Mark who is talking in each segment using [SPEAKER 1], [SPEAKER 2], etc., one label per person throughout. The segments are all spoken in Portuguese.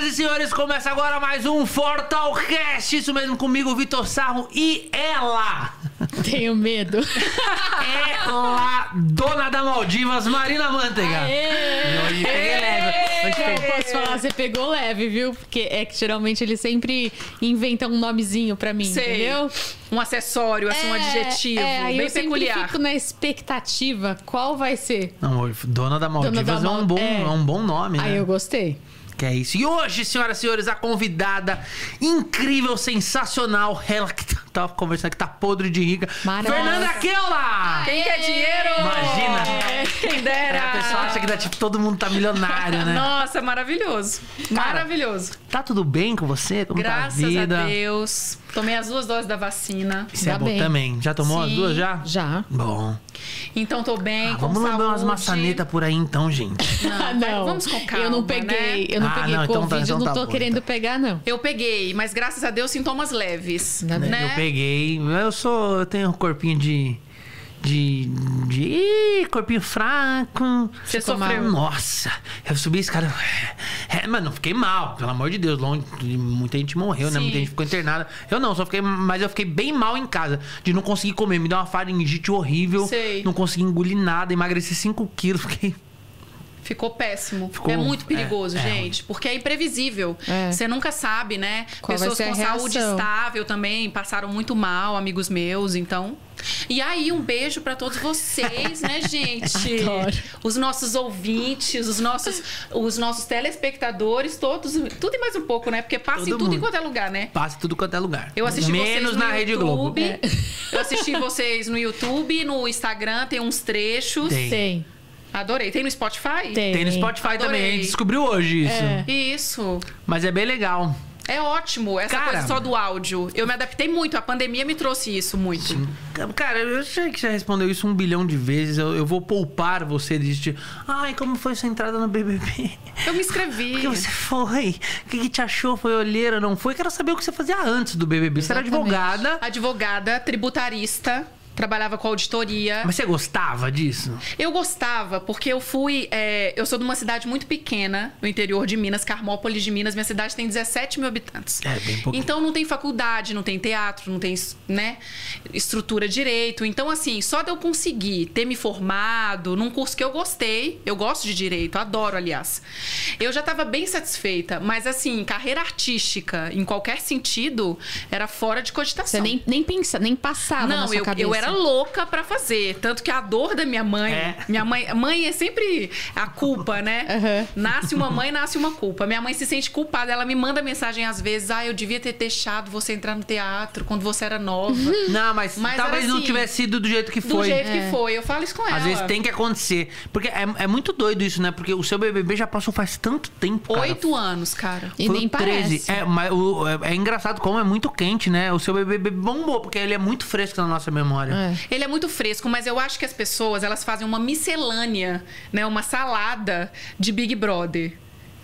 [SPEAKER 1] e senhores, começa agora mais um Fortalcast. Isso mesmo comigo, Vitor Sarro e ela.
[SPEAKER 2] Tenho medo.
[SPEAKER 1] Ela, dona da Maldivas, Marina
[SPEAKER 3] Ah.
[SPEAKER 1] Manteiga.
[SPEAKER 2] Aê!
[SPEAKER 1] Hoje peguei leve. Hoje
[SPEAKER 2] Eu
[SPEAKER 1] peguei-
[SPEAKER 2] posso falar, você pegou leve, viu? Porque é que geralmente eles sempre inventam um nomezinho pra mim,
[SPEAKER 3] Sei.
[SPEAKER 2] entendeu?
[SPEAKER 3] Um acessório, assim, um
[SPEAKER 2] É,
[SPEAKER 3] adjetivo.
[SPEAKER 2] é, aí
[SPEAKER 3] bem
[SPEAKER 2] eu sempre
[SPEAKER 3] peculiar.
[SPEAKER 2] fico na expectativa. Qual vai ser?
[SPEAKER 1] Não, hoje, dona da Maldivas
[SPEAKER 2] Dona da
[SPEAKER 1] é, um
[SPEAKER 2] Mal-
[SPEAKER 1] bom,
[SPEAKER 2] é.
[SPEAKER 1] é. um bom nome,
[SPEAKER 2] Aí
[SPEAKER 1] né?
[SPEAKER 2] eu gostei.
[SPEAKER 1] Que é isso. E hoje, senhoras e senhores, a convidada incrível, sensacional, ela que tá, tava conversando, que tá podre de rica,
[SPEAKER 2] Maravilhosa.
[SPEAKER 1] Fernanda Keula!
[SPEAKER 3] Quem quer dinheiro?
[SPEAKER 1] Imagina.
[SPEAKER 3] Quem
[SPEAKER 1] É,
[SPEAKER 3] dera!
[SPEAKER 1] a pessoa acha que dá, tipo, todo mundo tá milionário, né?
[SPEAKER 3] Nossa, maravilhoso.
[SPEAKER 1] Cara,
[SPEAKER 3] maravilhoso.
[SPEAKER 1] Tá tudo bem com você? Como tá a
[SPEAKER 3] Graças a,
[SPEAKER 1] vida?
[SPEAKER 3] Deus. Tomei as duas doses da vacina.
[SPEAKER 1] Isso é
[SPEAKER 2] Tá
[SPEAKER 1] bom
[SPEAKER 2] bem.
[SPEAKER 1] também. Já tomou as
[SPEAKER 3] Sim.
[SPEAKER 1] duas já?
[SPEAKER 2] Já.
[SPEAKER 1] Bom.
[SPEAKER 3] Então tô bem.
[SPEAKER 1] Ah,
[SPEAKER 3] com
[SPEAKER 1] vamos lamber umas
[SPEAKER 3] saúde.
[SPEAKER 1] maçanetas por aí então, gente.
[SPEAKER 2] Ah,
[SPEAKER 3] vai- vamos com calma,
[SPEAKER 2] Eu não peguei,
[SPEAKER 3] né?
[SPEAKER 2] eu não
[SPEAKER 1] Ah,
[SPEAKER 2] peguei
[SPEAKER 1] não, então tá,
[SPEAKER 2] Covid,
[SPEAKER 1] então
[SPEAKER 2] eu
[SPEAKER 1] tá
[SPEAKER 2] não tô
[SPEAKER 1] bom,
[SPEAKER 2] querendo
[SPEAKER 1] então.
[SPEAKER 2] pegar, não.
[SPEAKER 3] Eu peguei, mas graças a Deus, sintomas leves.
[SPEAKER 2] Ainda bem.
[SPEAKER 3] Né?
[SPEAKER 1] Eu peguei. Eu sou. Eu tenho um corpinho de. De. de ih, corpinho fraco.
[SPEAKER 3] Você
[SPEAKER 1] Ficou
[SPEAKER 3] sofreu.
[SPEAKER 1] mal. Nossa, eu subi esse cara. É, mas não fiquei mal, pelo amor de Deus. Longe, muita gente morreu, né?
[SPEAKER 3] Sim.
[SPEAKER 1] Muita gente ficou internada. Eu não, só fiquei. Mas eu fiquei bem mal em casa. De não conseguir comer. Me deu uma faringite horrível.
[SPEAKER 3] Sei.
[SPEAKER 1] Não consegui engolir nada. Emagreci 5 quilos. Fiquei.
[SPEAKER 3] Ficou péssimo.
[SPEAKER 1] Ficou-
[SPEAKER 3] é muito perigoso,
[SPEAKER 1] é, é
[SPEAKER 3] gente, porque é imprevisível.
[SPEAKER 2] É.
[SPEAKER 3] Você nunca sabe, né?
[SPEAKER 2] Qual vai
[SPEAKER 3] Pessoas
[SPEAKER 2] ser a
[SPEAKER 3] com saúde
[SPEAKER 2] reação?
[SPEAKER 3] estável também passaram muito mal, amigos meus, então. E aí, um beijo pra todos vocês, né, gente?
[SPEAKER 2] Adoro.
[SPEAKER 3] Os nossos ouvintes, os nossos, os nossos telespectadores, todos, tudo e mais um pouco, né? Porque passa em
[SPEAKER 1] Todo
[SPEAKER 3] tudo em
[SPEAKER 1] mundo.
[SPEAKER 3] quanto é lugar, né?
[SPEAKER 1] Passa em tudo quanto é lugar.
[SPEAKER 3] Eu assisti
[SPEAKER 1] Menos
[SPEAKER 3] vocês no
[SPEAKER 1] na Rede Globo. É.
[SPEAKER 3] YouTube. Eu assisti vocês no YouTube, no Instagram, tem uns trechos.
[SPEAKER 1] Tem.
[SPEAKER 2] Tem,
[SPEAKER 3] Adorei. Tem no Spotify?
[SPEAKER 2] tem.
[SPEAKER 1] Tem no Spotify também, a
[SPEAKER 3] Adorei.
[SPEAKER 1] gente descobriu hoje isso.
[SPEAKER 2] É.
[SPEAKER 3] Isso.
[SPEAKER 1] Mas é bem legal.
[SPEAKER 3] É ótimo essa
[SPEAKER 1] Cara.
[SPEAKER 3] coisa só do áudio. Eu me adaptei muito, a pandemia me trouxe isso muito.
[SPEAKER 1] Cara, eu sei que já respondeu isso um bilhão de vezes. Eu, eu vou poupar você disso. de, Ai, como foi sua entrada no BBB?
[SPEAKER 3] Eu me
[SPEAKER 1] Por
[SPEAKER 3] inscrevi.
[SPEAKER 1] que você foi? O que, que te achou? Foi olheira? Não foi? Quero saber o que você fazia antes do BBB. Você era
[SPEAKER 2] Exatamente.
[SPEAKER 1] advogada.
[SPEAKER 3] Advogada, tributarista, trabalhava com auditoria.
[SPEAKER 1] Mas você gostava disso?
[SPEAKER 3] Eu gostava, porque eu fui. é, eu sou de uma cidade muito pequena, no interior de Minas, Carmópolis de Minas. Minha cidade tem 17 mil habitantes.
[SPEAKER 1] É, bem pouquinho.
[SPEAKER 3] Então não tem faculdade, não tem teatro, não tem, né, estrutura direito. Então, assim, só de eu conseguir ter me formado num curso que eu gostei, eu gosto de direito, adoro, aliás. Eu já estava bem satisfeita, mas, assim, carreira artística, em qualquer sentido, era fora de cogitação.
[SPEAKER 2] Você nem, nem, pensa, nem passava na
[SPEAKER 3] Não,
[SPEAKER 2] sua
[SPEAKER 3] eu,
[SPEAKER 2] cabeça.
[SPEAKER 3] eu era louca pra fazer. Tanto que a dor da minha mãe.
[SPEAKER 1] É.
[SPEAKER 3] Minha mãe. Mãe é sempre a culpa, né? Nasce uma mãe, nasce uma culpa. Minha mãe se sente culpada. Ela me manda mensagem às vezes: ah, eu devia ter deixado você entrar no teatro quando você era nova.
[SPEAKER 2] Uhum.
[SPEAKER 1] Não, mas,
[SPEAKER 3] Mas
[SPEAKER 1] talvez
[SPEAKER 3] era
[SPEAKER 1] não
[SPEAKER 3] assim,
[SPEAKER 1] tivesse sido do jeito que
[SPEAKER 3] Do
[SPEAKER 1] foi. É.
[SPEAKER 3] jeito
[SPEAKER 2] É.
[SPEAKER 3] que foi. Eu falo isso com ela.
[SPEAKER 1] Às vezes tem que acontecer. Porque é, é muito doido isso, né? Porque o seu BBB já passou faz tanto tempo, cara.
[SPEAKER 3] Oito anos, cara.
[SPEAKER 2] E
[SPEAKER 1] Foi
[SPEAKER 2] nem
[SPEAKER 1] o 13.
[SPEAKER 2] parece.
[SPEAKER 1] É, mas o- é, é engraçado como é muito quente, né? O seu bebê bombou, porque ele é muito fresco na nossa memória.
[SPEAKER 2] É.
[SPEAKER 3] Ele é muito fresco, mas eu acho que as pessoas elas fazem uma miscelânea, né? Uma salada de Big Brother.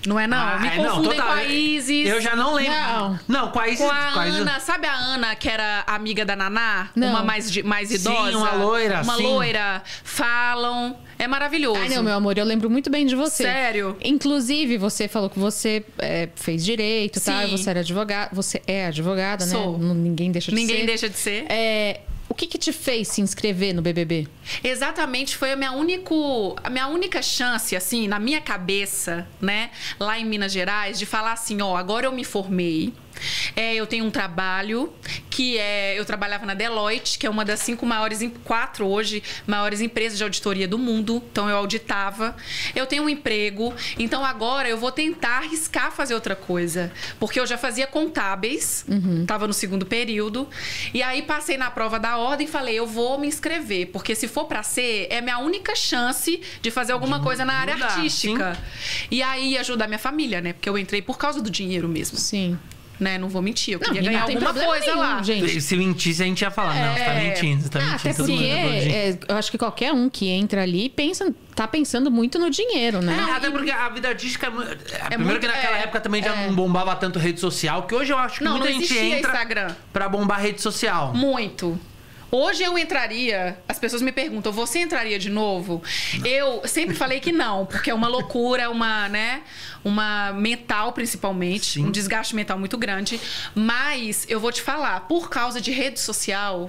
[SPEAKER 3] Não é não?
[SPEAKER 1] Ah,
[SPEAKER 3] Me
[SPEAKER 1] é,
[SPEAKER 3] confundem
[SPEAKER 1] total.
[SPEAKER 3] com a Isis.
[SPEAKER 1] Eu já não lembro.
[SPEAKER 2] Não.
[SPEAKER 1] Não, com a Isis.
[SPEAKER 3] Com a
[SPEAKER 1] com a Isis-
[SPEAKER 3] Ana, sabe a Ana que era amiga da Naná?
[SPEAKER 2] Não.
[SPEAKER 3] Uma mais, de- mais
[SPEAKER 1] Sim,
[SPEAKER 3] idosa?
[SPEAKER 1] uma loira,
[SPEAKER 3] Uma
[SPEAKER 1] sim.
[SPEAKER 3] loira. Falam. É maravilhoso.
[SPEAKER 2] Ai, não, meu amor, eu lembro muito bem de você.
[SPEAKER 3] Sério?
[SPEAKER 2] Inclusive, você falou que você é, fez direito, tá?
[SPEAKER 3] Sim.
[SPEAKER 2] Você era advogada. Você é advogada,
[SPEAKER 3] Sou.
[SPEAKER 2] né? Não- Ninguém deixa de
[SPEAKER 3] Ninguém
[SPEAKER 2] ser.
[SPEAKER 3] deixa de ser.
[SPEAKER 2] É, o que que te fez se inscrever no BBB?
[SPEAKER 3] Exatamente, foi a minha, único, a minha única chance, assim, na minha cabeça, né, lá em Minas Gerais, de falar assim: ó, agora eu me formei, é, eu tenho um trabalho que é. Eu trabalhava na Deloitte, que é uma das cinco maiores, em- quatro hoje, maiores empresas de auditoria do mundo, então eu auditava. Eu tenho um emprego, então agora eu vou tentar arriscar fazer outra coisa, porque eu já fazia contábeis,
[SPEAKER 2] Uhum.
[SPEAKER 3] tava no segundo período, e aí passei na prova da ordem e falei: eu vou me inscrever, porque se for pra ser, é minha única chance de fazer alguma coisa na área
[SPEAKER 1] mudar,
[SPEAKER 3] artística. E aí ajudar minha família, né? Porque eu entrei por causa do dinheiro mesmo,
[SPEAKER 2] Sim.
[SPEAKER 3] né? Não vou mentir, eu
[SPEAKER 2] Não,
[SPEAKER 3] queria
[SPEAKER 2] e
[SPEAKER 3] ganhar
[SPEAKER 2] não tem
[SPEAKER 3] alguma
[SPEAKER 2] problema
[SPEAKER 3] coisa
[SPEAKER 2] nenhum,
[SPEAKER 3] lá.
[SPEAKER 2] gente.
[SPEAKER 1] Se mentisse, a gente ia falar. Não, você tá mentindo, você tá
[SPEAKER 2] Ah,
[SPEAKER 1] mentindo.
[SPEAKER 2] até
[SPEAKER 1] todo
[SPEAKER 2] porque
[SPEAKER 1] mundo é gordinho.
[SPEAKER 2] é, eu acho que qualquer um que entra ali pensa, tá pensando muito no dinheiro, né?
[SPEAKER 3] É,
[SPEAKER 1] Não, até porque a vida artística. é mu- é, primeiro
[SPEAKER 3] muito-
[SPEAKER 1] que naquela
[SPEAKER 3] é,
[SPEAKER 1] época também já não bombava tanto rede social, que hoje eu acho que
[SPEAKER 3] Não,
[SPEAKER 1] muita
[SPEAKER 3] não
[SPEAKER 1] gente
[SPEAKER 3] existia
[SPEAKER 1] entra
[SPEAKER 3] Instagram.
[SPEAKER 1] pra bombar rede social.
[SPEAKER 3] Muito. Hoje eu entraria, as pessoas me perguntam, você entraria de novo? Eu sempre falei que não, porque é uma loucura, uma, né, uma mental principalmente,
[SPEAKER 1] Sim.
[SPEAKER 3] um desgaste mental muito grande, mas eu vou te falar, por causa de rede social,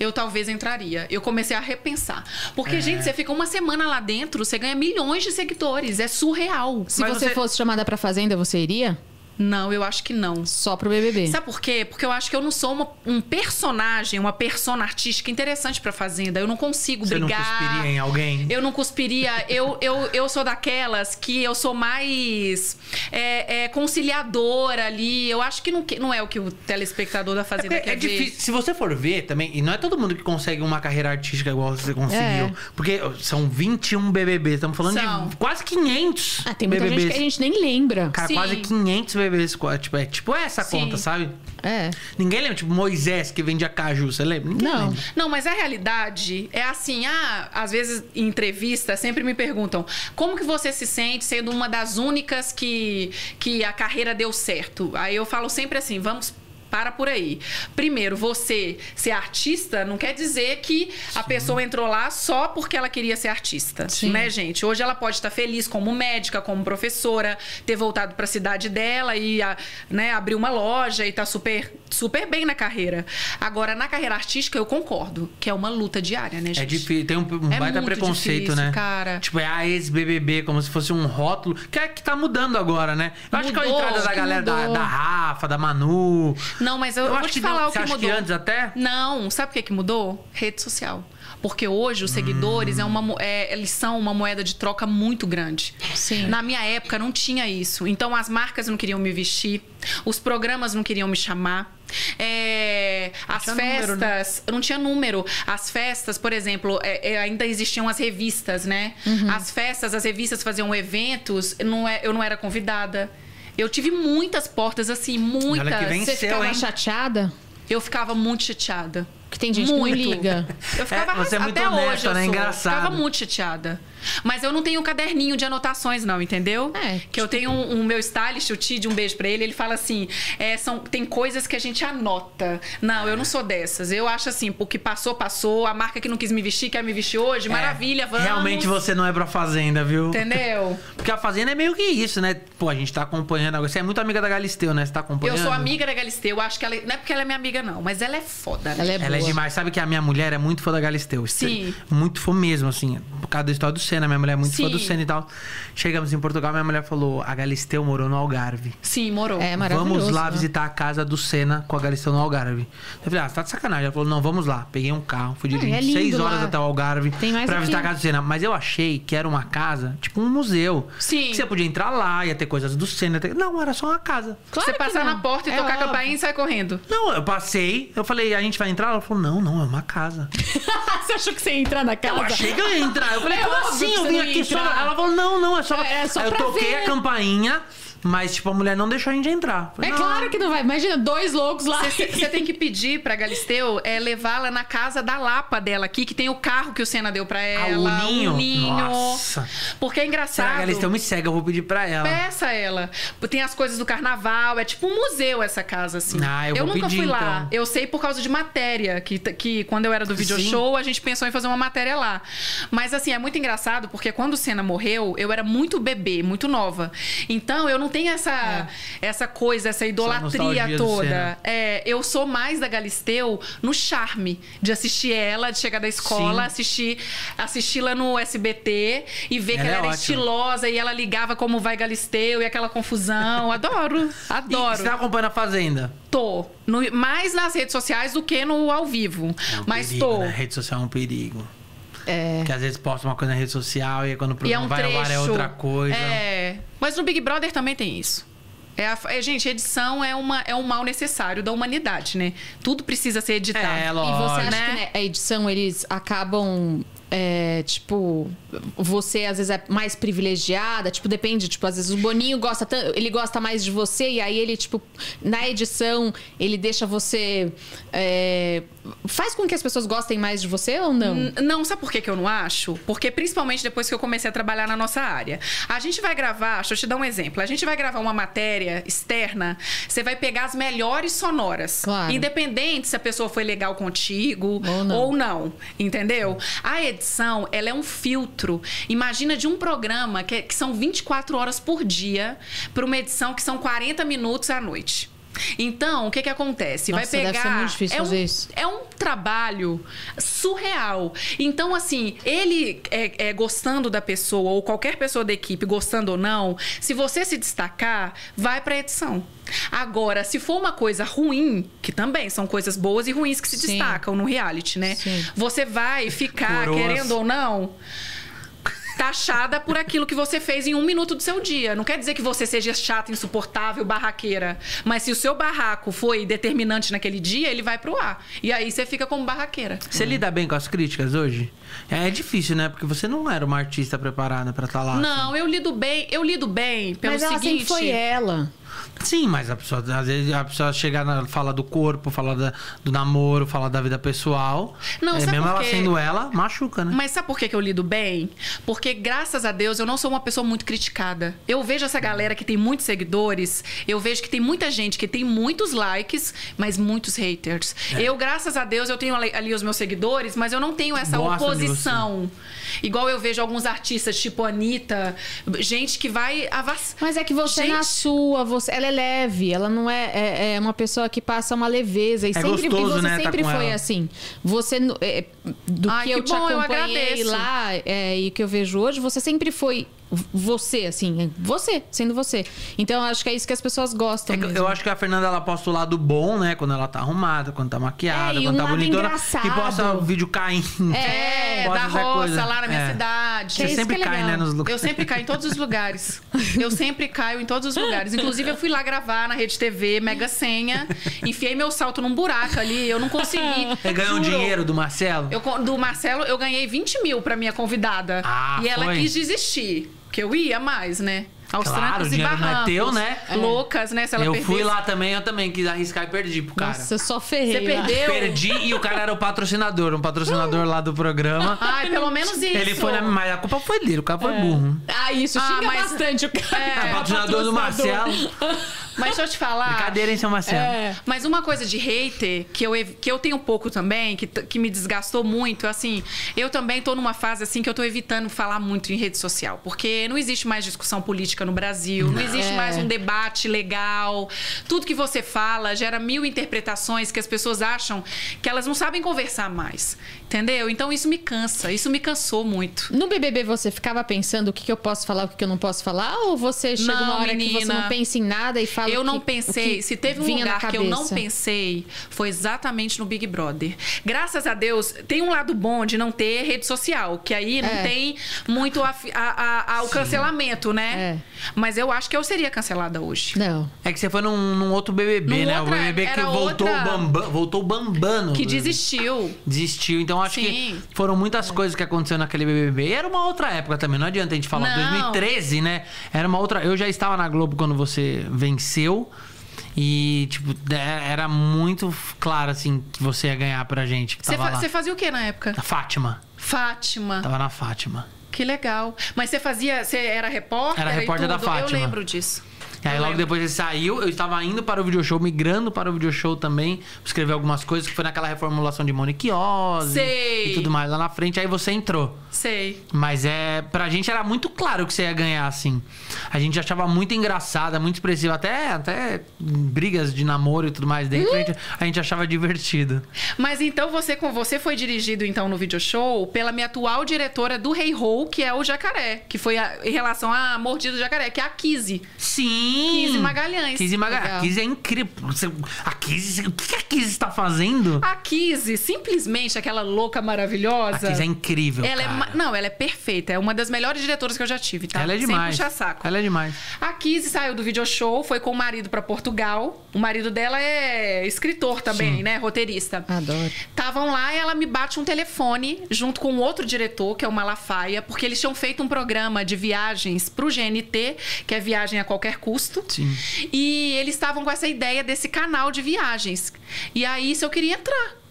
[SPEAKER 3] eu talvez entraria. Eu comecei a repensar.
[SPEAKER 1] É.
[SPEAKER 3] Porque, gente, você fica uma semana lá dentro, você ganha milhões de seguidores. É surreal.
[SPEAKER 2] Se
[SPEAKER 1] Mas
[SPEAKER 2] você,
[SPEAKER 1] você-
[SPEAKER 2] fosse chamada pra fazenda, você iria?
[SPEAKER 3] Não, eu acho que não.
[SPEAKER 2] Só pro BBB.
[SPEAKER 3] Sabe por quê? Porque eu acho que eu não sou uma- um personagem, uma persona artística interessante pra Fazenda. Eu não consigo
[SPEAKER 1] Você não
[SPEAKER 3] brigar.
[SPEAKER 1] cuspiria em alguém?
[SPEAKER 3] Eu não cuspiria. Eu, eu, eu sou daquelas que eu sou mais é, é, conciliadora ali. Eu acho que não, que- não é o que o telespectador da Fazenda
[SPEAKER 1] É, porque é
[SPEAKER 3] quer ver.
[SPEAKER 1] difícil. Se você for ver também, e não é todo mundo que consegue uma carreira artística igual você conseguiu.
[SPEAKER 2] É.
[SPEAKER 1] Porque são 21 BBBs. Estamos falando
[SPEAKER 3] São.
[SPEAKER 1] de quase 500
[SPEAKER 2] Ah, tem muita
[SPEAKER 1] BBBs.
[SPEAKER 2] gente que a gente nem lembra.
[SPEAKER 1] Cara,
[SPEAKER 3] Sim.
[SPEAKER 1] quase 500 BBBs. qua- Tipo, é tipo essa
[SPEAKER 3] Sim.
[SPEAKER 1] conta, sabe?
[SPEAKER 2] É.
[SPEAKER 1] Ninguém lembra. Tipo, Moisés que vendia caju. Você lembra? Ninguém
[SPEAKER 2] Não.
[SPEAKER 1] lembra.
[SPEAKER 3] Não, mas a realidade é assim, ah, às vezes em entrevista sempre me perguntam como que você se sente sendo uma das únicas que, que a carreira deu certo. Aí eu falo sempre assim, vamos para por aí. Primeiro, você ser artista não quer dizer que a pessoa entrou lá só porque ela queria ser artista,
[SPEAKER 2] Sim.
[SPEAKER 3] né, gente? Hoje ela pode estar feliz como médica, como professora, ter voltado para a cidade dela e a- né, abrir uma loja e tá super, super bem na carreira. Agora, na carreira artística, eu concordo que é uma luta diária, né, gente?
[SPEAKER 1] É difícil, tem um, um
[SPEAKER 3] É
[SPEAKER 1] baita
[SPEAKER 3] muito
[SPEAKER 1] preconceito,
[SPEAKER 3] difícil,
[SPEAKER 1] né?
[SPEAKER 3] cara.
[SPEAKER 1] Tipo, é a ex-BBB, como se fosse um rótulo. Que é que tá mudando agora, né? Eu acho que a
[SPEAKER 3] Mudou,
[SPEAKER 1] entrada
[SPEAKER 3] acho
[SPEAKER 1] da
[SPEAKER 3] que
[SPEAKER 1] galera, da,
[SPEAKER 2] mudou.
[SPEAKER 1] da Rafa, da Manu.
[SPEAKER 3] Não, mas eu, eu vou te falar
[SPEAKER 1] não-
[SPEAKER 3] o que
[SPEAKER 1] você acha
[SPEAKER 3] mudou.
[SPEAKER 1] que antes até?
[SPEAKER 3] Não, sabe o que, que mudou? Rede social. Porque hoje
[SPEAKER 1] Hum.
[SPEAKER 3] os seguidores é uma, mo- é, eles são uma moeda de troca muito grande.
[SPEAKER 2] Sim.
[SPEAKER 3] Na minha época não tinha isso. Então as marcas não queriam me vestir, os programas não queriam me chamar. É, as
[SPEAKER 1] tinha
[SPEAKER 3] festas.
[SPEAKER 1] número, né?
[SPEAKER 3] Não tinha número. As festas, por exemplo, é, é, ainda existiam as revistas, né?
[SPEAKER 1] Uhum.
[SPEAKER 3] As festas, as revistas faziam eventos, não é- eu não era convidada. Eu tive muitas portas, assim, muitas.
[SPEAKER 1] vem
[SPEAKER 2] Você
[SPEAKER 1] Seu,
[SPEAKER 2] ficava
[SPEAKER 1] hein?
[SPEAKER 2] chateada?
[SPEAKER 3] Eu ficava muito chateada.
[SPEAKER 2] Que tem gente
[SPEAKER 3] Muito.
[SPEAKER 2] que não liga.
[SPEAKER 3] Eu ficava
[SPEAKER 1] É, você é muito
[SPEAKER 3] até
[SPEAKER 1] honesta,
[SPEAKER 3] hoje, eu
[SPEAKER 1] né?
[SPEAKER 3] sou.
[SPEAKER 1] Engraçado.
[SPEAKER 3] Eu ficava muito chateada. Mas eu não tenho um caderninho de anotações, não, entendeu?
[SPEAKER 2] É,
[SPEAKER 3] que eu tenho um, um meu stylist, o Tid, um beijo pra ele, ele fala assim: é, são, tem coisas que a gente anota. Não, eu não sou dessas. Eu acho assim, o que passou, passou. A marca que não quis me vestir, quer me vestir hoje, maravilha, vamos.
[SPEAKER 1] É, Realmente você não é pra fazenda, viu?
[SPEAKER 3] Entendeu?
[SPEAKER 1] Porque a Fazenda é meio que isso, né? Pô, a gente tá acompanhando agora. Você é muito amiga da Galisteu, né? Você tá acompanhando?
[SPEAKER 3] Eu sou amiga da Galisteu, eu acho que ela. Não é porque ela é minha amiga, não, mas ela é foda, né?
[SPEAKER 2] Ela é
[SPEAKER 1] Ela é
[SPEAKER 2] boa.
[SPEAKER 1] demais. Sabe que a minha mulher é muito fã da Galisteu.
[SPEAKER 3] Sim.
[SPEAKER 1] Muito fã mesmo, assim. Por causa da história do Senna. Minha mulher é muito fã
[SPEAKER 3] Sim.
[SPEAKER 1] do Senna e tal. Chegamos em Portugal, minha mulher falou: a Galisteu morou no Algarve.
[SPEAKER 3] Sim, morou.
[SPEAKER 2] É maravilhoso.
[SPEAKER 1] Vamos lá
[SPEAKER 2] né?
[SPEAKER 1] visitar a casa do Senna com a Galisteu no Algarve. Eu falei, ah, você tá de sacanagem. Ela falou, não, vamos lá. Peguei um carro, fui dirigindo
[SPEAKER 2] é lindo
[SPEAKER 1] seis horas
[SPEAKER 2] lá.
[SPEAKER 1] até o Algarve
[SPEAKER 2] Tem mais
[SPEAKER 1] pra
[SPEAKER 2] aqui.
[SPEAKER 1] visitar a casa do Senna. Mas eu achei que era uma casa, tipo um museu.
[SPEAKER 3] Sim.
[SPEAKER 1] Que você podia entrar lá, ia ter coisas do Senna. ia ter- Não, era só uma casa.
[SPEAKER 2] Claro
[SPEAKER 3] você
[SPEAKER 2] que
[SPEAKER 3] passar
[SPEAKER 2] não.
[SPEAKER 3] na porta e
[SPEAKER 2] É
[SPEAKER 3] tocar a
[SPEAKER 2] óbvio.
[SPEAKER 3] campainha e sai correndo.
[SPEAKER 1] Não, eu passei, eu falei, a gente vai entrar? Ela falou, não, não, é uma casa.
[SPEAKER 2] você achou que você ia entrar na casa?
[SPEAKER 1] Eu achei que eu ia entrar. Eu falei,
[SPEAKER 2] É
[SPEAKER 1] como
[SPEAKER 2] óbvio
[SPEAKER 1] assim?
[SPEAKER 2] que
[SPEAKER 1] Eu
[SPEAKER 2] você
[SPEAKER 1] vim
[SPEAKER 2] não ia
[SPEAKER 1] aqui só.
[SPEAKER 2] entrar.
[SPEAKER 1] Ela falou, não, não, é só.
[SPEAKER 2] É, é só
[SPEAKER 1] Aí eu
[SPEAKER 2] pra
[SPEAKER 1] toquei
[SPEAKER 2] ver.
[SPEAKER 1] a campainha, mas, tipo, a mulher não deixou a gente entrar. Eu falei,
[SPEAKER 2] É
[SPEAKER 1] não.
[SPEAKER 2] claro que não vai. Imagina, dois loucos lá.
[SPEAKER 3] Você você tem que pedir pra Galisteu é, levá-la na casa da Lapa dela aqui, que tem o carro que o Senna deu pra ela.
[SPEAKER 1] Ah, o Ninho?
[SPEAKER 3] o Ninho.
[SPEAKER 1] Nossa.
[SPEAKER 3] Porque
[SPEAKER 1] Será
[SPEAKER 3] é
[SPEAKER 1] que
[SPEAKER 3] engraçado.
[SPEAKER 1] a Galisteu me cega? Eu vou pedir pra ela.
[SPEAKER 2] É,
[SPEAKER 3] Peça ela. Tem as coisas do carnaval, é tipo um museu essa casa, assim.
[SPEAKER 1] Ah, eu vou
[SPEAKER 3] nunca
[SPEAKER 1] pedir,
[SPEAKER 3] fui lá.
[SPEAKER 1] então.
[SPEAKER 3] Eu sei por causa de matéria, que, que quando eu era do video
[SPEAKER 1] Sim.
[SPEAKER 3] show, a gente pensou em fazer uma matéria lá. Mas assim, é muito engraçado, porque quando o Senna morreu, eu era muito bebê, muito nova. Então, eu não tenho essa, essa coisa, essa
[SPEAKER 1] É. nostalgia do
[SPEAKER 3] idolatria toda.
[SPEAKER 1] Senna.
[SPEAKER 3] É, eu sou mais da Galisteu no charme de assistir ela, de chegar da escola,
[SPEAKER 1] Sim.
[SPEAKER 3] assistir, assisti-la no SBT e ver que
[SPEAKER 1] Ela é
[SPEAKER 3] ela era
[SPEAKER 1] ótima.
[SPEAKER 3] estilosa e ela ligava como vai Galisteu e aquela confusão. Adoro,
[SPEAKER 1] E
[SPEAKER 3] adoro.
[SPEAKER 1] Você tá acompanhando a Fazenda?
[SPEAKER 3] Tô. No- mais nas redes sociais do que no ao vivo. Mas
[SPEAKER 1] É perigo,
[SPEAKER 3] tô.
[SPEAKER 1] né? Rede social é um perigo.
[SPEAKER 2] É.
[SPEAKER 1] Porque às vezes posta uma coisa na rede social e aí quando o
[SPEAKER 3] E é
[SPEAKER 1] programa
[SPEAKER 3] um
[SPEAKER 1] vai
[SPEAKER 3] trecho.
[SPEAKER 1] ao ar é outra coisa.
[SPEAKER 3] É. Mas no Big Brother também tem isso. É a- é, gente, edição é, uma, é um mal necessário da humanidade, né? Tudo precisa ser editado.
[SPEAKER 1] É,
[SPEAKER 2] E você
[SPEAKER 1] lógico.
[SPEAKER 2] acha
[SPEAKER 3] né?
[SPEAKER 2] que né, a edição eles acabam é, tipo, você às vezes é mais privilegiada, tipo, depende, tipo, às vezes o Boninho gosta, tan- ele gosta mais de você e aí ele, tipo, na edição, ele deixa você... é, faz com que as pessoas gostem mais de você ou não?
[SPEAKER 3] N- Não, sabe por que, que eu não acho? Porque principalmente depois que eu comecei a trabalhar na nossa área. A gente vai gravar, deixa eu te dar um exemplo. A gente vai gravar uma matéria externa, você vai pegar as melhores sonoras.
[SPEAKER 2] Claro.
[SPEAKER 3] Independente se a pessoa foi legal contigo
[SPEAKER 2] Ou não.
[SPEAKER 3] ou não, entendeu? A edição, ela é um filtro. Imagina de um programa que, que são 24 horas por dia para uma edição que são 40 minutos à noite. Então, o que que acontece? vai
[SPEAKER 2] Nossa, deve
[SPEAKER 3] pegar
[SPEAKER 2] ser muito difícil
[SPEAKER 3] é um-
[SPEAKER 2] fazer isso.
[SPEAKER 3] é um trabalho surreal. Então, assim, ele é, é, gostando da pessoa, ou qualquer pessoa da equipe, gostando ou não, se você se destacar, vai pra edição. Agora, se for uma coisa ruim, que também são coisas boas e ruins que se
[SPEAKER 2] Sim.
[SPEAKER 3] destacam no reality, né?
[SPEAKER 2] Sim.
[SPEAKER 3] Você vai ficar,
[SPEAKER 1] Coroas.
[SPEAKER 3] querendo ou não. Taxada por aquilo que você fez em um minuto do seu dia. Não quer dizer que você seja chata, insuportável, barraqueira. Mas se o seu barraco foi determinante naquele dia, ele vai pro ar. E aí você fica como barraqueira.
[SPEAKER 1] Você lida bem com as críticas hoje? É difícil, né? Porque você não era uma artista preparada pra estar lá.
[SPEAKER 3] Não, eu lido bem, eu lido bem pelo
[SPEAKER 2] Ah, Mas ela
[SPEAKER 3] seguinte.
[SPEAKER 2] sempre foi ela.
[SPEAKER 1] Sim, mas a pessoa, às vezes, a pessoa chegar na fala do corpo, falar da- do namoro, falar da vida pessoal.
[SPEAKER 3] Não,
[SPEAKER 1] é,
[SPEAKER 3] sabe
[SPEAKER 1] mesmo
[SPEAKER 3] por
[SPEAKER 1] ela
[SPEAKER 3] quê?
[SPEAKER 1] sendo ela, machuca, né?
[SPEAKER 3] Mas sabe por que, que eu lido bem? Porque, graças a Deus, eu não sou uma pessoa muito criticada. Eu vejo essa galera que tem muitos seguidores, eu vejo que tem muita gente que tem muitos likes, mas muitos haters.
[SPEAKER 1] É.
[SPEAKER 3] Eu, graças a Deus, eu tenho ali, ali os meus seguidores, mas eu não tenho essa
[SPEAKER 1] Gostam de
[SPEAKER 3] oposição. Igual eu vejo alguns artistas, tipo Anitta, gente que vai avassar.
[SPEAKER 2] Mas é que você
[SPEAKER 3] Gente.
[SPEAKER 2] na sua, você, ela é leve, ela não é, é, é uma pessoa que passa uma leveza. E sempre,
[SPEAKER 1] gostoso,
[SPEAKER 2] e você
[SPEAKER 1] né, tá
[SPEAKER 2] sempre
[SPEAKER 1] com
[SPEAKER 2] foi
[SPEAKER 1] ela.
[SPEAKER 2] assim. Você, no- é, do
[SPEAKER 3] Ai,
[SPEAKER 2] que, eu
[SPEAKER 3] que
[SPEAKER 2] te
[SPEAKER 3] bom, eu
[SPEAKER 2] acompanhei
[SPEAKER 3] agradeço.
[SPEAKER 2] lá é, e que eu vejo hoje, você sempre foi v- você, assim, você, sendo você. Então eu acho que é isso que as pessoas gostam.
[SPEAKER 1] É que
[SPEAKER 2] mesmo.
[SPEAKER 1] eu acho que a Fernanda ela posta o lado bom, né? Quando ela tá arrumada, quando tá maquiada,
[SPEAKER 2] É, e
[SPEAKER 1] quando
[SPEAKER 2] um
[SPEAKER 1] tá
[SPEAKER 2] lado
[SPEAKER 1] bonitona.
[SPEAKER 2] engraçado.
[SPEAKER 1] Que posta o vídeo caindo.
[SPEAKER 3] É,
[SPEAKER 1] Posta
[SPEAKER 3] da
[SPEAKER 1] essa
[SPEAKER 3] roça,
[SPEAKER 1] coisa.
[SPEAKER 3] lá na minha
[SPEAKER 1] É.
[SPEAKER 3] cidade.
[SPEAKER 1] Você
[SPEAKER 2] isso
[SPEAKER 1] sempre
[SPEAKER 2] que é
[SPEAKER 1] cai,
[SPEAKER 2] legal.
[SPEAKER 1] né? Nos
[SPEAKER 3] Eu
[SPEAKER 1] lugares.
[SPEAKER 3] sempre caio em todos os lugares. Eu sempre caio em todos os lugares. Inclusive, eu fui lá gravar na Rede TV, Mega Senha. Enfiei meu salto num buraco ali. Eu não consegui.
[SPEAKER 1] Você ganhou um
[SPEAKER 3] Juro.
[SPEAKER 1] dinheiro do Marcelo?
[SPEAKER 3] Eu con- do Marcelo, eu ganhei 20 mil pra minha convidada.
[SPEAKER 1] Ah,
[SPEAKER 3] e ela
[SPEAKER 1] foi?
[SPEAKER 3] quis desistir. Porque eu ia mais, né? Aos
[SPEAKER 1] Claro,
[SPEAKER 3] trancos
[SPEAKER 1] o
[SPEAKER 3] e
[SPEAKER 1] dinheiro não é
[SPEAKER 3] barrancos.
[SPEAKER 1] teu, né?
[SPEAKER 3] Loucas, né? Se ela
[SPEAKER 1] Eu fui
[SPEAKER 3] perdesse-
[SPEAKER 1] lá também, eu também quis arriscar e perdi pro cara.
[SPEAKER 2] Nossa, eu só ferrei.
[SPEAKER 3] Você
[SPEAKER 2] lá.
[SPEAKER 3] perdeu?
[SPEAKER 1] Perdi e o cara era o patrocinador, um patrocinador lá do programa.
[SPEAKER 3] Ai, pelo menos Ah, isso. É.
[SPEAKER 1] Ele foi na. Mas a culpa foi dele, o cara foi burro.
[SPEAKER 2] Ah, isso,
[SPEAKER 3] Ah,
[SPEAKER 2] xinga
[SPEAKER 3] mas-
[SPEAKER 2] bastante o cara.
[SPEAKER 1] É, patrocinador do Marcelo.
[SPEAKER 3] Mas deixa eu te falar.
[SPEAKER 1] Brincadeira, hein, seu Marcelo?
[SPEAKER 2] É.
[SPEAKER 3] Mas uma coisa de hater que eu, ev- que eu tenho um pouco também, que, t- que me desgastou muito, assim, eu também tô numa fase assim que eu tô evitando falar muito em rede social. Porque não existe mais discussão política no Brasil, não existe
[SPEAKER 2] É.
[SPEAKER 3] mais um debate legal. Tudo que você fala gera mil interpretações que as pessoas acham que elas não sabem conversar mais. Entendeu? Então isso me cansa, isso me cansou muito.
[SPEAKER 2] No BBB você ficava pensando o que, que eu posso falar, o que, que eu não posso falar? Ou você chega
[SPEAKER 3] Não,
[SPEAKER 2] uma hora que você
[SPEAKER 3] menina.
[SPEAKER 2] não pensa em nada e fala. o
[SPEAKER 3] Eu
[SPEAKER 2] que-
[SPEAKER 3] não
[SPEAKER 2] o que
[SPEAKER 3] pensei. Se teve um
[SPEAKER 2] vinha na
[SPEAKER 3] lugar que eu não
[SPEAKER 2] cabeça?
[SPEAKER 3] pensei, foi exatamente no Big Brother. Graças a Deus, tem um lado bom de não ter rede social, que aí não
[SPEAKER 2] É.
[SPEAKER 3] tem muito a, a, a- ao cancelamento,
[SPEAKER 2] É.
[SPEAKER 3] né? Mas eu acho que eu seria cancelada hoje.
[SPEAKER 2] Não.
[SPEAKER 1] É que você foi num, num outro BBB,
[SPEAKER 3] Num
[SPEAKER 1] né?
[SPEAKER 3] outra-
[SPEAKER 1] o BBB que
[SPEAKER 3] era
[SPEAKER 1] voltou,
[SPEAKER 3] outra-
[SPEAKER 1] bamba- voltou bambando.
[SPEAKER 3] Que
[SPEAKER 1] desistiu.
[SPEAKER 3] desistiu.
[SPEAKER 1] desistiu. Então acho
[SPEAKER 3] Sim.
[SPEAKER 1] que foram muitas coisas que aconteceu naquele BBB. E era uma outra época também, não adianta a gente falar.
[SPEAKER 3] Não.
[SPEAKER 1] 2013, né? Era uma outra. Eu já estava na Globo quando você venceu. E, tipo, é- era muito f- claro, assim, que você ia ganhar pra gente. Que
[SPEAKER 3] Você
[SPEAKER 1] tava
[SPEAKER 3] fa-
[SPEAKER 1] lá.
[SPEAKER 3] você fazia o que na época?
[SPEAKER 1] Na Fátima.
[SPEAKER 3] Fátima.
[SPEAKER 1] Tava na Fátima.
[SPEAKER 3] Que legal. Mas você fazia. Você era repórter?
[SPEAKER 1] Era
[SPEAKER 3] e
[SPEAKER 1] repórter da
[SPEAKER 3] tudo?
[SPEAKER 1] Fátima.
[SPEAKER 3] Eu lembro disso.
[SPEAKER 1] E aí,
[SPEAKER 3] Eu
[SPEAKER 1] logo
[SPEAKER 3] lembro.
[SPEAKER 1] depois ele saiu, eu estava indo para o video show, migrando para o video show também, escrever algumas coisas, que foi naquela reformulação de Monique Ozzy
[SPEAKER 3] Sei.
[SPEAKER 1] e tudo mais lá na frente. Aí você entrou.
[SPEAKER 3] Sei.
[SPEAKER 1] Mas é. Pra gente era muito claro que você ia ganhar, assim. A gente achava muito engraçada, muito expressiva. Até, até brigas de namoro e tudo mais dentro, a, gente, a gente achava divertido.
[SPEAKER 3] Mas então você com você foi dirigido então no video show pela minha atual diretora do Rei hey Ho, que é o Jacaré, que foi a- em relação a Mordido do Jacaré, que é a Kizzy.
[SPEAKER 1] Sim, Sim.
[SPEAKER 3] 15 Magalhães.
[SPEAKER 1] 15 Magalhães.
[SPEAKER 2] Legal.
[SPEAKER 1] A 15 é incrível. Você- A 15, o que a 15 está fazendo?
[SPEAKER 3] A Kizzy, simplesmente aquela louca
[SPEAKER 1] A
[SPEAKER 3] maravilhosa.
[SPEAKER 1] 15 é incrível.
[SPEAKER 3] ela é
[SPEAKER 1] cara.
[SPEAKER 3] ma- Não, ela é perfeita. É uma das melhores diretoras que eu já tive, tá?
[SPEAKER 1] Ela é demais.
[SPEAKER 3] Sem puxar saco.
[SPEAKER 1] Ela é demais.
[SPEAKER 3] A Kizzy saiu do video show, foi com o marido pra Portugal. O marido dela é escritor também, né? Roteirista.
[SPEAKER 2] Adoro.
[SPEAKER 3] Estavam lá e ela me bate um telefone junto com outro diretor, que é o Malafaia, porque eles tinham feito um programa de viagens pro GNT, que é viagem a qualquer custo.
[SPEAKER 1] Sim.
[SPEAKER 3] E eles estavam com essa ideia desse canal de viagens. E aí, se eu queria entrar.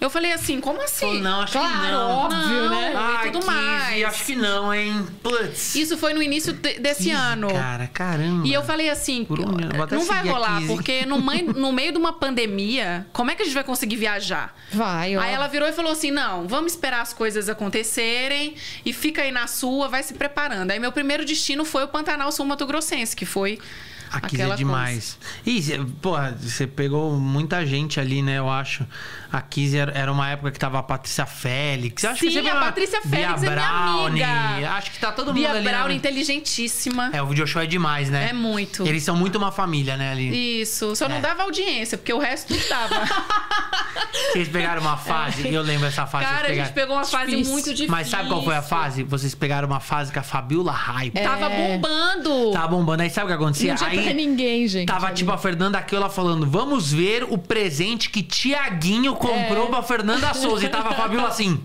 [SPEAKER 3] Eu falei assim, como assim?
[SPEAKER 1] Ou não, acho que
[SPEAKER 3] claro,
[SPEAKER 1] não.
[SPEAKER 3] óbvio, né?
[SPEAKER 1] Ai,
[SPEAKER 3] e tudo
[SPEAKER 1] 15,
[SPEAKER 3] mais.
[SPEAKER 1] acho que não, hein? Putz.
[SPEAKER 3] Isso foi no início de- desse
[SPEAKER 1] 15,
[SPEAKER 3] ano.
[SPEAKER 1] Cara, caramba.
[SPEAKER 3] E eu falei assim,
[SPEAKER 1] Por um minuto, vou até
[SPEAKER 3] não vai
[SPEAKER 1] seguir a
[SPEAKER 3] rolar,
[SPEAKER 1] 15.
[SPEAKER 3] porque no, mãe- no meio de uma pandemia, como é que a gente vai conseguir viajar?
[SPEAKER 2] Vai, ó.
[SPEAKER 3] Aí ela virou e falou assim: não, vamos esperar as coisas acontecerem e fica aí na sua, vai se preparando. Aí meu primeiro destino foi o Pantanal Sul Mato Grossense, que foi.
[SPEAKER 1] A 15
[SPEAKER 3] aquela
[SPEAKER 1] é demais. E, cê- porra, você pegou muita gente ali, né? Eu acho. A 15 era era uma época que tava a Patrícia Félix. Acho que
[SPEAKER 3] Sim,
[SPEAKER 1] sempre
[SPEAKER 3] a
[SPEAKER 1] uma-
[SPEAKER 3] Patrícia
[SPEAKER 1] Bia
[SPEAKER 3] Félix é minha
[SPEAKER 1] Browning.
[SPEAKER 3] amiga.
[SPEAKER 1] Acho que tá todo mundo
[SPEAKER 3] Bia
[SPEAKER 1] ali.
[SPEAKER 3] Brown,
[SPEAKER 1] né?
[SPEAKER 3] inteligentíssima.
[SPEAKER 1] É, o video show é demais, né?
[SPEAKER 3] É muito.
[SPEAKER 1] Eles são muito uma família, né, ali.
[SPEAKER 3] Isso, só
[SPEAKER 1] É.
[SPEAKER 3] não dava audiência, porque o resto tudo dava.
[SPEAKER 1] Vocês pegaram uma fase, eu lembro essa fase. vocês
[SPEAKER 3] É. Cara, a gente
[SPEAKER 1] pegaram-
[SPEAKER 3] pegou uma fase
[SPEAKER 2] Difícil.
[SPEAKER 3] muito difícil. É.
[SPEAKER 1] Mas sabe qual foi a fase? Vocês pegaram uma fase com a Fabiola Hype.
[SPEAKER 3] Tava
[SPEAKER 1] É.
[SPEAKER 3] bombando.
[SPEAKER 1] Tava bombando. Aí sabe o que acontecia?
[SPEAKER 2] Não tinha pra
[SPEAKER 1] Aí
[SPEAKER 2] ninguém, gente.
[SPEAKER 1] tava
[SPEAKER 2] ali.
[SPEAKER 1] tipo a Fernanda Aquila falando: vamos ver o presente que Tiaguinho
[SPEAKER 2] É.
[SPEAKER 1] comprou pra Fernanda Souza. E tava a Fabiola assim.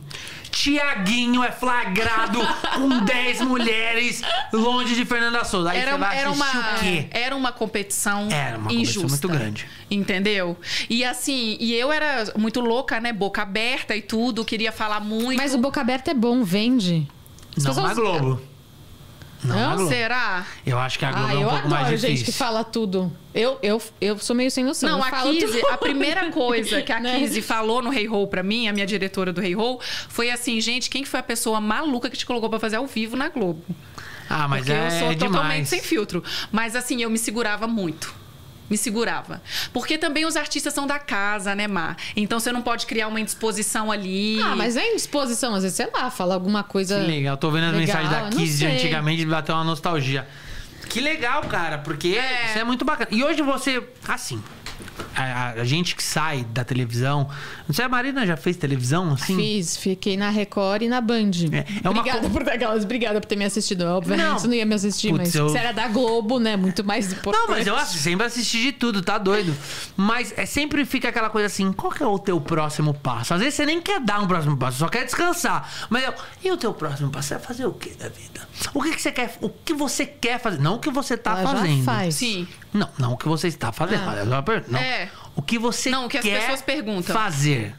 [SPEAKER 1] Tiaguinho é flagrado com 10 mulheres longe de Fernanda Souza. Aí você
[SPEAKER 3] Era, um,
[SPEAKER 1] vai
[SPEAKER 3] era, uma,
[SPEAKER 1] assistir o quê?
[SPEAKER 3] era uma competição
[SPEAKER 1] Era uma
[SPEAKER 3] injusta.
[SPEAKER 1] competição muito grande.
[SPEAKER 3] Entendeu? E assim, e eu era muito louca, né? Boca aberta e tudo, queria falar muito.
[SPEAKER 2] Mas o boca aberta é bom, vende. As
[SPEAKER 1] Não
[SPEAKER 2] pessoas-
[SPEAKER 1] na Globo. Não,
[SPEAKER 2] Não?
[SPEAKER 1] na Globo.
[SPEAKER 3] será?
[SPEAKER 1] Eu acho que a Globo
[SPEAKER 2] Ah,
[SPEAKER 1] é um
[SPEAKER 2] eu
[SPEAKER 1] pouco mais
[SPEAKER 2] adoro
[SPEAKER 1] difícil.
[SPEAKER 2] gente que fala tudo. Eu, eu, eu sou meio sem noção.
[SPEAKER 3] Não,
[SPEAKER 2] eu
[SPEAKER 3] a
[SPEAKER 2] falo
[SPEAKER 3] Kizzy,
[SPEAKER 2] tudo.
[SPEAKER 3] a primeira coisa que a
[SPEAKER 2] Né?
[SPEAKER 3] Kizzy falou no Rei hey Roll pra mim, a minha diretora do Rei hey Roll, foi assim, gente, quem que foi a pessoa maluca que te colocou pra fazer ao vivo na Globo?
[SPEAKER 1] Ah, mas
[SPEAKER 3] Porque
[SPEAKER 1] é,
[SPEAKER 3] eu sou
[SPEAKER 1] é
[SPEAKER 3] totalmente
[SPEAKER 1] demais.
[SPEAKER 3] sem filtro. Mas assim, eu me segurava muito. Me segurava. Porque também os artistas são da casa, né, Mar? Então você não pode criar uma indisposição ali.
[SPEAKER 2] Ah, mas é em disposição, às vezes, sei lá, fala alguma coisa.
[SPEAKER 1] Que legal. Tô vendo as
[SPEAKER 2] Legal,
[SPEAKER 1] mensagens da
[SPEAKER 2] não
[SPEAKER 1] Kiss de
[SPEAKER 2] sei.
[SPEAKER 1] antigamente, bateu uma nostalgia. Que legal, cara, porque isso é muito bacana. E hoje você, assim, a, a- a gente que sai da televisão. Não sei, a Marina já fez televisão, assim?
[SPEAKER 2] Fiz, fiquei na Record e na Band.
[SPEAKER 1] É, é uma
[SPEAKER 2] obrigada
[SPEAKER 1] co-
[SPEAKER 2] por aquelas, obrigada por ter me assistido. É Obviamente,
[SPEAKER 1] Não.
[SPEAKER 2] você não ia me assistir,
[SPEAKER 1] Putz,
[SPEAKER 2] mas
[SPEAKER 1] eu-
[SPEAKER 2] você era da Globo, né? Muito mais importante.
[SPEAKER 1] Não, mas eu assi- sempre assisti de tudo, tá doido? Mas é, sempre fica aquela coisa assim, qual que é o teu próximo passo? Às vezes você nem quer dar um próximo passo, só quer descansar. Mas eu, e o teu próximo passo é fazer o quê da vida? O que, que você quer? O que você quer fazer? Não o que você tá
[SPEAKER 2] Ela já
[SPEAKER 1] fazendo.
[SPEAKER 2] faz.
[SPEAKER 3] Sim.
[SPEAKER 1] Não, não o que você está fazendo. olha só a pergunta. Não.
[SPEAKER 3] Ah. É.
[SPEAKER 1] O que você
[SPEAKER 3] Não, o que as
[SPEAKER 1] quer
[SPEAKER 3] pessoas perguntam.
[SPEAKER 1] fazer.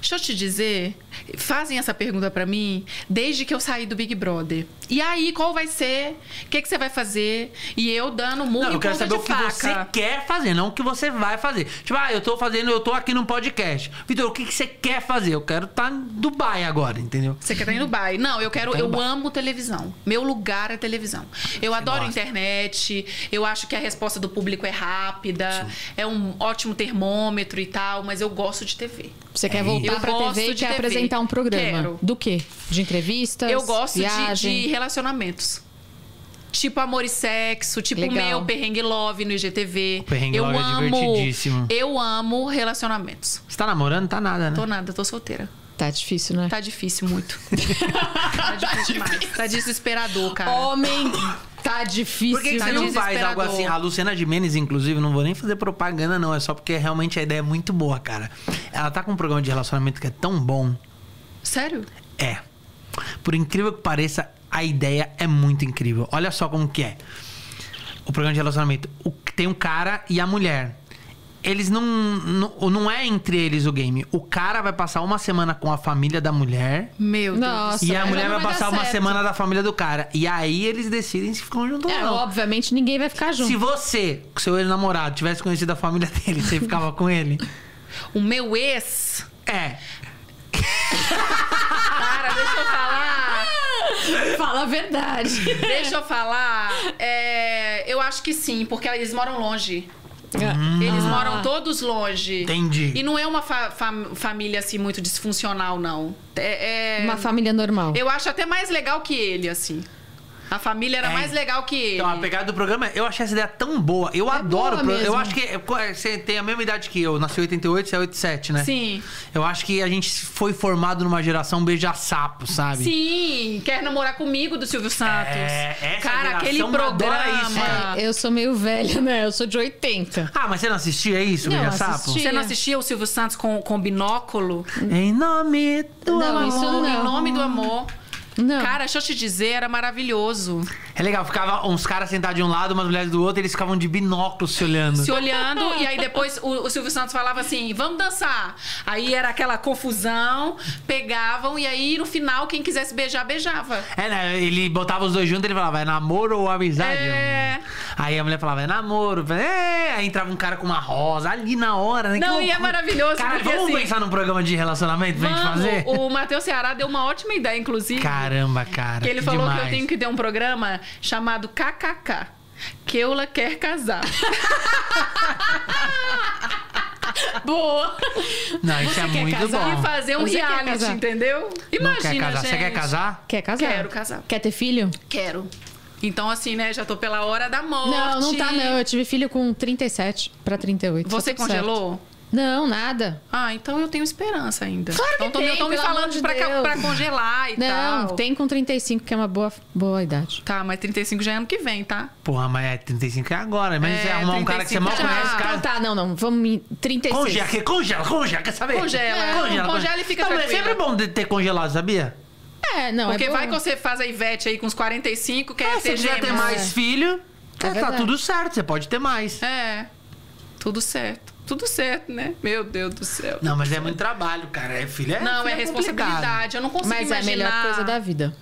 [SPEAKER 3] Deixa eu te dizer, fazem essa pergunta pra mim desde que eu saí do Big Brother. E aí, qual vai ser? O que, que você vai fazer? E eu dando murro
[SPEAKER 1] Não,
[SPEAKER 3] em
[SPEAKER 1] eu quero
[SPEAKER 3] ponta
[SPEAKER 1] saber
[SPEAKER 3] Um de
[SPEAKER 1] o que
[SPEAKER 3] faca.
[SPEAKER 1] você quer fazer, não o que você vai fazer. Tipo, ah, eu tô fazendo, eu tô aqui num podcast. Vitor, o que, que você quer fazer? Eu quero estar em Dubai agora, entendeu?
[SPEAKER 3] Você quer tá estar em Dubai? Não, eu quero.
[SPEAKER 1] Tá em
[SPEAKER 3] Eu
[SPEAKER 1] Dubai.
[SPEAKER 3] amo televisão. Meu lugar é televisão. Eu adoro
[SPEAKER 1] gosta.
[SPEAKER 3] internet. Eu acho que a resposta do público é rápida. É um ótimo termômetro e tal. Mas eu gosto de TV.
[SPEAKER 2] Você quer
[SPEAKER 1] É
[SPEAKER 2] voltar
[SPEAKER 3] isso.
[SPEAKER 2] pra
[SPEAKER 3] Eu
[SPEAKER 2] TV
[SPEAKER 3] gosto
[SPEAKER 2] e
[SPEAKER 3] de
[SPEAKER 2] quer
[SPEAKER 3] TV.
[SPEAKER 2] apresentar um programa.
[SPEAKER 3] Quero.
[SPEAKER 2] Do quê? De entrevistas?
[SPEAKER 3] Eu gosto de,
[SPEAKER 2] viagem?
[SPEAKER 3] de relacionamentos. Tipo amor e sexo, tipo o
[SPEAKER 2] Legal.
[SPEAKER 3] meu perrengue love no IGTV.
[SPEAKER 1] perrengue
[SPEAKER 3] eu
[SPEAKER 1] love é
[SPEAKER 3] amo,
[SPEAKER 1] divertidíssimo.
[SPEAKER 3] Eu amo relacionamentos.
[SPEAKER 1] Você tá namorando? Tá nada, né?
[SPEAKER 3] Tô nada, tô solteira.
[SPEAKER 2] Tá difícil, né?
[SPEAKER 3] Tá difícil muito. tá difícil demais. Tá desesperador, cara.
[SPEAKER 2] Homem, tá difícil.
[SPEAKER 1] Por que que
[SPEAKER 3] tá
[SPEAKER 1] você não faz algo assim? A Luciana Gimenez, inclusive, não vou nem fazer propaganda, não. É só porque realmente a ideia é muito boa, cara. Ela tá com um programa de relacionamento que é tão bom.
[SPEAKER 3] Sério?
[SPEAKER 1] É. Por incrível que pareça, a ideia é muito incrível. Olha só como que é. O programa de relacionamento. O- tem um cara e a mulher. Eles não, não. Não é entre eles o game. O cara vai passar uma semana com a família da mulher.
[SPEAKER 3] Meu
[SPEAKER 2] Nossa,
[SPEAKER 1] e a
[SPEAKER 2] mas
[SPEAKER 1] mulher
[SPEAKER 2] não
[SPEAKER 1] vai
[SPEAKER 2] vai dar
[SPEAKER 1] passar uma
[SPEAKER 2] certo.
[SPEAKER 1] semana da família do cara. E aí eles decidem se ficam juntos ou
[SPEAKER 2] É,
[SPEAKER 1] não.
[SPEAKER 2] obviamente ninguém vai ficar junto.
[SPEAKER 1] Se você, com seu ex-namorado, tivesse conhecido a família dele, você ficava com ele?
[SPEAKER 3] Deus. O meu ex.
[SPEAKER 1] É.
[SPEAKER 3] Cara, deixa eu falar.
[SPEAKER 2] Fala a verdade.
[SPEAKER 3] Deixa eu falar. É, eu acho que sim, porque eles moram longe.
[SPEAKER 1] Hum.
[SPEAKER 3] Eles moram todos longe.
[SPEAKER 1] Ah. Entendi.
[SPEAKER 3] E não é uma fa- fam- família assim muito disfuncional, não. É, é-
[SPEAKER 2] Uma família normal.
[SPEAKER 3] Eu acho até mais legal que ele, assim. A família era
[SPEAKER 1] É.
[SPEAKER 3] mais legal que ele.
[SPEAKER 1] Então, a pegada do programa, é- eu achei essa ideia tão boa. Eu adoro
[SPEAKER 2] boa
[SPEAKER 1] o programa. Eu
[SPEAKER 2] mesmo.
[SPEAKER 1] acho que é, co- é, você tem a mesma idade que eu. Nasci em 88, você é 87, né?
[SPEAKER 3] Sim.
[SPEAKER 1] Eu acho que a gente foi formado numa geração beija-sapo, sabe?
[SPEAKER 3] Sim, quer namorar comigo do Silvio Santos.
[SPEAKER 1] É, essa
[SPEAKER 3] Cara,
[SPEAKER 1] geração
[SPEAKER 3] aquele
[SPEAKER 1] adora
[SPEAKER 3] programa.
[SPEAKER 1] isso, cara.
[SPEAKER 2] É, Eu sou meio velha, né? Eu sou de 80.
[SPEAKER 1] Ah, mas você não assistia isso,
[SPEAKER 2] Não,
[SPEAKER 1] beija-sapo?
[SPEAKER 2] assisti.
[SPEAKER 3] Você não assistia o Silvio Santos com, com binóculo?
[SPEAKER 1] Em nome do
[SPEAKER 2] Não,
[SPEAKER 1] amor.
[SPEAKER 2] isso
[SPEAKER 3] Amor,
[SPEAKER 2] não.
[SPEAKER 3] Em nome do amor.
[SPEAKER 2] Não.
[SPEAKER 3] Cara, deixa eu te dizer, era maravilhoso.
[SPEAKER 1] É legal, ficava uns caras sentados de um lado, umas mulheres do outro, eles ficavam de binóculo se olhando.
[SPEAKER 3] Se olhando, e aí depois o, o Silvio Santos falava assim: vamos dançar. Aí era aquela confusão, pegavam, e aí no final, quem quisesse beijar, beijava.
[SPEAKER 1] É, né? Ele botava os dois juntos ele falava, é namoro ou amizade?
[SPEAKER 3] É.
[SPEAKER 1] Aí a mulher falava, é namoro. Eu falei, É. Aí entrava um cara com uma rosa ali na hora, né? Que
[SPEAKER 3] Não, e é
[SPEAKER 1] loucura.
[SPEAKER 3] maravilhoso,
[SPEAKER 1] Cara,
[SPEAKER 3] porque
[SPEAKER 1] vamos
[SPEAKER 3] assim-
[SPEAKER 1] pensar num programa de relacionamento pra gente
[SPEAKER 3] Vamos,
[SPEAKER 1] fazer?
[SPEAKER 3] o Matheus Ceará deu uma ótima ideia, inclusive.
[SPEAKER 1] Caramba, cara.
[SPEAKER 3] Que ele falou
[SPEAKER 1] demais.
[SPEAKER 3] que eu tenho que ter um programa chamado KKK. Keula quer casar.
[SPEAKER 2] Boa!
[SPEAKER 1] Não, isso
[SPEAKER 2] Você
[SPEAKER 1] é
[SPEAKER 2] quer
[SPEAKER 1] muito
[SPEAKER 2] casar?
[SPEAKER 1] bom.
[SPEAKER 3] E fazer um
[SPEAKER 2] Você quer
[SPEAKER 3] reality,
[SPEAKER 2] casar?
[SPEAKER 3] entendeu?
[SPEAKER 1] Não
[SPEAKER 3] Imagina,
[SPEAKER 1] quer casar?
[SPEAKER 3] gente.
[SPEAKER 1] Você quer casar?
[SPEAKER 2] Quer casar?
[SPEAKER 3] Quero casar.
[SPEAKER 2] Quer ter filho?
[SPEAKER 3] Quero. Então, assim, né? Já tô pela hora da morte.
[SPEAKER 2] Não, não tá não. Eu tive filho com 37 pra 38.
[SPEAKER 3] Você
[SPEAKER 2] Tá tudo certo.
[SPEAKER 3] congelou?
[SPEAKER 2] Não, nada.
[SPEAKER 3] Ah, então eu tenho esperança ainda.
[SPEAKER 2] Claro que
[SPEAKER 3] então, tão-
[SPEAKER 2] tem,
[SPEAKER 3] tão me
[SPEAKER 2] pelo
[SPEAKER 3] falando
[SPEAKER 2] amor de
[SPEAKER 3] pra, ca-
[SPEAKER 2] Deus.
[SPEAKER 3] pra congelar e
[SPEAKER 2] Não,
[SPEAKER 3] tal.
[SPEAKER 2] tem com 35, que é uma boa, boa idade.
[SPEAKER 3] Tá, mas 35 já é ano que vem, tá?
[SPEAKER 1] Porra, mas é 35 é agora. Mas
[SPEAKER 3] É,
[SPEAKER 1] você arrumar um cara que você mal
[SPEAKER 3] 35
[SPEAKER 1] conhece,
[SPEAKER 3] já.
[SPEAKER 1] cara.
[SPEAKER 2] Então tá, não, não. Vamos em 36.
[SPEAKER 1] Congela, que- congela, congela, quer saber?
[SPEAKER 3] Congela, é. Congela e fica
[SPEAKER 1] Não, mas é
[SPEAKER 3] tranquila.
[SPEAKER 1] sempre bom de ter congelado, sabia?
[SPEAKER 2] É, não,
[SPEAKER 3] Porque
[SPEAKER 2] é bom. Ah,
[SPEAKER 3] vai que você faz a Ivete aí com uns 45, quer
[SPEAKER 1] É, se
[SPEAKER 3] ter
[SPEAKER 1] quiser ter
[SPEAKER 3] gêmeos.
[SPEAKER 1] mais filho, tá- tá
[SPEAKER 2] verdade.
[SPEAKER 1] tudo certo, você pode ter mais.
[SPEAKER 3] É. Tudo certo. Tudo certo, né? Meu Deus do céu.
[SPEAKER 1] Não, mas é muito trabalho, cara. É filho, é
[SPEAKER 3] Não,
[SPEAKER 1] filho
[SPEAKER 3] é responsabilidade. Eu não consigo
[SPEAKER 2] Mas é a
[SPEAKER 3] imaginar.
[SPEAKER 2] melhor coisa da vida.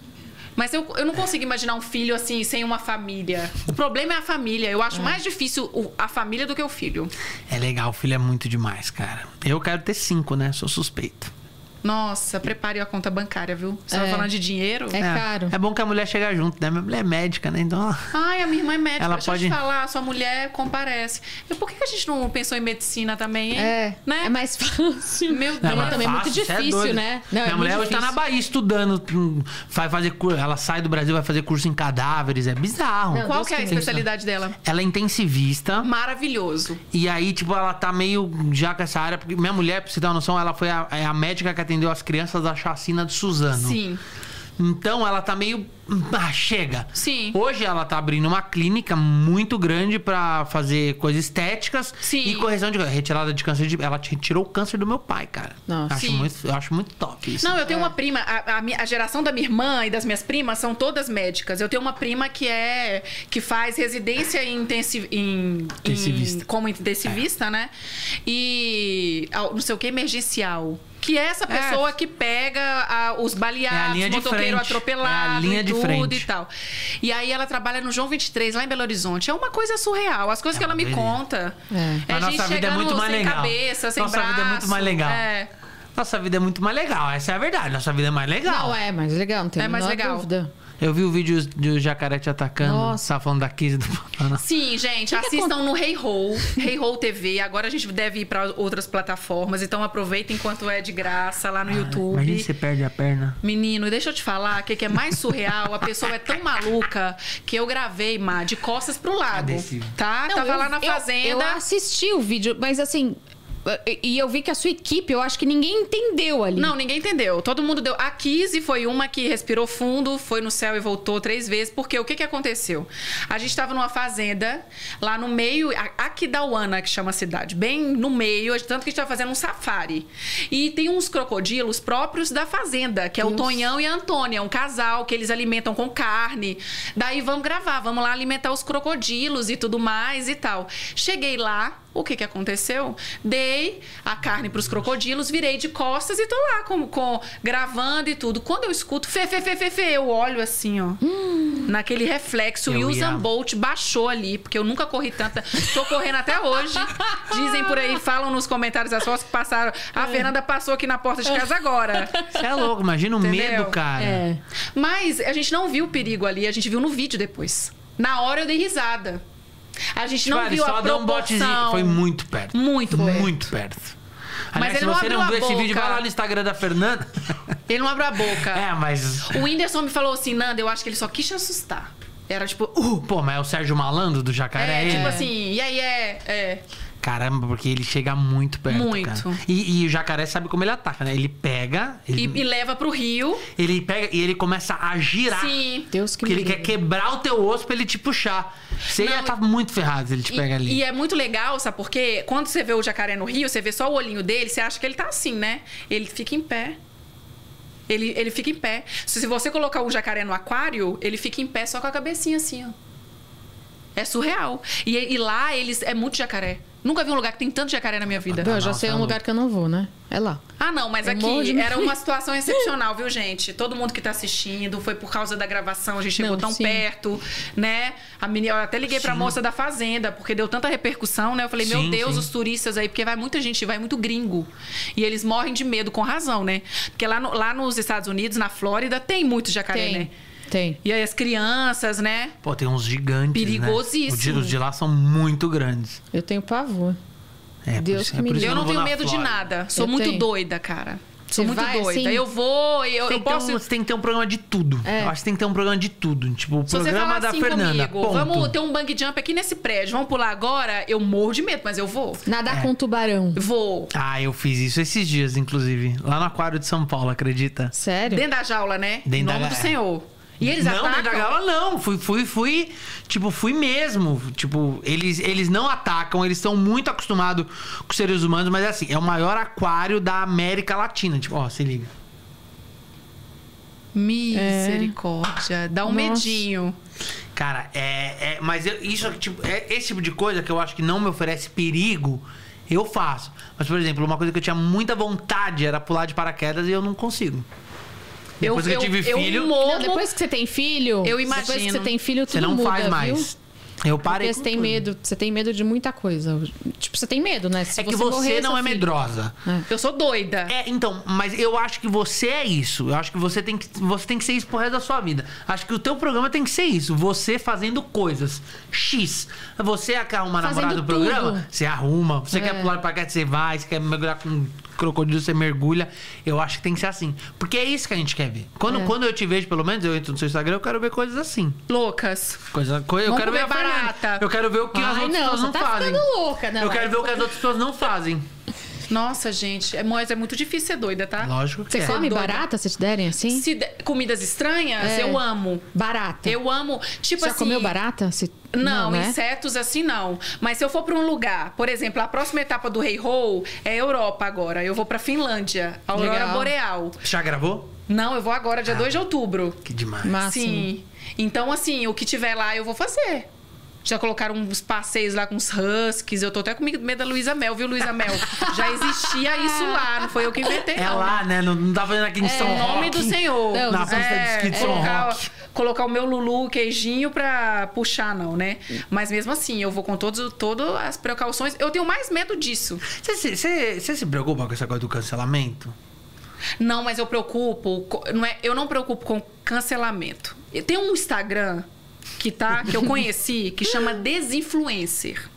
[SPEAKER 3] Mas eu, eu não consigo imaginar um filho assim, sem uma família. O problema é a família. Eu acho mais difícil o- a família do que o filho.
[SPEAKER 1] complicado. É legal, filho é muito demais, cara. Eu quero ter cinco, né? Sou suspeito.
[SPEAKER 3] Nossa, prepare a conta bancária, viu? Você
[SPEAKER 2] É.
[SPEAKER 3] tá falando de dinheiro?
[SPEAKER 2] É caro.
[SPEAKER 1] É bom que a mulher chega junto, né? Minha mulher é médica, né? Então, ó,
[SPEAKER 3] Ai, a minha irmã é médica.
[SPEAKER 1] Ela
[SPEAKER 3] Deixa
[SPEAKER 1] pode-
[SPEAKER 3] eu te falar, sua mulher comparece. E por que a gente não pensou em medicina também, hein?
[SPEAKER 2] É,
[SPEAKER 3] Né?
[SPEAKER 2] é mais fácil.
[SPEAKER 3] Meu
[SPEAKER 1] Não,
[SPEAKER 3] Deus.
[SPEAKER 1] mas
[SPEAKER 2] também é muito
[SPEAKER 1] fácil, cê
[SPEAKER 2] difícil,
[SPEAKER 1] doido.
[SPEAKER 2] né? Não, é
[SPEAKER 1] Minha
[SPEAKER 2] muito
[SPEAKER 1] mulher hoje tá na
[SPEAKER 2] difícil.
[SPEAKER 1] Bahia estudando, hum, vai fazer curso, ela sai do Brasil, vai fazer curso em cadáveres, é bizarro.
[SPEAKER 2] Não,
[SPEAKER 3] Qual que é a
[SPEAKER 2] Deus que me
[SPEAKER 3] especialidade dela?
[SPEAKER 1] Ela é intensivista.
[SPEAKER 3] Maravilhoso.
[SPEAKER 1] E aí, tipo, ela tá meio já com essa área. Porque minha mulher, pra você ter uma noção, ela foi a, é a médica que atendeu as crianças da chacina de Suzano.
[SPEAKER 3] Sim.
[SPEAKER 1] Então ela tá meio. Ah, chega.
[SPEAKER 3] Sim.
[SPEAKER 1] Hoje ela tá abrindo uma clínica muito grande pra fazer coisas estéticas
[SPEAKER 3] Sim.
[SPEAKER 1] e correção de retirada de câncer de. Ela retirou o câncer do meu pai, cara.
[SPEAKER 2] Nossa.
[SPEAKER 1] Acho
[SPEAKER 3] Sim.
[SPEAKER 1] muito, eu acho muito top isso. É.
[SPEAKER 3] Não, eu tenho uma prima, a, a mi- a geração da minha irmã e das minhas primas são todas médicas. Eu tenho uma prima que é que faz residência em, intensi, em, em-
[SPEAKER 1] Intensivista. É.
[SPEAKER 3] como intensivista, né? E ao- não sei o que emergencial. Que é essa pessoa que pega a- os baleados,
[SPEAKER 1] É linha de
[SPEAKER 3] motoqueiro
[SPEAKER 1] frente.
[SPEAKER 3] atropelado,
[SPEAKER 1] É a linha
[SPEAKER 3] e
[SPEAKER 1] de
[SPEAKER 3] tudo
[SPEAKER 1] frente.
[SPEAKER 3] e tal. E aí ela trabalha no João 23, lá em Belo Horizonte. É uma coisa surreal. As coisas
[SPEAKER 1] É
[SPEAKER 3] que ela
[SPEAKER 1] uma
[SPEAKER 3] me
[SPEAKER 1] beleza.
[SPEAKER 3] conta.
[SPEAKER 2] É.
[SPEAKER 1] A nossa vida é
[SPEAKER 3] chegando
[SPEAKER 1] muito mais
[SPEAKER 3] sem
[SPEAKER 1] legal.
[SPEAKER 3] Cabeça, sem
[SPEAKER 1] Nossa vida é muito
[SPEAKER 3] braço.
[SPEAKER 1] mais legal.
[SPEAKER 3] É.
[SPEAKER 1] Nossa vida é muito mais legal, essa é a verdade. Nossa vida é mais legal.
[SPEAKER 2] Não, é mais legal, não tem
[SPEAKER 3] É
[SPEAKER 2] a
[SPEAKER 3] mais
[SPEAKER 2] menor
[SPEAKER 3] legal.
[SPEAKER 2] dúvida.
[SPEAKER 1] Eu vi o vídeo do jacaré te atacando.
[SPEAKER 2] Nossa.
[SPEAKER 1] Tá falando da 15 do Paraná.
[SPEAKER 3] Sim, gente, assistam no Hey Ho, Hey Ho TV. Agora a gente deve ir pra outras plataformas, então aproveita enquanto é de graça lá no
[SPEAKER 1] Imagina se
[SPEAKER 3] YouTube.
[SPEAKER 1] você perde a perna.
[SPEAKER 3] Menino, deixa eu te falar, o que, que é mais surreal? A pessoa é tão maluca que eu gravei, Má, de costas pro lago.
[SPEAKER 1] Adesivo.
[SPEAKER 3] Tá? Tava
[SPEAKER 2] eu-
[SPEAKER 3] lá na
[SPEAKER 2] eu-
[SPEAKER 3] fazenda.
[SPEAKER 2] Eu, assisti o vídeo, mas assim. E e eu vi que a sua equipe, eu acho que ninguém entendeu ali.
[SPEAKER 3] Não, ninguém entendeu. Todo mundo deu. A Kizzy foi uma que respirou fundo, foi no céu e voltou três vezes. Porque o que, que aconteceu? A gente estava numa fazenda, lá no meio, a- Aquidauana, que chama a cidade, bem no meio, a gente- tanto que a gente estava fazendo um safari. E tem uns crocodilos próprios da fazenda, que é o
[SPEAKER 2] Deus.
[SPEAKER 3] Tonhão e a Antônia, um casal que eles alimentam com carne. Daí vamos gravar, vamos lá alimentar os crocodilos e tudo mais e tal. Cheguei lá, o que que aconteceu? Dei a carne pros crocodilos, virei de costas e tô lá com, com- gravando e tudo. Quando eu escuto fe fe fe fe, fe eu olho assim, ó. Naquele reflexo
[SPEAKER 1] Eu
[SPEAKER 3] e o
[SPEAKER 1] ia.
[SPEAKER 3] Bolt baixou ali, porque eu nunca corri tanta. Tô correndo até hoje. Dizem por aí, falam nos comentários as fotos que passaram. A Fernanda passou aqui na porta de casa agora.
[SPEAKER 1] Você é louco, imagina o
[SPEAKER 3] Entendeu?
[SPEAKER 1] medo, cara.
[SPEAKER 2] É.
[SPEAKER 3] Mas a gente não viu o perigo ali, a gente viu no vídeo depois. Na hora eu dei risada. A gente não
[SPEAKER 1] Cara,
[SPEAKER 3] viu
[SPEAKER 1] só
[SPEAKER 3] a
[SPEAKER 1] deu um
[SPEAKER 3] proporção.
[SPEAKER 1] botezinho. Foi muito perto.
[SPEAKER 3] Muito
[SPEAKER 1] Foi
[SPEAKER 3] perto.
[SPEAKER 1] muito perto. Aliás,
[SPEAKER 3] ele
[SPEAKER 1] se
[SPEAKER 3] não
[SPEAKER 1] você
[SPEAKER 3] abriu
[SPEAKER 1] não
[SPEAKER 3] a
[SPEAKER 1] viu esse
[SPEAKER 3] boca.
[SPEAKER 1] vídeo, vai lá no Instagram da Fernanda.
[SPEAKER 3] Ele não abriu a boca.
[SPEAKER 1] É, mas.
[SPEAKER 3] O Whindersson me falou assim, Nanda, eu acho que ele só quis te assustar. Era tipo, uh,
[SPEAKER 1] Uh, pô, mas é o Sérgio Malandro do Jacaré?
[SPEAKER 3] é,
[SPEAKER 1] ele?
[SPEAKER 3] tipo assim, e aí é, é.
[SPEAKER 1] Caramba, porque ele chega muito perto.
[SPEAKER 3] Muito.
[SPEAKER 1] cara. E, e o jacaré sabe como ele ataca, né? Ele pega,
[SPEAKER 3] E,
[SPEAKER 1] ele,
[SPEAKER 3] e leva pro rio.
[SPEAKER 1] ele pega e ele começa a girar.
[SPEAKER 3] Sim.
[SPEAKER 2] Deus que
[SPEAKER 1] Porque
[SPEAKER 2] me
[SPEAKER 1] ele quer
[SPEAKER 2] livre.
[SPEAKER 1] quebrar o teu osso pra ele te puxar. Você
[SPEAKER 3] Não,
[SPEAKER 1] ia tá muito ferrado se ele te
[SPEAKER 3] E,
[SPEAKER 1] pega ali.
[SPEAKER 3] e é muito legal, sabe? Porque quando você vê o jacaré no rio, você vê só o olhinho dele, você acha que ele tá assim, né? Ele fica em pé. Ele, ele fica em pé. Se se você colocar um jacaré no aquário, ele fica em pé só com a cabecinha assim, ó. É surreal. E, e lá eles é muito jacaré. Nunca vi um lugar que tem tanto jacaré na minha vida.
[SPEAKER 2] Bom, eu já
[SPEAKER 1] Nossa,
[SPEAKER 2] sei
[SPEAKER 1] é
[SPEAKER 2] um lugar que eu não vou, né? É lá.
[SPEAKER 3] Ah, não, mas
[SPEAKER 2] Eu morro de
[SPEAKER 3] aqui
[SPEAKER 2] medo.
[SPEAKER 3] era uma situação excepcional, viu, gente? Todo mundo que tá assistindo, foi por causa da gravação, a gente chegou
[SPEAKER 2] Não,
[SPEAKER 3] tão
[SPEAKER 2] sim.
[SPEAKER 3] perto, né? A menina, eu até liguei pra
[SPEAKER 1] Sim.
[SPEAKER 3] moça da fazenda, porque deu tanta repercussão, né? Eu falei,
[SPEAKER 1] Sim,
[SPEAKER 3] meu Deus,
[SPEAKER 1] sim.
[SPEAKER 3] os turistas aí, porque vai muita gente, vai muito gringo. E eles morrem de medo, com razão, né? Porque lá, no- lá nos Estados Unidos, na Flórida, tem muito jacaré,
[SPEAKER 2] Tem.
[SPEAKER 3] né?
[SPEAKER 2] Tem.
[SPEAKER 3] E aí as crianças, né?
[SPEAKER 1] Pô, tem uns gigantes.
[SPEAKER 3] Perigosíssimo.
[SPEAKER 1] Né? Os de- Os de lá são muito grandes.
[SPEAKER 2] Eu tenho pavor.
[SPEAKER 1] É,
[SPEAKER 2] Deus
[SPEAKER 1] por isso,
[SPEAKER 2] que
[SPEAKER 1] é
[SPEAKER 2] me
[SPEAKER 1] por isso
[SPEAKER 2] livre.
[SPEAKER 3] Eu
[SPEAKER 1] que
[SPEAKER 3] não,
[SPEAKER 1] vou
[SPEAKER 3] tenho
[SPEAKER 1] na
[SPEAKER 3] medo de
[SPEAKER 1] Flórida.
[SPEAKER 3] nada. Sou
[SPEAKER 2] Eu
[SPEAKER 3] muito
[SPEAKER 2] tenho.
[SPEAKER 3] doida, cara. Sou
[SPEAKER 2] Você
[SPEAKER 3] muito
[SPEAKER 2] vai,
[SPEAKER 3] doida.
[SPEAKER 2] assim? Então,
[SPEAKER 3] Eu vou, eu,
[SPEAKER 1] Tem
[SPEAKER 3] eu
[SPEAKER 1] que ter
[SPEAKER 3] posso.
[SPEAKER 1] um- você tem que ter um programa de tudo.
[SPEAKER 2] É.
[SPEAKER 1] Eu acho que tem que ter um programa de tudo. Tipo, o
[SPEAKER 3] Se você
[SPEAKER 1] programa
[SPEAKER 3] falar
[SPEAKER 1] da
[SPEAKER 3] assim
[SPEAKER 1] Fernanda.
[SPEAKER 3] comigo,
[SPEAKER 1] ponto.
[SPEAKER 3] vamos ter um bang jump aqui nesse prédio, vamos pular agora, eu morro de medo, mas eu vou.
[SPEAKER 1] É.
[SPEAKER 2] Nadar com tubarão.
[SPEAKER 3] Vou.
[SPEAKER 1] Ah, eu fiz isso esses dias, inclusive. Lá no Aquário de São Paulo, acredita?
[SPEAKER 2] Sério?
[SPEAKER 3] Dentro da jaula, né?
[SPEAKER 1] Dentro
[SPEAKER 3] em nome
[SPEAKER 1] da-
[SPEAKER 3] do Senhor. E eles
[SPEAKER 1] não,
[SPEAKER 3] atacam?
[SPEAKER 1] dentro da gaiola não. Fui, fui, fui. Tipo, fui mesmo. Tipo, eles, eles não atacam, eles estão muito acostumados com os seres humanos, mas é assim, é o maior aquário da América Latina. Tipo, ó, se liga.
[SPEAKER 3] Misericórdia. Dá um
[SPEAKER 2] Nossa.
[SPEAKER 3] medinho.
[SPEAKER 1] Cara, é. é- mas eu- isso, tipo, é, esse tipo de coisa que eu acho que não me oferece perigo, eu faço. Mas, por exemplo, uma coisa que eu tinha muita vontade era pular de paraquedas e eu não consigo. Depois que eu tive filho,
[SPEAKER 3] eu morro.
[SPEAKER 2] Não, depois que você tem filho.
[SPEAKER 3] Eu
[SPEAKER 2] Depois que
[SPEAKER 3] imagino.
[SPEAKER 2] você tem filho, tudo
[SPEAKER 1] você não
[SPEAKER 2] muda,
[SPEAKER 1] faz mais.
[SPEAKER 2] Viu?
[SPEAKER 1] Eu parei.
[SPEAKER 2] Porque
[SPEAKER 1] com
[SPEAKER 2] você tem
[SPEAKER 1] tudo.
[SPEAKER 2] medo. Você tem medo de muita coisa. Tipo, você tem medo, né? Se
[SPEAKER 1] É que você
[SPEAKER 2] morrer,
[SPEAKER 1] não
[SPEAKER 2] seu
[SPEAKER 1] é
[SPEAKER 2] filho-
[SPEAKER 1] medrosa.
[SPEAKER 3] Eu sou doida.
[SPEAKER 1] É, então, mas eu acho que você é isso. Eu acho que você tem que, você tem que ser isso pro resto da sua vida. Acho que o teu programa tem que ser isso. Você fazendo coisas. X. Você é arruma
[SPEAKER 2] Fazendo
[SPEAKER 1] namorada do
[SPEAKER 2] tudo.
[SPEAKER 1] programa, você arruma. Você
[SPEAKER 2] É.
[SPEAKER 1] quer pular pra cá, você vai. Você quer mergulhar com um crocodilo, você mergulha. Eu acho que tem que ser assim. Porque é isso que a gente quer ver. Quando,
[SPEAKER 2] É.
[SPEAKER 1] quando eu te vejo, pelo menos, eu entro no seu Instagram, eu quero ver coisas assim.
[SPEAKER 3] Loucas.
[SPEAKER 1] Coisa, coi- eu
[SPEAKER 3] Vamos
[SPEAKER 1] quero ver a
[SPEAKER 3] comer barata.
[SPEAKER 1] Fernanda. Eu quero ver o que as
[SPEAKER 2] Ai,
[SPEAKER 1] outras
[SPEAKER 2] não,
[SPEAKER 1] pessoas
[SPEAKER 2] você
[SPEAKER 1] não
[SPEAKER 2] tá
[SPEAKER 1] fazem.
[SPEAKER 2] ficando louca, não,
[SPEAKER 1] eu quero
[SPEAKER 2] aí
[SPEAKER 1] ver o que as outras pessoas não fazem.
[SPEAKER 3] Nossa, gente. É, mas é muito difícil ser doida, tá?
[SPEAKER 1] Lógico que
[SPEAKER 2] Você
[SPEAKER 1] é.
[SPEAKER 2] come
[SPEAKER 3] doida.
[SPEAKER 2] barata, se te derem assim?
[SPEAKER 3] Se de- Comidas estranhas,
[SPEAKER 2] É.
[SPEAKER 3] eu amo.
[SPEAKER 2] Barata.
[SPEAKER 3] Eu amo. Tipo
[SPEAKER 2] Já
[SPEAKER 3] assim.
[SPEAKER 2] comeu barata? Se-
[SPEAKER 3] Não,
[SPEAKER 2] né?
[SPEAKER 3] insetos assim não. Mas se eu for pra um lugar, por exemplo, a próxima etapa do Rei Roll é Europa agora. Eu vou pra Finlândia, Aurora
[SPEAKER 2] Legal.
[SPEAKER 3] Boreal.
[SPEAKER 1] Já gravou?
[SPEAKER 3] Não, eu vou agora, dia 2 de outubro.
[SPEAKER 1] Que demais.
[SPEAKER 2] Máximo.
[SPEAKER 3] Sim. Então, assim, o que tiver lá eu vou fazer. Já colocaram uns passeios lá com os huskies. Eu tô até com medo da Luísa Mel, viu, Luísa Mel? Já existia isso lá, não foi eu que inventei.
[SPEAKER 1] É
[SPEAKER 3] não.
[SPEAKER 1] lá, né? Não, não tá fazendo aqui em São
[SPEAKER 3] Em nome
[SPEAKER 1] Roque.
[SPEAKER 3] do Senhor.
[SPEAKER 2] É.
[SPEAKER 3] é,
[SPEAKER 2] Não,
[SPEAKER 1] Na
[SPEAKER 2] do É.
[SPEAKER 1] pista de esqui de São
[SPEAKER 3] colocar,
[SPEAKER 1] Roque.
[SPEAKER 3] colocar o meu Lulu, o queijinho pra puxar, não, né? Mas mesmo assim, eu vou com todos, todas as precauções. Eu tenho mais medo disso.
[SPEAKER 1] Você, se- você- você se preocupa com essa coisa do cancelamento?
[SPEAKER 3] Não, mas eu preocupo. co- Não é, eu não preocupo com cancelamento. E Tem um Instagram que tá, que eu conheci, que chama Desinfluencer.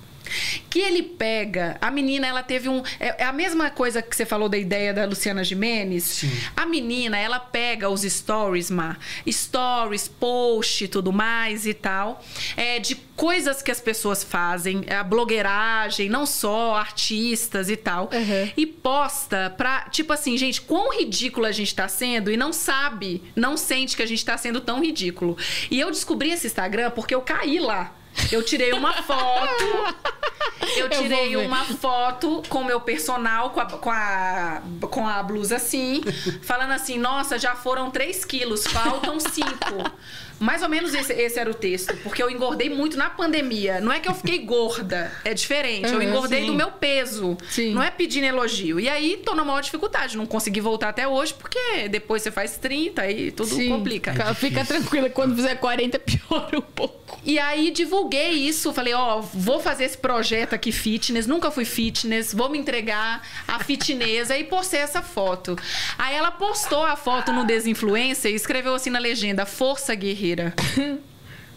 [SPEAKER 3] Que ele pega. A menina, ela teve um. É é a mesma coisa que você falou da ideia da Luciana Jimenez. A menina, ela pega os stories, Mar. Stories, post e tudo mais e tal. É, de coisas que as pessoas fazem. é, a blogueiragem, não só artistas e tal
[SPEAKER 2] Uhum.
[SPEAKER 3] e posta pra, tipo assim, gente, quão ridículo a gente tá sendo e não sabe, não sente que a gente tá sendo tão ridículo. E eu descobri esse Instagram porque eu caí lá. Eu tirei uma foto. Eu
[SPEAKER 2] vou
[SPEAKER 3] tirei
[SPEAKER 2] ver.
[SPEAKER 3] uma foto com o meu personal, com a, com, a, com a blusa assim, falando assim: nossa, já foram 3 quilos, faltam 5. Mais ou menos esse, esse era o texto, porque eu engordei muito na pandemia. Não é que eu fiquei gorda, é diferente. Eu
[SPEAKER 2] Uhum,
[SPEAKER 3] engordei
[SPEAKER 1] sim.
[SPEAKER 3] do meu peso.
[SPEAKER 2] Sim.
[SPEAKER 3] Não é pedindo elogio. E aí tô na maior dificuldade. Não consegui voltar até hoje, porque depois você faz 30 e tudo
[SPEAKER 2] Sim.
[SPEAKER 1] É
[SPEAKER 3] complica.
[SPEAKER 2] Fica, fica tranquila, quando fizer 40 piora um pouco.
[SPEAKER 3] E aí divulguei isso, falei, ó, vou fazer esse projeto aqui fitness, nunca fui fitness, vou me entregar à fitness, aí postei essa foto. Aí ela postou a foto no Desinfluencer e escreveu assim na legenda, força guerreira.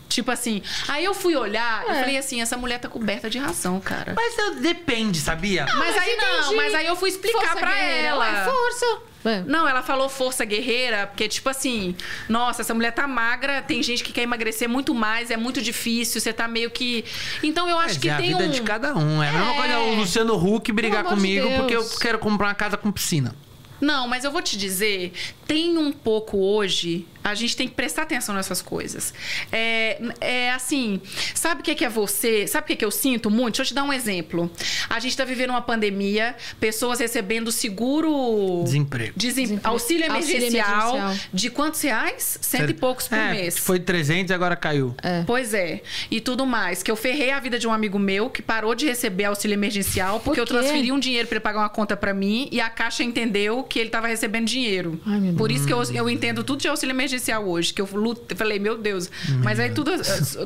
[SPEAKER 3] Tipo assim, aí eu fui olhar
[SPEAKER 2] É.
[SPEAKER 3] e falei assim, essa mulher tá coberta de razão, cara.
[SPEAKER 1] Mas eu- depende, sabia?
[SPEAKER 3] Mas, aí não,
[SPEAKER 2] entendi.
[SPEAKER 3] mas aí eu fui explicar
[SPEAKER 2] Força
[SPEAKER 3] pra
[SPEAKER 2] guerreira.
[SPEAKER 3] ela.
[SPEAKER 2] Ué, força. Ué.
[SPEAKER 3] Não, ela falou força guerreira, porque, tipo assim, nossa, essa mulher tá magra, tem gente que quer emagrecer muito mais, é muito difícil, você tá meio que. Então eu acho
[SPEAKER 1] Mas
[SPEAKER 3] que
[SPEAKER 1] é a
[SPEAKER 3] tem
[SPEAKER 1] vida
[SPEAKER 3] um.
[SPEAKER 1] de cada um. É, a mesma
[SPEAKER 2] É.
[SPEAKER 1] coisa o Luciano Huck brigar
[SPEAKER 2] Pelo amor de
[SPEAKER 1] comigo
[SPEAKER 2] Deus.
[SPEAKER 1] porque eu quero comprar uma casa com piscina.
[SPEAKER 3] Não, mas eu vou te dizer, tem um pouco hoje, a gente tem que prestar atenção nessas coisas. É, é assim, sabe o que é, que é você? Sabe o que, é que eu sinto muito? Deixa eu te dar um exemplo. A gente tá vivendo uma pandemia, pessoas recebendo seguro.
[SPEAKER 1] Desemprego.
[SPEAKER 3] Desem-
[SPEAKER 2] Desemprego.
[SPEAKER 3] Auxílio
[SPEAKER 2] Auxílio
[SPEAKER 3] emergencial,
[SPEAKER 2] emergencial.
[SPEAKER 3] de quantos reais? Cento e poucos por
[SPEAKER 1] É,
[SPEAKER 3] mês.
[SPEAKER 1] Foi 300 e agora caiu.
[SPEAKER 3] Pois é. E tudo mais. Que eu ferrei a vida de um amigo meu que parou de receber auxílio emergencial porque eu
[SPEAKER 2] quê?
[SPEAKER 3] transferi um dinheiro pra ele pagar uma conta pra mim e a Caixa entendeu que ele tava recebendo dinheiro.
[SPEAKER 2] Ai, meu
[SPEAKER 3] Por isso que eu, eu entendo tudo de auxílio emergencial hoje. Que eu lutei, falei, meu Deus.
[SPEAKER 1] Uhum.
[SPEAKER 3] Mas aí tudo,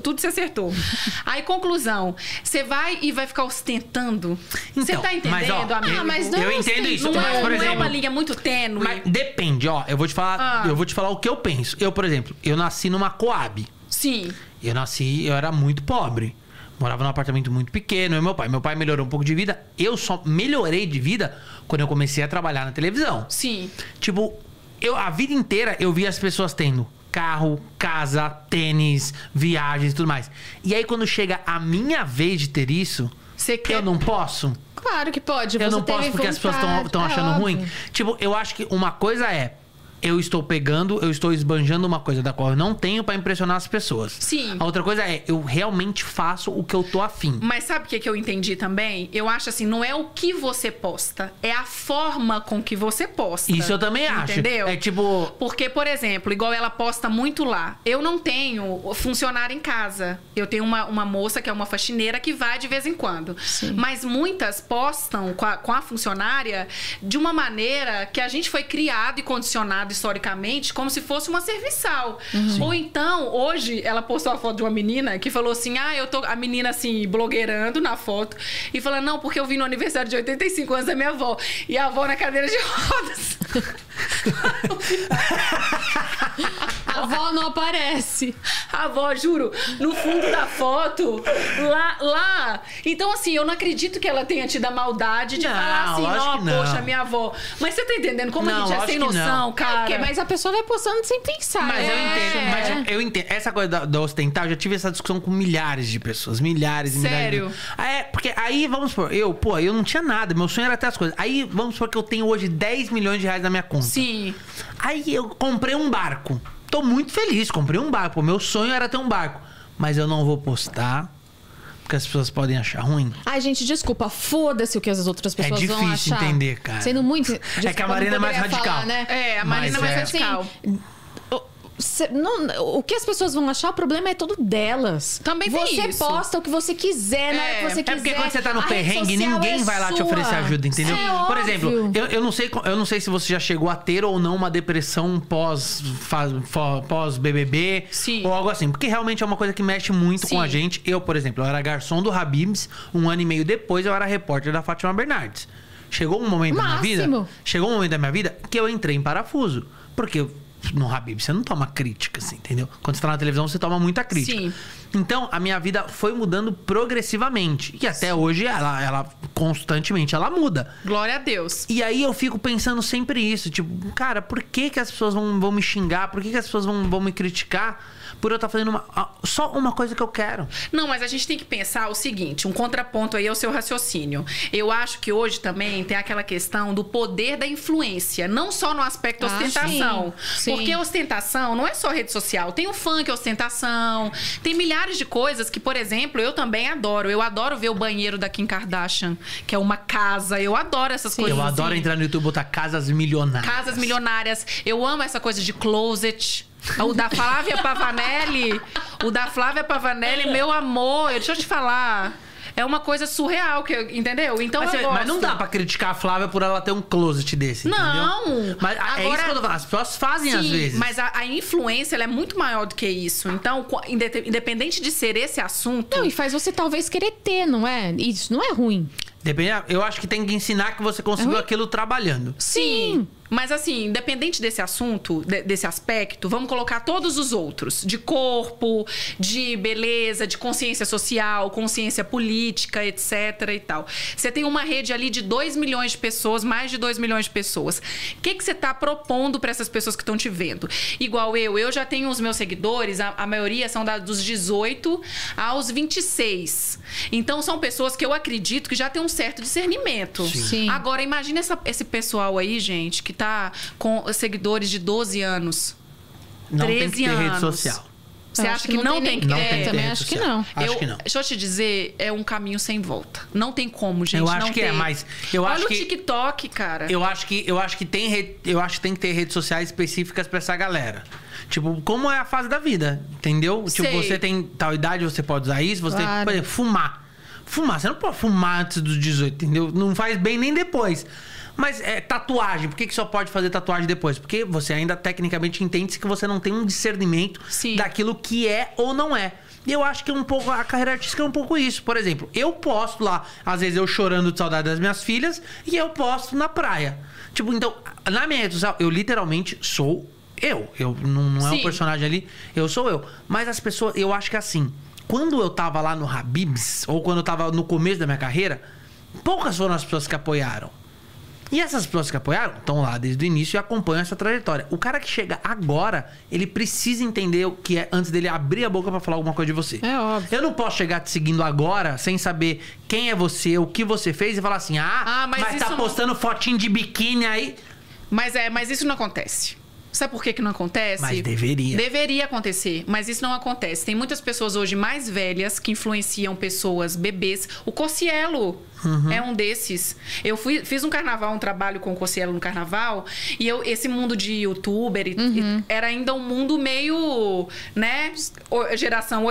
[SPEAKER 3] tudo se acertou. Aí, conclusão. Você vai e vai ficar ostentando? Você
[SPEAKER 1] Então,
[SPEAKER 3] tá entendendo,
[SPEAKER 1] mas, ó,
[SPEAKER 3] amigo?
[SPEAKER 1] eu,
[SPEAKER 2] mas não
[SPEAKER 1] eu
[SPEAKER 2] é
[SPEAKER 1] entendo
[SPEAKER 2] ostentação.
[SPEAKER 1] isso,
[SPEAKER 3] não,
[SPEAKER 1] mas
[SPEAKER 3] é,
[SPEAKER 1] por
[SPEAKER 3] não é
[SPEAKER 1] exemplo,
[SPEAKER 3] uma linha muito tênue.
[SPEAKER 1] mas depende, ó, eu vou te falar,
[SPEAKER 3] Ah.
[SPEAKER 1] eu vou te falar o que eu penso. Eu, por exemplo, eu nasci numa Coab.
[SPEAKER 3] Sim.
[SPEAKER 1] Eu nasci, eu era muito pobre. Morava num apartamento muito pequeno, eu e meu pai. Meu pai melhorou um pouco de vida. Eu só melhorei de vida quando eu comecei a trabalhar na televisão.
[SPEAKER 3] Sim.
[SPEAKER 1] Tipo, eu a vida inteira eu via as pessoas tendo carro, casa, tênis, viagens e tudo mais. E aí quando chega a minha vez de ter isso,
[SPEAKER 3] Você quer.
[SPEAKER 1] eu não posso.
[SPEAKER 2] Claro que pode.
[SPEAKER 1] Eu
[SPEAKER 2] você
[SPEAKER 1] não posso
[SPEAKER 2] teve
[SPEAKER 1] porque as pessoas
[SPEAKER 2] vontade.
[SPEAKER 1] estão
[SPEAKER 2] É
[SPEAKER 1] achando
[SPEAKER 2] óbvio.
[SPEAKER 1] ruim. Tipo, eu acho que uma coisa é. Eu estou pegando, eu estou esbanjando uma coisa da qual eu não tenho pra impressionar as pessoas.
[SPEAKER 3] Sim.
[SPEAKER 1] A outra coisa é, eu realmente faço o que eu tô afim.
[SPEAKER 3] Mas sabe o que, que eu entendi também? Eu acho assim, não é o que você posta, é a forma com que você posta.
[SPEAKER 1] Isso eu também acho.
[SPEAKER 3] Entendeu?
[SPEAKER 1] É tipo,
[SPEAKER 3] Porque, por exemplo, igual ela posta muito lá, eu não tenho funcionário em casa. Eu tenho uma, uma moça que é uma faxineira que vai de vez em quando.
[SPEAKER 2] Sim.
[SPEAKER 3] Mas muitas postam com a, com a funcionária de uma maneira que a gente foi criado e condicionado historicamente como se fosse uma serviçal. Ou então, hoje, ela postou a foto de uma menina que falou assim: ah, eu tô. A menina assim, blogueirando na foto e falando, não, porque eu vim no aniversário de 85 anos da minha avó. E a avó na cadeira de rodas.
[SPEAKER 2] A avó não aparece.
[SPEAKER 3] A avó, juro, no fundo da foto, lá, lá. Então, assim, eu não acredito que ela tenha tido a maldade de
[SPEAKER 1] Não,
[SPEAKER 3] falar assim,
[SPEAKER 1] lógico
[SPEAKER 3] não,
[SPEAKER 1] que não.
[SPEAKER 3] poxa, minha avó. Mas você tá entendendo como
[SPEAKER 1] Não,
[SPEAKER 3] a gente é
[SPEAKER 1] lógico
[SPEAKER 3] sem
[SPEAKER 1] que não.
[SPEAKER 3] noção, cara?
[SPEAKER 2] É, Porque- mas a pessoa vai postando sem pensar.
[SPEAKER 1] Mas
[SPEAKER 2] né?
[SPEAKER 1] eu entendo, mas
[SPEAKER 2] É.
[SPEAKER 1] eu- eu entendo. Essa coisa da, da ostentar, eu já tive essa discussão com milhares de pessoas. Milhares e
[SPEAKER 3] Sério?
[SPEAKER 1] milhares. De... Ah, É, porque aí, vamos supor, eu, pô, eu não tinha nada, meu sonho era ter as coisas. Aí, vamos supor que eu tenho hoje 10 milhões de reais na minha conta.
[SPEAKER 3] Sim.
[SPEAKER 1] Aí eu comprei um barco. Tô muito feliz, comprei um barco. Meu sonho era ter um barco. Mas eu não vou postar, porque as pessoas podem achar ruim.
[SPEAKER 2] Ai, gente, desculpa. Foda-se o que as outras pessoas vão
[SPEAKER 1] É difícil
[SPEAKER 2] achar.
[SPEAKER 1] entender, cara.
[SPEAKER 2] Sendo muito...
[SPEAKER 1] É que a
[SPEAKER 2] desculpa,
[SPEAKER 1] Marina é
[SPEAKER 2] não
[SPEAKER 1] mais
[SPEAKER 2] poderia
[SPEAKER 1] radical.
[SPEAKER 2] falar, né?
[SPEAKER 3] É, a Marina
[SPEAKER 1] Mas
[SPEAKER 3] vai
[SPEAKER 1] é.
[SPEAKER 3] mais radical.
[SPEAKER 2] Assim, o- cê- não- o que as pessoas vão achar, o problema é todo delas.
[SPEAKER 3] Também tem
[SPEAKER 2] você
[SPEAKER 3] isso.
[SPEAKER 2] Você posta o que você quiser, na hora
[SPEAKER 3] É,
[SPEAKER 2] que você
[SPEAKER 1] É
[SPEAKER 2] quiser.
[SPEAKER 1] porque quando você tá no
[SPEAKER 2] A rede
[SPEAKER 1] perrengue,
[SPEAKER 2] social
[SPEAKER 1] ninguém
[SPEAKER 2] é
[SPEAKER 1] vai lá te
[SPEAKER 2] sua.
[SPEAKER 1] oferecer ajuda, entendeu?
[SPEAKER 2] É
[SPEAKER 1] Por
[SPEAKER 2] óbvio.
[SPEAKER 1] exemplo, eu, eu não sei, co- eu não sei se você já chegou a ter ou não uma depressão pós, fa- fo- pós BBB
[SPEAKER 3] Sim.
[SPEAKER 1] ou algo assim, porque realmente é uma coisa que mexe muito com
[SPEAKER 3] Sim.
[SPEAKER 1] a gente. Eu, por exemplo, eu era garçom do Habibs, um ano e meio depois eu era repórter da Fátima Bernardes. Chegou um momento da minha
[SPEAKER 2] Máximo.
[SPEAKER 1] vida, chegou um momento da minha vida que eu entrei em parafuso, porque no Habib você não toma crítica, assim, entendeu? Quando você tá na televisão, você toma muita crítica.
[SPEAKER 3] Sim.
[SPEAKER 1] Então, a minha vida foi mudando progressivamente. E até hoje, ela, ela constantemente ela muda.
[SPEAKER 3] Glória a Deus.
[SPEAKER 1] E aí eu fico pensando sempre isso, tipo, cara, por que, que as pessoas vão, vão me xingar? Por que, que as pessoas vão, vão me criticar por eu estar fazendo uma- a- só uma coisa que eu quero?
[SPEAKER 3] Não, mas a gente tem que pensar o seguinte, um contraponto aí ao seu raciocínio. Eu acho que hoje também tem aquela questão do poder da influência, não só no aspecto
[SPEAKER 2] Ah,
[SPEAKER 3] ostentação.
[SPEAKER 2] sim, sim.
[SPEAKER 3] Porque ostentação não é só rede social, tem o funk ostentação, tem milhares de coisas que, por exemplo, eu também adoro. Eu adoro ver o banheiro da Kim Kardashian, que é uma casa. Eu adoro essas coisas.
[SPEAKER 1] eu adoro
[SPEAKER 3] assim.
[SPEAKER 1] entrar no YouTube e botar casas milionárias.
[SPEAKER 3] Casas milionárias. Eu amo essa coisa de closet. O da Flávia Pavanelli. O da Flávia Pavanelli, meu amor, deixa eu te falar. É uma coisa surreal, que eu- entendeu? Então
[SPEAKER 1] Mas,
[SPEAKER 3] eu
[SPEAKER 1] você-
[SPEAKER 3] gosto.
[SPEAKER 1] mas não dá pra criticar a Flávia por ela ter um closet desse,
[SPEAKER 3] Não!
[SPEAKER 1] entendeu? Mas é
[SPEAKER 3] Agora-
[SPEAKER 1] isso que eu tô falando. As pessoas fazem às
[SPEAKER 3] Sim,
[SPEAKER 1] vezes.
[SPEAKER 3] mas a, a influência ela é muito maior do que isso. Então, co- indete- independente de ser esse assunto,
[SPEAKER 2] Não, e faz você talvez querer ter, não é? Isso não é ruim.
[SPEAKER 3] Uhum.
[SPEAKER 1] Depende, eu acho que tem que ensinar que você conseguiu
[SPEAKER 2] ruim?
[SPEAKER 1] aquilo trabalhando.
[SPEAKER 3] Sim. Mas assim, independente desse assunto, de- desse aspecto, vamos colocar todos os outros: de corpo, de beleza, de consciência social, consciência política, etc. e tal. Você tem uma rede ali de 2 milhões de pessoas, mais de 2 milhões de pessoas. O que, que você está propondo para essas pessoas que estão te vendo? Igual eu, eu já tenho os meus seguidores, a, a maioria são da, dos 18 aos 26. Então são pessoas que eu acredito que já têm um certo discernimento.
[SPEAKER 1] Sim.
[SPEAKER 2] Sim.
[SPEAKER 3] Agora, imagina essa- esse pessoal aí, gente, que tá com seguidores de 12 anos.
[SPEAKER 1] Não tem
[SPEAKER 3] 13
[SPEAKER 1] que ter rede
[SPEAKER 3] anos.
[SPEAKER 1] social.
[SPEAKER 2] Eu
[SPEAKER 3] Você
[SPEAKER 2] acho
[SPEAKER 3] acha que, não tem que
[SPEAKER 1] Não
[SPEAKER 2] É,
[SPEAKER 1] tem que ter
[SPEAKER 2] também
[SPEAKER 1] rede
[SPEAKER 2] acho que
[SPEAKER 1] social.
[SPEAKER 2] não.
[SPEAKER 1] Acho
[SPEAKER 3] eu,
[SPEAKER 1] que não.
[SPEAKER 3] Deixa eu te dizer, é um caminho sem volta. Não tem como, gente.
[SPEAKER 1] Eu acho
[SPEAKER 3] não
[SPEAKER 1] que
[SPEAKER 3] tem.
[SPEAKER 1] é, mas eu
[SPEAKER 3] Olha
[SPEAKER 1] acho
[SPEAKER 3] o
[SPEAKER 1] que-
[SPEAKER 3] TikTok, cara.
[SPEAKER 1] Eu acho que eu acho que tem rede, eu acho que tem que ter redes sociais específicas pra essa galera. Tipo, como é a fase da vida, entendeu? Tipo,
[SPEAKER 3] Sei.
[SPEAKER 1] você tem tal idade, você pode usar isso, você tem,
[SPEAKER 2] Claro.
[SPEAKER 1] por exemplo, fumar. Fumar, você não pode fumar antes dos 18, entendeu? Não faz bem nem depois. Mas é, tatuagem, por que, que só pode fazer tatuagem depois? Porque você ainda tecnicamente entende que você não tem um discernimento
[SPEAKER 3] Sim.
[SPEAKER 1] daquilo que é ou não é. E eu acho que um pouco a carreira artística é um pouco isso. Por exemplo, eu posto lá, às vezes eu chorando de saudade das minhas filhas, e eu posto na praia. Tipo, então, na minha rede social, eu literalmente sou eu. Eu não, não é um
[SPEAKER 3] Sim.
[SPEAKER 1] personagem ali, eu sou eu. Mas as pessoas, eu acho que assim, quando eu tava lá no Habibs, ou quando eu tava no começo da minha carreira, poucas foram as pessoas que apoiaram. E essas pessoas que apoiaram estão lá desde o início e acompanham essa trajetória. O cara que chega agora, ele precisa entender o que é antes dele abrir a boca pra falar alguma coisa de você.
[SPEAKER 2] É óbvio.
[SPEAKER 1] Eu não posso chegar te seguindo agora sem saber quem é você, o que você fez e falar assim: ah,
[SPEAKER 3] Ah,
[SPEAKER 1] mas,
[SPEAKER 3] mas
[SPEAKER 1] tá
[SPEAKER 3] isso não-
[SPEAKER 1] postando fotinho de biquíni aí.
[SPEAKER 3] Mas é, mas isso não acontece. Sabe por que, que não acontece?
[SPEAKER 1] Mas deveria.
[SPEAKER 3] Deveria acontecer, mas isso não acontece. Tem muitas pessoas hoje mais velhas que influenciam pessoas, bebês. O Cocielo
[SPEAKER 1] Uhum.
[SPEAKER 3] é um desses. Eu fui, fiz um carnaval, um trabalho com o Cocielo no carnaval, e eu, esse mundo de youtuber e- e era ainda um mundo meio, né? o- Geração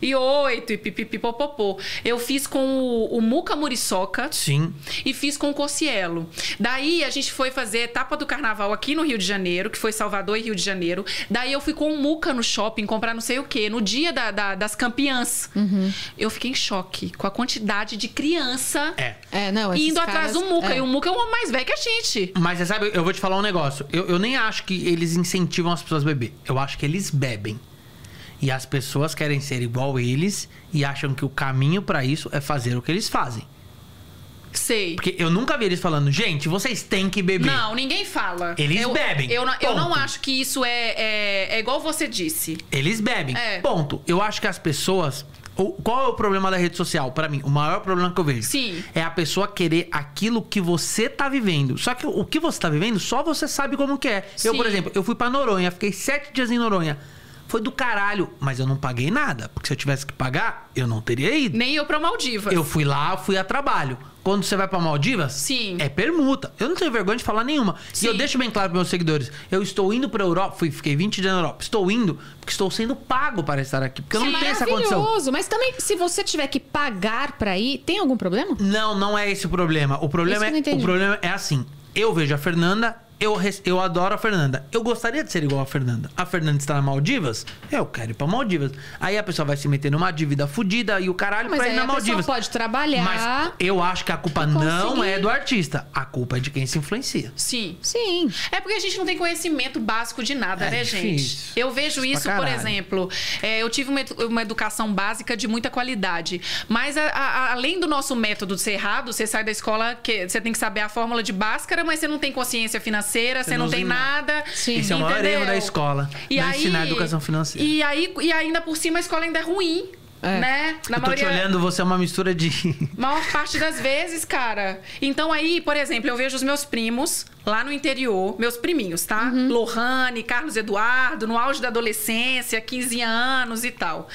[SPEAKER 3] 88 e pipipipopopô. Eu fiz com o, o Muca Muriçoca
[SPEAKER 1] Sim.
[SPEAKER 3] e fiz com o Cocielo. Daí a gente foi fazer a etapa do carnaval aqui no Rio de Janeiro, que foi Salvador e Rio de Janeiro. Daí eu fui com o Muca no shopping comprar não sei o quê, no dia da- da- das campeãs.
[SPEAKER 2] Uhum.
[SPEAKER 3] Eu fiquei em choque com a quantidade de criança
[SPEAKER 1] É.
[SPEAKER 2] É, não, esses
[SPEAKER 3] indo atrás
[SPEAKER 2] caras-
[SPEAKER 3] do Muca.
[SPEAKER 2] é.
[SPEAKER 3] E o Muca é um homem mais velho que a gente.
[SPEAKER 1] Mas você sabe, eu vou te falar um negócio. Eu, eu nem acho que eles incentivam as pessoas a beber. Eu acho que eles bebem. E as pessoas querem ser igual eles e acham que o caminho pra isso é fazer o que eles fazem.
[SPEAKER 3] Sei.
[SPEAKER 1] Porque eu nunca vi eles falando, gente, vocês têm que beber.
[SPEAKER 3] Não, ninguém fala.
[SPEAKER 1] Eles
[SPEAKER 3] eu,
[SPEAKER 1] bebem.
[SPEAKER 3] Eu, não- eu não
[SPEAKER 1] Ponto.
[SPEAKER 3] acho que isso é, é, é igual você disse.
[SPEAKER 1] Eles bebem.
[SPEAKER 3] É.
[SPEAKER 1] Ponto. Eu acho que as pessoas. o- Qual é o problema da rede social? Pra mim, o maior problema que eu vejo
[SPEAKER 3] Sim.
[SPEAKER 1] é a pessoa querer aquilo que você tá vivendo. Só que o que você tá vivendo, só você sabe como que é. Eu,
[SPEAKER 3] Sim.
[SPEAKER 1] por exemplo, eu fui pra Noronha, fiquei sete dias em Noronha. Foi do caralho, mas eu não paguei nada. Porque se eu tivesse que pagar, eu não teria ido.
[SPEAKER 3] Nem eu pra Maldivas.
[SPEAKER 1] Eu fui lá, fui a trabalho. Quando você vai pra Maldivas,
[SPEAKER 3] Sim.
[SPEAKER 1] é permuta. Eu não tenho vergonha de falar nenhuma.
[SPEAKER 3] Sim.
[SPEAKER 1] E eu deixo bem claro para meus seguidores. Eu estou indo pra Europa, fui, fiquei 20 dias na Europa. Estou indo porque estou sendo pago para estar aqui. Porque eu não
[SPEAKER 2] é
[SPEAKER 1] tenho essa condição.
[SPEAKER 2] maravilhoso, mas também se você tiver que pagar pra ir, tem algum problema?
[SPEAKER 1] Não, não é esse o problema. O
[SPEAKER 2] Isso
[SPEAKER 1] problema,
[SPEAKER 2] que eu não
[SPEAKER 1] é, o
[SPEAKER 2] entendi.
[SPEAKER 1] problema é assim. Eu vejo a Fernanda, eu, res- eu adoro a Fernanda. Eu gostaria de ser igual a Fernanda. A Fernanda está na Maldivas? Eu quero ir pra Maldivas. Aí a pessoa vai se meter numa dívida fodida e o caralho
[SPEAKER 2] Mas
[SPEAKER 1] pra ir
[SPEAKER 2] aí
[SPEAKER 1] na
[SPEAKER 2] a pessoa
[SPEAKER 1] Maldivas.
[SPEAKER 2] pode trabalhar.
[SPEAKER 1] Mas eu acho que a culpa
[SPEAKER 2] Conseguir.
[SPEAKER 1] não é do artista. A culpa é de quem se influencia.
[SPEAKER 3] Sim.
[SPEAKER 2] Sim.
[SPEAKER 3] É porque a gente não tem conhecimento básico de nada,
[SPEAKER 1] É
[SPEAKER 3] né, gente?
[SPEAKER 1] difícil.
[SPEAKER 3] Eu vejo
[SPEAKER 1] Difícil
[SPEAKER 3] isso,
[SPEAKER 1] pra
[SPEAKER 3] por
[SPEAKER 1] caralho.
[SPEAKER 3] exemplo, é, eu tive uma, edu- uma educação básica de muita qualidade. Mas a- a- a- além do nosso método de ser errado, você sai da escola, que você tem que saber a fórmula de Bhaskara, mas você não tem consciência financeira, você,
[SPEAKER 1] não
[SPEAKER 3] não, tem
[SPEAKER 1] usa em nada.
[SPEAKER 3] nada.
[SPEAKER 2] Sim.
[SPEAKER 1] Esse é o maior
[SPEAKER 3] entendeu?
[SPEAKER 1] erro da escola.
[SPEAKER 3] E
[SPEAKER 1] não
[SPEAKER 3] aí,
[SPEAKER 1] ensinar educação financeira.
[SPEAKER 3] E, aí, e ainda por cima a escola ainda é ruim.
[SPEAKER 2] É.
[SPEAKER 3] Né? Na
[SPEAKER 1] eu tô te olhando, você é uma mistura de.
[SPEAKER 3] maior parte das vezes, cara. Então aí, por exemplo, eu vejo os meus primos lá no interior, meus priminhos, tá?
[SPEAKER 1] Uhum.
[SPEAKER 3] Lohane, Carlos Eduardo, no auge da adolescência, 15 anos e tal.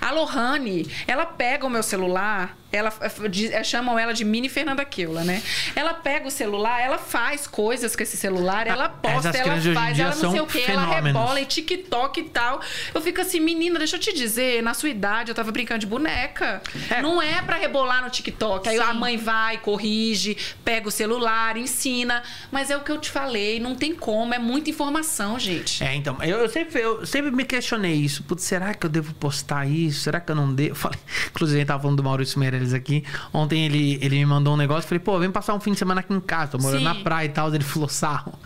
[SPEAKER 3] A Lohane, ela pega o meu celular, ela eh, diz- eh, chamam ela de mini Fernanda Keula, né? Ela pega o celular, ela faz coisas com esse celular, ela
[SPEAKER 1] Ah,
[SPEAKER 3] posta,
[SPEAKER 1] essas
[SPEAKER 3] ela
[SPEAKER 1] crianças de hoje em
[SPEAKER 3] faz,
[SPEAKER 1] dia
[SPEAKER 3] ela não sei
[SPEAKER 1] são
[SPEAKER 3] o quê, ela
[SPEAKER 1] fenômenos.
[SPEAKER 3] rebola e TikTok e tal. Eu fico assim, menina, deixa eu te dizer, na sua idade eu tava brincando de boneca.
[SPEAKER 1] É.
[SPEAKER 3] Não é pra rebolar no TikTok. Aí
[SPEAKER 2] Sim.
[SPEAKER 3] a mãe vai, corrige, pega o celular, ensina. Mas é o que eu te falei, não tem como, é muita informação, gente.
[SPEAKER 1] É, então, eu, eu sempre, eu sempre me questionei isso. Putz, será que eu devo postar isso? Será que eu não devo? Eu Falei, inclusive, a gente tava falando do Maurício Meirelles Soares aqui. Ontem ele, ele me mandou um negócio. eu Falei, pô, vem passar um fim de semana aqui em casa. Tô morando
[SPEAKER 3] Sim.
[SPEAKER 1] na praia e tal. Ele falou, sarro,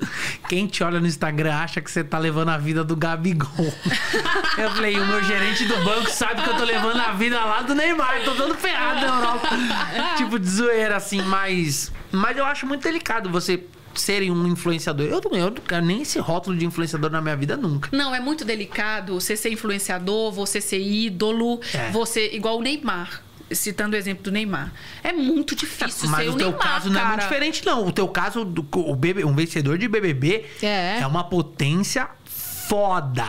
[SPEAKER 1] quem te olha no Instagram acha que você tá levando a vida do Gabigol. eu falei, o meu gerente do banco sabe que eu tô levando a vida lá do Neymar. Tô todo ferrado na Europa. tipo, de zoeira, assim. Mas, mas eu acho muito delicado você serem um influenciador. Eu não, eu não quero nem esse rótulo de influenciador na minha vida nunca.
[SPEAKER 3] Não, é muito delicado você ser influenciador, você ser ídolo,
[SPEAKER 1] É.
[SPEAKER 3] você. igual o Neymar. Citando o exemplo do Neymar. É muito difícil
[SPEAKER 1] Mas
[SPEAKER 3] ser
[SPEAKER 1] o
[SPEAKER 3] o
[SPEAKER 1] teu
[SPEAKER 3] Neymar,
[SPEAKER 1] caso não é muito
[SPEAKER 3] cara.
[SPEAKER 1] diferente, não. O teu caso, do, o BB um vencedor de BBB
[SPEAKER 2] É.
[SPEAKER 1] é, uma potência foda. É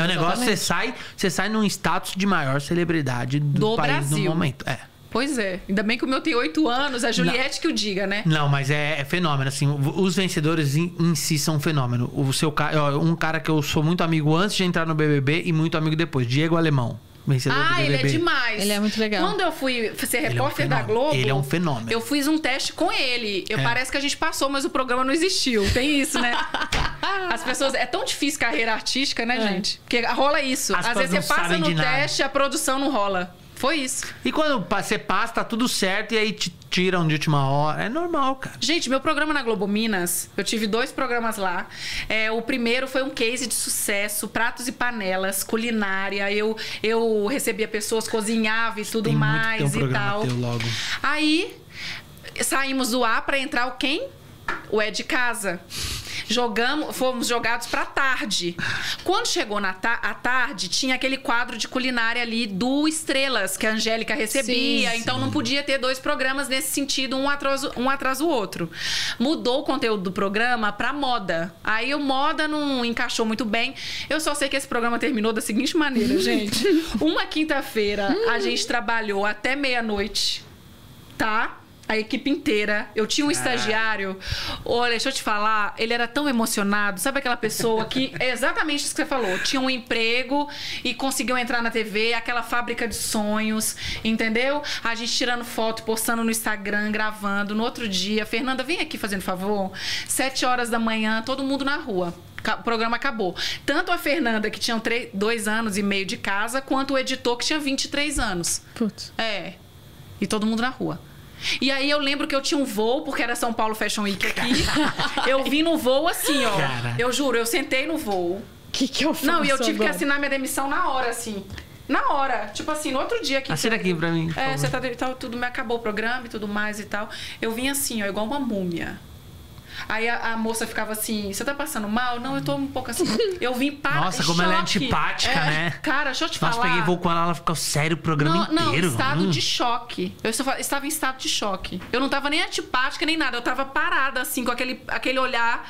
[SPEAKER 1] um
[SPEAKER 2] Exatamente.
[SPEAKER 1] negócio que você sai, você sai num status de maior celebridade do,
[SPEAKER 3] Do
[SPEAKER 1] país
[SPEAKER 3] Brasil.
[SPEAKER 1] no momento. É.
[SPEAKER 3] Pois é. Ainda bem que o meu tem oito anos, a Juliette que o diga, né?
[SPEAKER 1] Não, mas é, é fenômeno, assim. o- Os vencedores em, em si são um fenômeno. O seu, ca- ó, um cara que eu sou muito amigo antes de entrar no BBB e muito amigo depois, Diego Alemão, vencedor do
[SPEAKER 3] Ah,
[SPEAKER 1] BBB.
[SPEAKER 3] ele é demais.
[SPEAKER 2] Ele é muito legal.
[SPEAKER 3] Quando eu fui ser
[SPEAKER 1] é um
[SPEAKER 3] repórter da
[SPEAKER 1] fenômeno.
[SPEAKER 3] Globo.
[SPEAKER 1] Ele é um fenômeno.
[SPEAKER 3] Eu fiz um teste com ele. Eu
[SPEAKER 1] É.
[SPEAKER 3] Parece que a gente passou, mas o programa não existiu. Tem isso, né? As pessoas. É tão difícil carreira artística, né,
[SPEAKER 2] É.
[SPEAKER 3] gente? Porque rola isso.
[SPEAKER 1] As
[SPEAKER 3] Às
[SPEAKER 1] pessoas
[SPEAKER 3] vezes você
[SPEAKER 1] não
[SPEAKER 3] passa
[SPEAKER 1] sabem
[SPEAKER 3] no
[SPEAKER 1] de nada.
[SPEAKER 3] teste e a produção não rola. Foi isso.
[SPEAKER 1] E quando pa- você passa, tá tudo certo e aí te tiram de última hora. É normal, cara.
[SPEAKER 3] Gente, meu programa na Globo Minas, eu tive dois programas lá. É, o primeiro foi um case de sucesso, pratos e panelas, culinária. Eu, eu recebia pessoas, cozinhava e tudo
[SPEAKER 1] Tem muito que
[SPEAKER 3] mais
[SPEAKER 1] ter um
[SPEAKER 3] e
[SPEAKER 1] programa
[SPEAKER 3] tal.
[SPEAKER 1] teu logo.
[SPEAKER 3] Aí saímos do ar pra entrar o quem? O é de casa. Jogamos, fomos jogados pra tarde. Quando chegou na ta à tarde, tinha aquele quadro de culinária ali do Estrelas que a Angélica recebia.
[SPEAKER 2] Sim,
[SPEAKER 3] então não podia ter dois programas nesse sentido, um atrás, um atrás do outro. Mudou o conteúdo do programa pra moda. Aí o moda não encaixou muito bem. Eu só sei que esse programa terminou da seguinte maneira, gente. Uma quinta-feira a gente trabalhou até meia-noite tá? A equipe inteira. Eu tinha um estagiário. Olha, deixa eu te falar, ele era tão emocionado. Sabe aquela pessoa que. É exatamente isso que você falou. Tinha um emprego e conseguiu entrar na TV, aquela fábrica de sonhos, entendeu? A gente tirando foto, postando no Instagram, gravando. No outro dia, Fernanda, vem aqui fazendo favor. Sete horas da manhã, todo mundo na rua. Ca- O programa acabou. Tanto a Fernanda, que tinha três- dois anos e meio de casa, quanto o editor, que tinha 23 anos.
[SPEAKER 2] Putz.
[SPEAKER 3] É. E todo mundo na rua. E aí eu lembro que eu tinha um voo, porque era São Paulo Fashion Week aqui. eu vim no voo assim, ó.
[SPEAKER 1] Cara.
[SPEAKER 3] Eu juro, eu sentei no voo.
[SPEAKER 2] O que, que eu faço?
[SPEAKER 3] Não, e eu tive
[SPEAKER 2] agora?
[SPEAKER 3] que assinar minha demissão na hora, assim. Na hora. Tipo assim, no outro dia aqui.
[SPEAKER 1] Assina aqui pra mim. por
[SPEAKER 3] É,
[SPEAKER 1] favor.
[SPEAKER 3] você tá, tá tudo, me acabou o programa e tudo mais e tal. Eu vim assim, ó, igual uma múmia. Aí a, a moça ficava assim, você tá passando mal? Não, eu tô um pouco assim. Eu vim para
[SPEAKER 1] Nossa, como ela é
[SPEAKER 3] choque.
[SPEAKER 1] antipática, né?
[SPEAKER 3] Cara, deixa eu te
[SPEAKER 1] Nossa,
[SPEAKER 3] falar.
[SPEAKER 1] peguei voo com ela, ela ficou sério o programa
[SPEAKER 3] Não, não,
[SPEAKER 1] inteiro.
[SPEAKER 3] estado
[SPEAKER 1] Hum.
[SPEAKER 3] de choque. Eu só fa- estava em estado de choque. Eu não tava nem antipática nem nada. Eu tava parada, assim, com aquele, aquele olhar.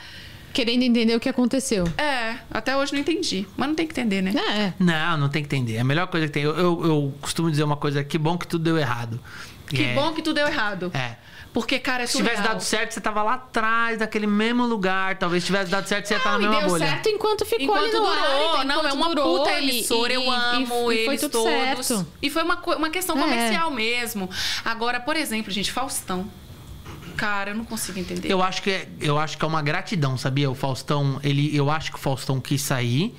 [SPEAKER 2] Querendo entender o que aconteceu.
[SPEAKER 3] É, até hoje não entendi. Mas não tem que entender, né?
[SPEAKER 2] É.
[SPEAKER 1] Hum. Não, não tem que entender. É a melhor coisa que tem. Eu, eu, eu costumo dizer uma coisa, que bom que tudo deu errado.
[SPEAKER 3] Que
[SPEAKER 1] É,
[SPEAKER 3] bom que tudo deu errado.
[SPEAKER 1] É.
[SPEAKER 3] Porque, cara, é
[SPEAKER 1] Se tivesse
[SPEAKER 3] surreal.
[SPEAKER 1] dado certo, você tava lá atrás, daquele mesmo lugar. Talvez tivesse dado certo, você ia estar na
[SPEAKER 2] Não, e
[SPEAKER 1] mesma
[SPEAKER 2] deu
[SPEAKER 1] bolha.
[SPEAKER 2] certo enquanto ficou
[SPEAKER 3] Enquanto
[SPEAKER 2] ali no
[SPEAKER 3] durou,
[SPEAKER 2] ar. então,
[SPEAKER 3] não, é
[SPEAKER 2] enquanto
[SPEAKER 3] uma
[SPEAKER 2] durou,
[SPEAKER 3] puta
[SPEAKER 2] e-
[SPEAKER 3] emissora,
[SPEAKER 2] e-
[SPEAKER 3] eu amo
[SPEAKER 2] e, e foi
[SPEAKER 3] eles
[SPEAKER 2] tudo
[SPEAKER 3] todos.
[SPEAKER 2] certo.
[SPEAKER 3] E foi uma, co- uma questão
[SPEAKER 2] É.
[SPEAKER 3] comercial mesmo. Agora, por exemplo, gente, Faustão. Cara, eu não consigo entender.
[SPEAKER 1] Eu acho que é, eu acho que é uma gratidão, sabia? O Faustão, ele, eu acho que o Faustão quis sair.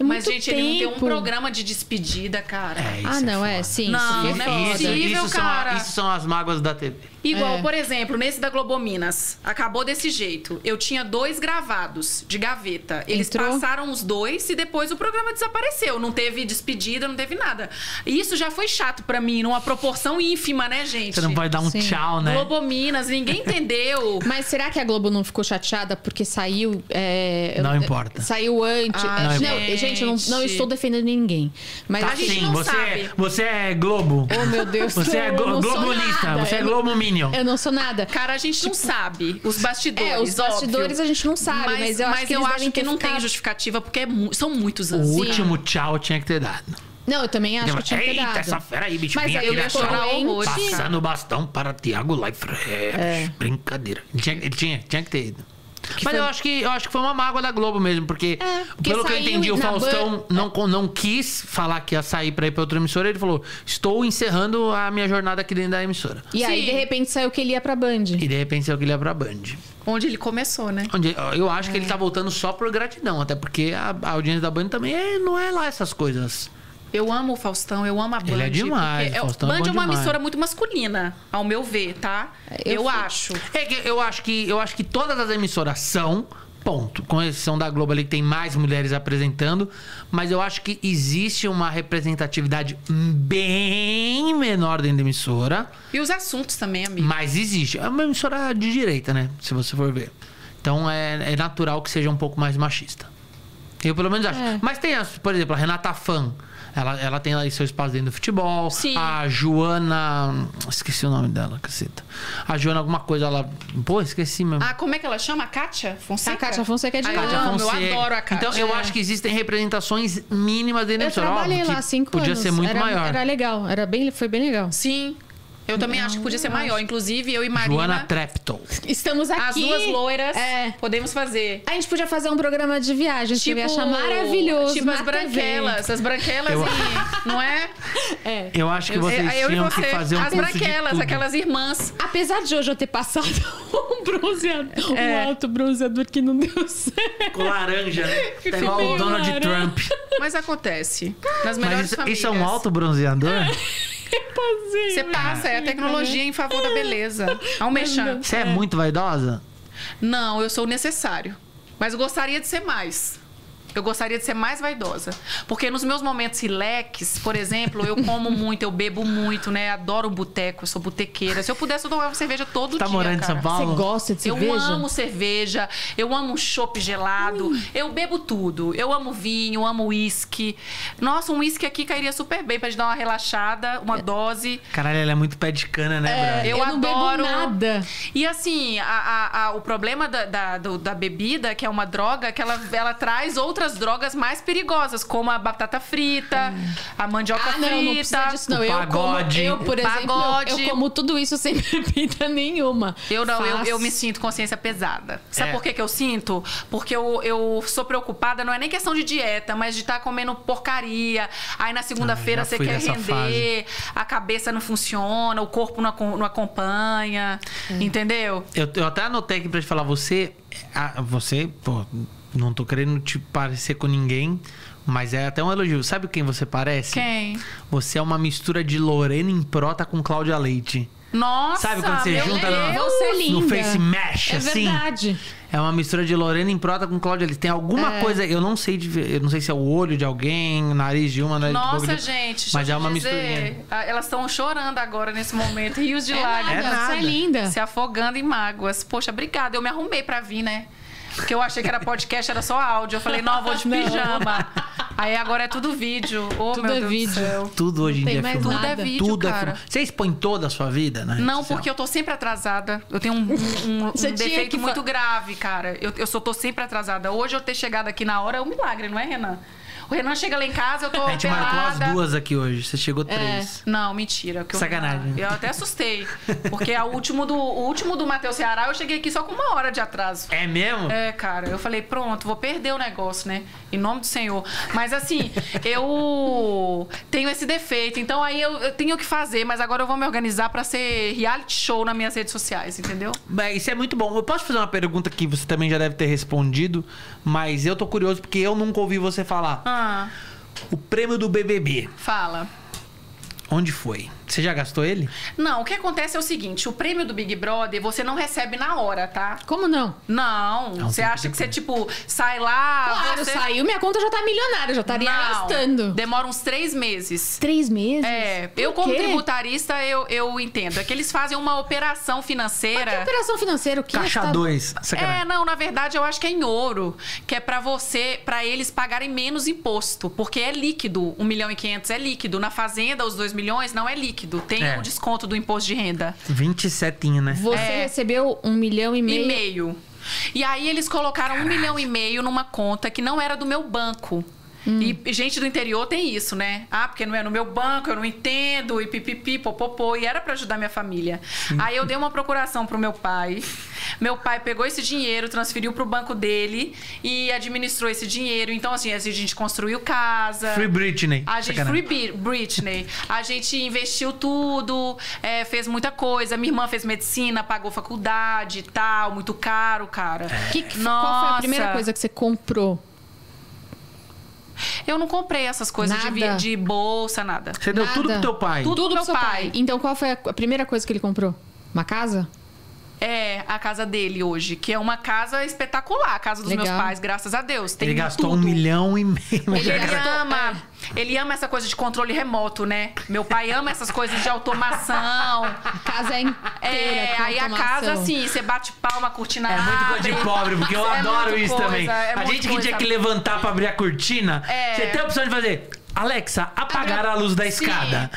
[SPEAKER 2] É
[SPEAKER 3] Mas,
[SPEAKER 2] muito
[SPEAKER 3] gente, ele não tem um
[SPEAKER 2] tempo.
[SPEAKER 3] programa de despedida, cara.
[SPEAKER 1] É, isso
[SPEAKER 2] Ah, não, é,
[SPEAKER 1] foda.
[SPEAKER 2] sim.
[SPEAKER 3] Não,
[SPEAKER 2] isso foi
[SPEAKER 3] não é
[SPEAKER 2] foda.
[SPEAKER 1] Isso,
[SPEAKER 3] possível.
[SPEAKER 1] isso são, a-
[SPEAKER 3] cara.
[SPEAKER 1] isso são as mágoas da TV.
[SPEAKER 3] Igual,
[SPEAKER 2] É.
[SPEAKER 3] por exemplo, nesse da Globominas. Acabou desse jeito. Eu tinha dois gravados de gaveta. Eles
[SPEAKER 2] Entrou?
[SPEAKER 3] passaram os dois e depois o programa desapareceu. Não teve despedida, não teve nada. E Isso já foi chato pra mim, numa proporção ínfima, né, gente?
[SPEAKER 1] Você não vai dar um
[SPEAKER 2] Sim.
[SPEAKER 1] tchau, né?
[SPEAKER 3] Globominas, ninguém entendeu.
[SPEAKER 2] Mas será que a Globo não ficou chateada porque saiu. é,
[SPEAKER 1] Não
[SPEAKER 2] é,
[SPEAKER 1] importa.
[SPEAKER 2] Saiu antes.
[SPEAKER 3] Ah,
[SPEAKER 2] é,
[SPEAKER 1] não
[SPEAKER 2] não,
[SPEAKER 3] importa.
[SPEAKER 2] gente, eu não, não estou defendendo ninguém. Mas
[SPEAKER 3] Tá
[SPEAKER 2] a gente
[SPEAKER 3] sim.
[SPEAKER 2] não.
[SPEAKER 3] não
[SPEAKER 1] você,
[SPEAKER 3] sabe.
[SPEAKER 1] você é Globo.
[SPEAKER 2] Oh, meu Deus.
[SPEAKER 1] Você é
[SPEAKER 2] eu
[SPEAKER 1] glo-
[SPEAKER 2] não sou
[SPEAKER 1] globulista,
[SPEAKER 2] nada,
[SPEAKER 1] você é
[SPEAKER 2] eu não-
[SPEAKER 1] Globo Minion.
[SPEAKER 2] Eu não sou nada.
[SPEAKER 3] Cara, a gente não sabe. Os bastidores.
[SPEAKER 2] Tipo, É, os bastidores
[SPEAKER 3] óbvio.
[SPEAKER 2] a gente não sabe, mas, eu acho que, eles devem ter
[SPEAKER 3] não tem
[SPEAKER 2] ficado-
[SPEAKER 3] justificativa, porque é mu- são muitos
[SPEAKER 1] O
[SPEAKER 3] anos.
[SPEAKER 1] último tchau tinha que ter dado.
[SPEAKER 2] Não, eu também acho que tinha que ter
[SPEAKER 1] Eita,
[SPEAKER 2] dado.
[SPEAKER 1] essa fera aí, bicho,
[SPEAKER 2] Mas
[SPEAKER 1] vem
[SPEAKER 2] aí
[SPEAKER 1] aqui
[SPEAKER 2] eu ia
[SPEAKER 1] nessa
[SPEAKER 2] chorar um
[SPEAKER 3] aula.
[SPEAKER 2] horrores.
[SPEAKER 1] Passando o bastão para Tiago Leifert. Brincadeira. Ele tinha, ele tinha, tinha que ter ido. Mas
[SPEAKER 2] É. foi-
[SPEAKER 1] eu, acho que, eu acho que foi uma mágoa da Globo mesmo, porque,
[SPEAKER 2] É, porque
[SPEAKER 1] pelo que eu
[SPEAKER 2] saiu
[SPEAKER 1] entendi, o
[SPEAKER 2] na
[SPEAKER 1] Faustão não, con- não quis falar que ia sair pra ir pra outra emissora. Ele falou: Estou encerrando a minha jornada aqui dentro da emissora.
[SPEAKER 2] E aí,
[SPEAKER 3] Sim.
[SPEAKER 2] de repente, saiu que ele ia pra Band.
[SPEAKER 1] E de repente saiu que ele ia pra Band.
[SPEAKER 3] Onde ele começou, né?
[SPEAKER 1] Onde, eu acho que ele tá voltando só por gratidão, até porque a, a audiência da Band também é- não é lá essas coisas
[SPEAKER 3] Eu amo o Faustão, eu amo a Band.
[SPEAKER 1] Ele é demais,
[SPEAKER 3] porque é-
[SPEAKER 1] Faustão é
[SPEAKER 3] Band é,
[SPEAKER 1] bom
[SPEAKER 3] uma
[SPEAKER 1] demais.
[SPEAKER 3] emissora muito masculina, ao meu ver, tá?
[SPEAKER 2] Eu
[SPEAKER 3] Eu,
[SPEAKER 2] fui-
[SPEAKER 3] acho.
[SPEAKER 1] É que eu acho que eu acho que todas as emissoras são ponto, com exceção da Globo ali que tem mais mulheres apresentando, mas eu acho que existe uma representatividade bem menor dentro da emissora,
[SPEAKER 3] E os assuntos também, amigo.
[SPEAKER 1] mas existe. É uma emissora de direita, né? Se você for ver. Então é, é natural que seja um pouco mais machista. Eu pelo menos acho.
[SPEAKER 2] É.
[SPEAKER 1] Mas tem, as, por exemplo, a Renata Fan. Ela, ela tem aí seu espaço dentro do futebol.
[SPEAKER 3] Sim.
[SPEAKER 1] A Joana. Esqueci o nome dela, caceta. A Joana, alguma coisa, ela. Pô, esqueci mesmo.
[SPEAKER 3] Ah, como é que ela chama? A Kátia Fonseca?
[SPEAKER 2] A Cátia Fonseca é de
[SPEAKER 3] Ah,
[SPEAKER 2] lá.
[SPEAKER 1] Cátia
[SPEAKER 3] eu amo,
[SPEAKER 1] Fonseca.
[SPEAKER 3] eu adoro a Kátia. É.
[SPEAKER 1] Então, eu acho que existem representações mínimas dentro da
[SPEAKER 2] Eu
[SPEAKER 1] emissora.
[SPEAKER 2] trabalhei
[SPEAKER 1] Óbvio
[SPEAKER 2] lá
[SPEAKER 1] que
[SPEAKER 2] cinco
[SPEAKER 1] Podia
[SPEAKER 2] anos.
[SPEAKER 1] ser muito
[SPEAKER 2] era,
[SPEAKER 1] maior.
[SPEAKER 2] Era legal, era bem, foi bem legal.
[SPEAKER 3] Sim. Eu também acho que podia ser maior. Inclusive, eu e Marina.
[SPEAKER 1] Joana tá Treptow.
[SPEAKER 2] Estamos aqui.
[SPEAKER 3] as duas loiras.
[SPEAKER 2] É.
[SPEAKER 3] Podemos fazer.
[SPEAKER 2] A gente podia fazer um programa de viagens, que eu ia achar maravilhoso.
[SPEAKER 3] Tipo as
[SPEAKER 2] na TV.
[SPEAKER 3] branquelas. As branquelas
[SPEAKER 1] Eu-
[SPEAKER 3] e. Não é?
[SPEAKER 2] É.
[SPEAKER 1] Eu acho que vocês
[SPEAKER 3] É, eu e
[SPEAKER 1] tinham
[SPEAKER 3] você.
[SPEAKER 1] que fazer um
[SPEAKER 3] As
[SPEAKER 1] curso de
[SPEAKER 3] branquelas,
[SPEAKER 1] tudo.
[SPEAKER 3] aquelas irmãs.
[SPEAKER 2] Apesar de hoje eu ter passado um bronzeador,
[SPEAKER 3] É.
[SPEAKER 2] um alto bronzeador que não deu certo.
[SPEAKER 1] Com laranja, né? Tá
[SPEAKER 2] Ficou
[SPEAKER 1] igual o
[SPEAKER 2] meio
[SPEAKER 1] Donald
[SPEAKER 2] laranja.
[SPEAKER 1] Trump.
[SPEAKER 3] Mas acontece. Nas melhores
[SPEAKER 1] Mas isso,
[SPEAKER 3] famílias.
[SPEAKER 1] isso é um alto bronzeador?
[SPEAKER 2] Pozinho,
[SPEAKER 3] Você passa, é a tecnologia em favor da beleza. Almexan.
[SPEAKER 1] Você é muito vaidosa?
[SPEAKER 3] Não, eu sou o necessário. Mas eu gostaria de ser mais. Eu gostaria de ser mais vaidosa. Porque nos meus momentos relax, por exemplo, eu como muito, eu bebo muito, né? Adoro boteco, eu sou botequeira. Se eu pudesse, eu tomava cerveja todo
[SPEAKER 1] Tá
[SPEAKER 3] dia.
[SPEAKER 1] morando em
[SPEAKER 3] cara.
[SPEAKER 1] São Paulo?
[SPEAKER 2] Você gosta de
[SPEAKER 3] Eu
[SPEAKER 2] cerveja?
[SPEAKER 3] amo cerveja, eu amo um chopp gelado, eu bebo tudo. Eu amo vinho, eu amo uísque. Nossa, um uísque aqui cairia super bem pra gente dar uma relaxada,
[SPEAKER 1] É.
[SPEAKER 3] uma dose.
[SPEAKER 1] Caralho, ela é muito pé de cana, né, Brad?
[SPEAKER 2] Eu,
[SPEAKER 3] Eu
[SPEAKER 2] não
[SPEAKER 3] adoro.
[SPEAKER 2] bebo nada.
[SPEAKER 3] E assim, a- a- a- o problema da, da, do- da bebida, que é uma droga, é que ela, ela traz outras drogas mais perigosas, como a batata frita, a mandioca
[SPEAKER 2] Ah,
[SPEAKER 3] frita.
[SPEAKER 2] não, não precisa disso, não.
[SPEAKER 1] O
[SPEAKER 2] Eu,
[SPEAKER 1] pagode.
[SPEAKER 2] como, eu por exemplo, eu- eu,
[SPEAKER 3] Pagode.
[SPEAKER 2] como tudo isso sem bebida nenhuma.
[SPEAKER 3] Eu não, eu,
[SPEAKER 2] Faço.
[SPEAKER 3] eu me sinto consciência pesada. Sabe
[SPEAKER 1] É.
[SPEAKER 3] por que, que eu sinto? Porque eu, eu sou preocupada, não é nem questão de dieta, mas de estar comendo porcaria. Aí na segunda-feira
[SPEAKER 1] Ah, já
[SPEAKER 3] você
[SPEAKER 1] fui
[SPEAKER 3] quer
[SPEAKER 1] nessa
[SPEAKER 3] render, a cabeça não funciona, o corpo não, acom- não acompanha.
[SPEAKER 2] É.
[SPEAKER 3] Entendeu?
[SPEAKER 1] Eu, eu até anotei aqui pra te falar, você. a- você, pô, não tô querendo te parecer com ninguém, mas é até um elogio. Sabe quem você parece?
[SPEAKER 3] Quem?
[SPEAKER 1] Você é uma mistura de Lorena Improta com Cláudia Leite.
[SPEAKER 3] Nossa,
[SPEAKER 1] Sabe quando você
[SPEAKER 3] meu
[SPEAKER 1] junta
[SPEAKER 3] Deus.
[SPEAKER 1] no-
[SPEAKER 2] Você é linda.
[SPEAKER 1] No Face Mesh,
[SPEAKER 2] É
[SPEAKER 1] assim.
[SPEAKER 2] verdade.
[SPEAKER 1] É uma mistura de Lorena Improta com Cláudia Leite. Tem alguma
[SPEAKER 3] É.
[SPEAKER 1] coisa, eu não sei de, ver- eu não sei se é o olho de alguém, o nariz de uma, nariz de
[SPEAKER 3] Nossa,
[SPEAKER 1] outra.
[SPEAKER 3] gente, deixa
[SPEAKER 1] Mas
[SPEAKER 3] eu
[SPEAKER 1] é
[SPEAKER 3] te
[SPEAKER 1] uma
[SPEAKER 3] dizer,
[SPEAKER 1] misturinha.
[SPEAKER 3] ah, Elas estão chorando agora nesse momento, rios de
[SPEAKER 2] É
[SPEAKER 3] lágrimas.
[SPEAKER 1] nada.
[SPEAKER 2] nada, você é linda.
[SPEAKER 3] Se afogando em mágoas. Poxa, obrigada. Eu me arrumei pra vir, né? Porque eu achei que era podcast, era só áudio. Eu falei, não, eu vou de
[SPEAKER 2] Não.
[SPEAKER 3] pijama. Aí agora é tudo vídeo. Ô,
[SPEAKER 2] Tudo
[SPEAKER 3] meu
[SPEAKER 2] é
[SPEAKER 3] Deus
[SPEAKER 2] vídeo.
[SPEAKER 3] do céu.
[SPEAKER 1] Tudo hoje em
[SPEAKER 2] Não
[SPEAKER 1] dia
[SPEAKER 2] tem
[SPEAKER 1] é
[SPEAKER 2] mais
[SPEAKER 1] filmado.
[SPEAKER 3] Tudo é
[SPEAKER 2] nada.
[SPEAKER 3] vídeo,
[SPEAKER 1] Tudo é
[SPEAKER 3] cara.
[SPEAKER 1] filmado. Você expõe toda a sua vida, né?
[SPEAKER 3] Não, porque eu tô sempre atrasada. Eu tenho um, um- um
[SPEAKER 2] Você tinha
[SPEAKER 3] defeito
[SPEAKER 2] que fa-
[SPEAKER 3] muito grave, cara. Eu, eu só tô sempre atrasada. Hoje eu ter chegado aqui na hora é um milagre, não é, Renan? O Renan chega lá em casa, eu tô É.
[SPEAKER 1] A gente marcou
[SPEAKER 3] pelada.
[SPEAKER 1] as duas aqui hoje. Você chegou três.
[SPEAKER 3] Não, mentira. que eu-
[SPEAKER 1] Sacanagem.
[SPEAKER 3] Eu, até assustei. Porque a último do, o último do Matheus Ceará, eu cheguei aqui só com uma hora de atraso.
[SPEAKER 1] É mesmo?
[SPEAKER 3] É, cara, eu falei, pronto, vou perder o negócio, né? Em nome do Senhor. Mas assim, eu tenho esse defeito, então aí eu, eu tenho o que fazer, mas agora eu vou me organizar pra ser reality show nas minhas redes sociais, entendeu?
[SPEAKER 1] Mas isso é muito bom. Eu posso fazer uma pergunta que você também já deve ter respondido, mas eu tô curioso porque eu nunca ouvi você falar.
[SPEAKER 3] Ah,
[SPEAKER 1] O prêmio do BBB,
[SPEAKER 3] fala.
[SPEAKER 1] onde foi? Você já gastou ele?
[SPEAKER 3] Não, o que acontece é o seguinte: o prêmio do Big Brother você não recebe na hora, tá?
[SPEAKER 2] é Como não?
[SPEAKER 3] Não.
[SPEAKER 1] Não,
[SPEAKER 3] você
[SPEAKER 1] tem que
[SPEAKER 3] acha que você,
[SPEAKER 1] depois.
[SPEAKER 3] tipo, sai lá.
[SPEAKER 2] Claro,
[SPEAKER 3] Ah, você...
[SPEAKER 2] saiu, minha conta já tá milionária, já estaria
[SPEAKER 3] Não,
[SPEAKER 2] gastando.
[SPEAKER 3] Demora uns três meses.
[SPEAKER 2] Três meses?
[SPEAKER 3] É,
[SPEAKER 2] Por
[SPEAKER 3] eu como
[SPEAKER 2] quê?
[SPEAKER 3] tributarista, eu, eu entendo. É que eles fazem uma operação
[SPEAKER 2] Que
[SPEAKER 3] financeira.
[SPEAKER 2] operação financeira, o Tá- que
[SPEAKER 1] Caixa
[SPEAKER 2] está-
[SPEAKER 1] 2.
[SPEAKER 3] É, não, na verdade eu acho que é em ouro, que é pra você, pra eles pagarem menos imposto, porque é líquido, 1 milhão e 500 é líquido. Na fazenda, os 2 milhões não é líquido, tem
[SPEAKER 1] É.
[SPEAKER 3] o desconto do imposto de renda.
[SPEAKER 1] 27, né?
[SPEAKER 2] Você
[SPEAKER 3] É.
[SPEAKER 2] recebeu um milhão e meio.
[SPEAKER 3] e meio. E aí eles colocaram um milhão e meio numa conta que não era do meu banco. E gente do interior tem isso, né? Ah, porque não é no meu banco, eu não entendo, e pipipi, popopô. E era pra ajudar minha família. Aí eu dei uma procuração pro meu pai. Meu pai pegou esse dinheiro, transferiu pro banco dele e administrou esse dinheiro. Então, assim, a gente construiu casa.
[SPEAKER 1] Free Britney.
[SPEAKER 3] A gente
[SPEAKER 1] Sacanagem.
[SPEAKER 3] Free Bi- Britney. A gente investiu tudo, é, fez muita coisa. Minha irmã fez medicina, pagou faculdade e tal, muito caro, cara.
[SPEAKER 1] É.
[SPEAKER 2] Que- que- qual foi a primeira coisa que você comprou?
[SPEAKER 3] Eu não comprei essas coisas de, vi-
[SPEAKER 2] Nada.
[SPEAKER 3] de bolsa, nada.
[SPEAKER 1] Você deu tudo pro
[SPEAKER 2] Nada.
[SPEAKER 1] teu pai.
[SPEAKER 3] Tudo.
[SPEAKER 2] Tudo pro
[SPEAKER 3] pro
[SPEAKER 2] seu pai.
[SPEAKER 3] pai.
[SPEAKER 2] Então qual foi a a primeira coisa que ele comprou? Uma casa?
[SPEAKER 3] É a casa dele hoje, que é uma casa espetacular, a casa dos
[SPEAKER 2] Legal.
[SPEAKER 3] meus pais, graças a Deus. Tem
[SPEAKER 1] Ele gastou um
[SPEAKER 3] tudo.
[SPEAKER 1] milhão e meio. é
[SPEAKER 2] Ele
[SPEAKER 3] Ele é
[SPEAKER 2] gastou-
[SPEAKER 3] ama.
[SPEAKER 2] É.
[SPEAKER 3] Ele ama essa coisa de controle remoto, né? Meu pai ama essas coisas de automação.
[SPEAKER 2] A casa inteira.
[SPEAKER 3] É,
[SPEAKER 2] com
[SPEAKER 3] aí a
[SPEAKER 2] automação.
[SPEAKER 3] casa, assim, você bate palma, a cortina
[SPEAKER 1] É muito coisa
[SPEAKER 3] abre.
[SPEAKER 1] de pobre, porque eu
[SPEAKER 3] É
[SPEAKER 1] adoro
[SPEAKER 3] muita
[SPEAKER 1] isso
[SPEAKER 3] coisa,
[SPEAKER 1] também.
[SPEAKER 3] é
[SPEAKER 1] a
[SPEAKER 3] muita
[SPEAKER 1] gente que tinha
[SPEAKER 3] coisa.
[SPEAKER 1] que levantar pra abrir a cortina,
[SPEAKER 3] É.
[SPEAKER 1] você tem a opção de fazer, Alexa, apagar a luz da
[SPEAKER 3] Sim.
[SPEAKER 1] escada.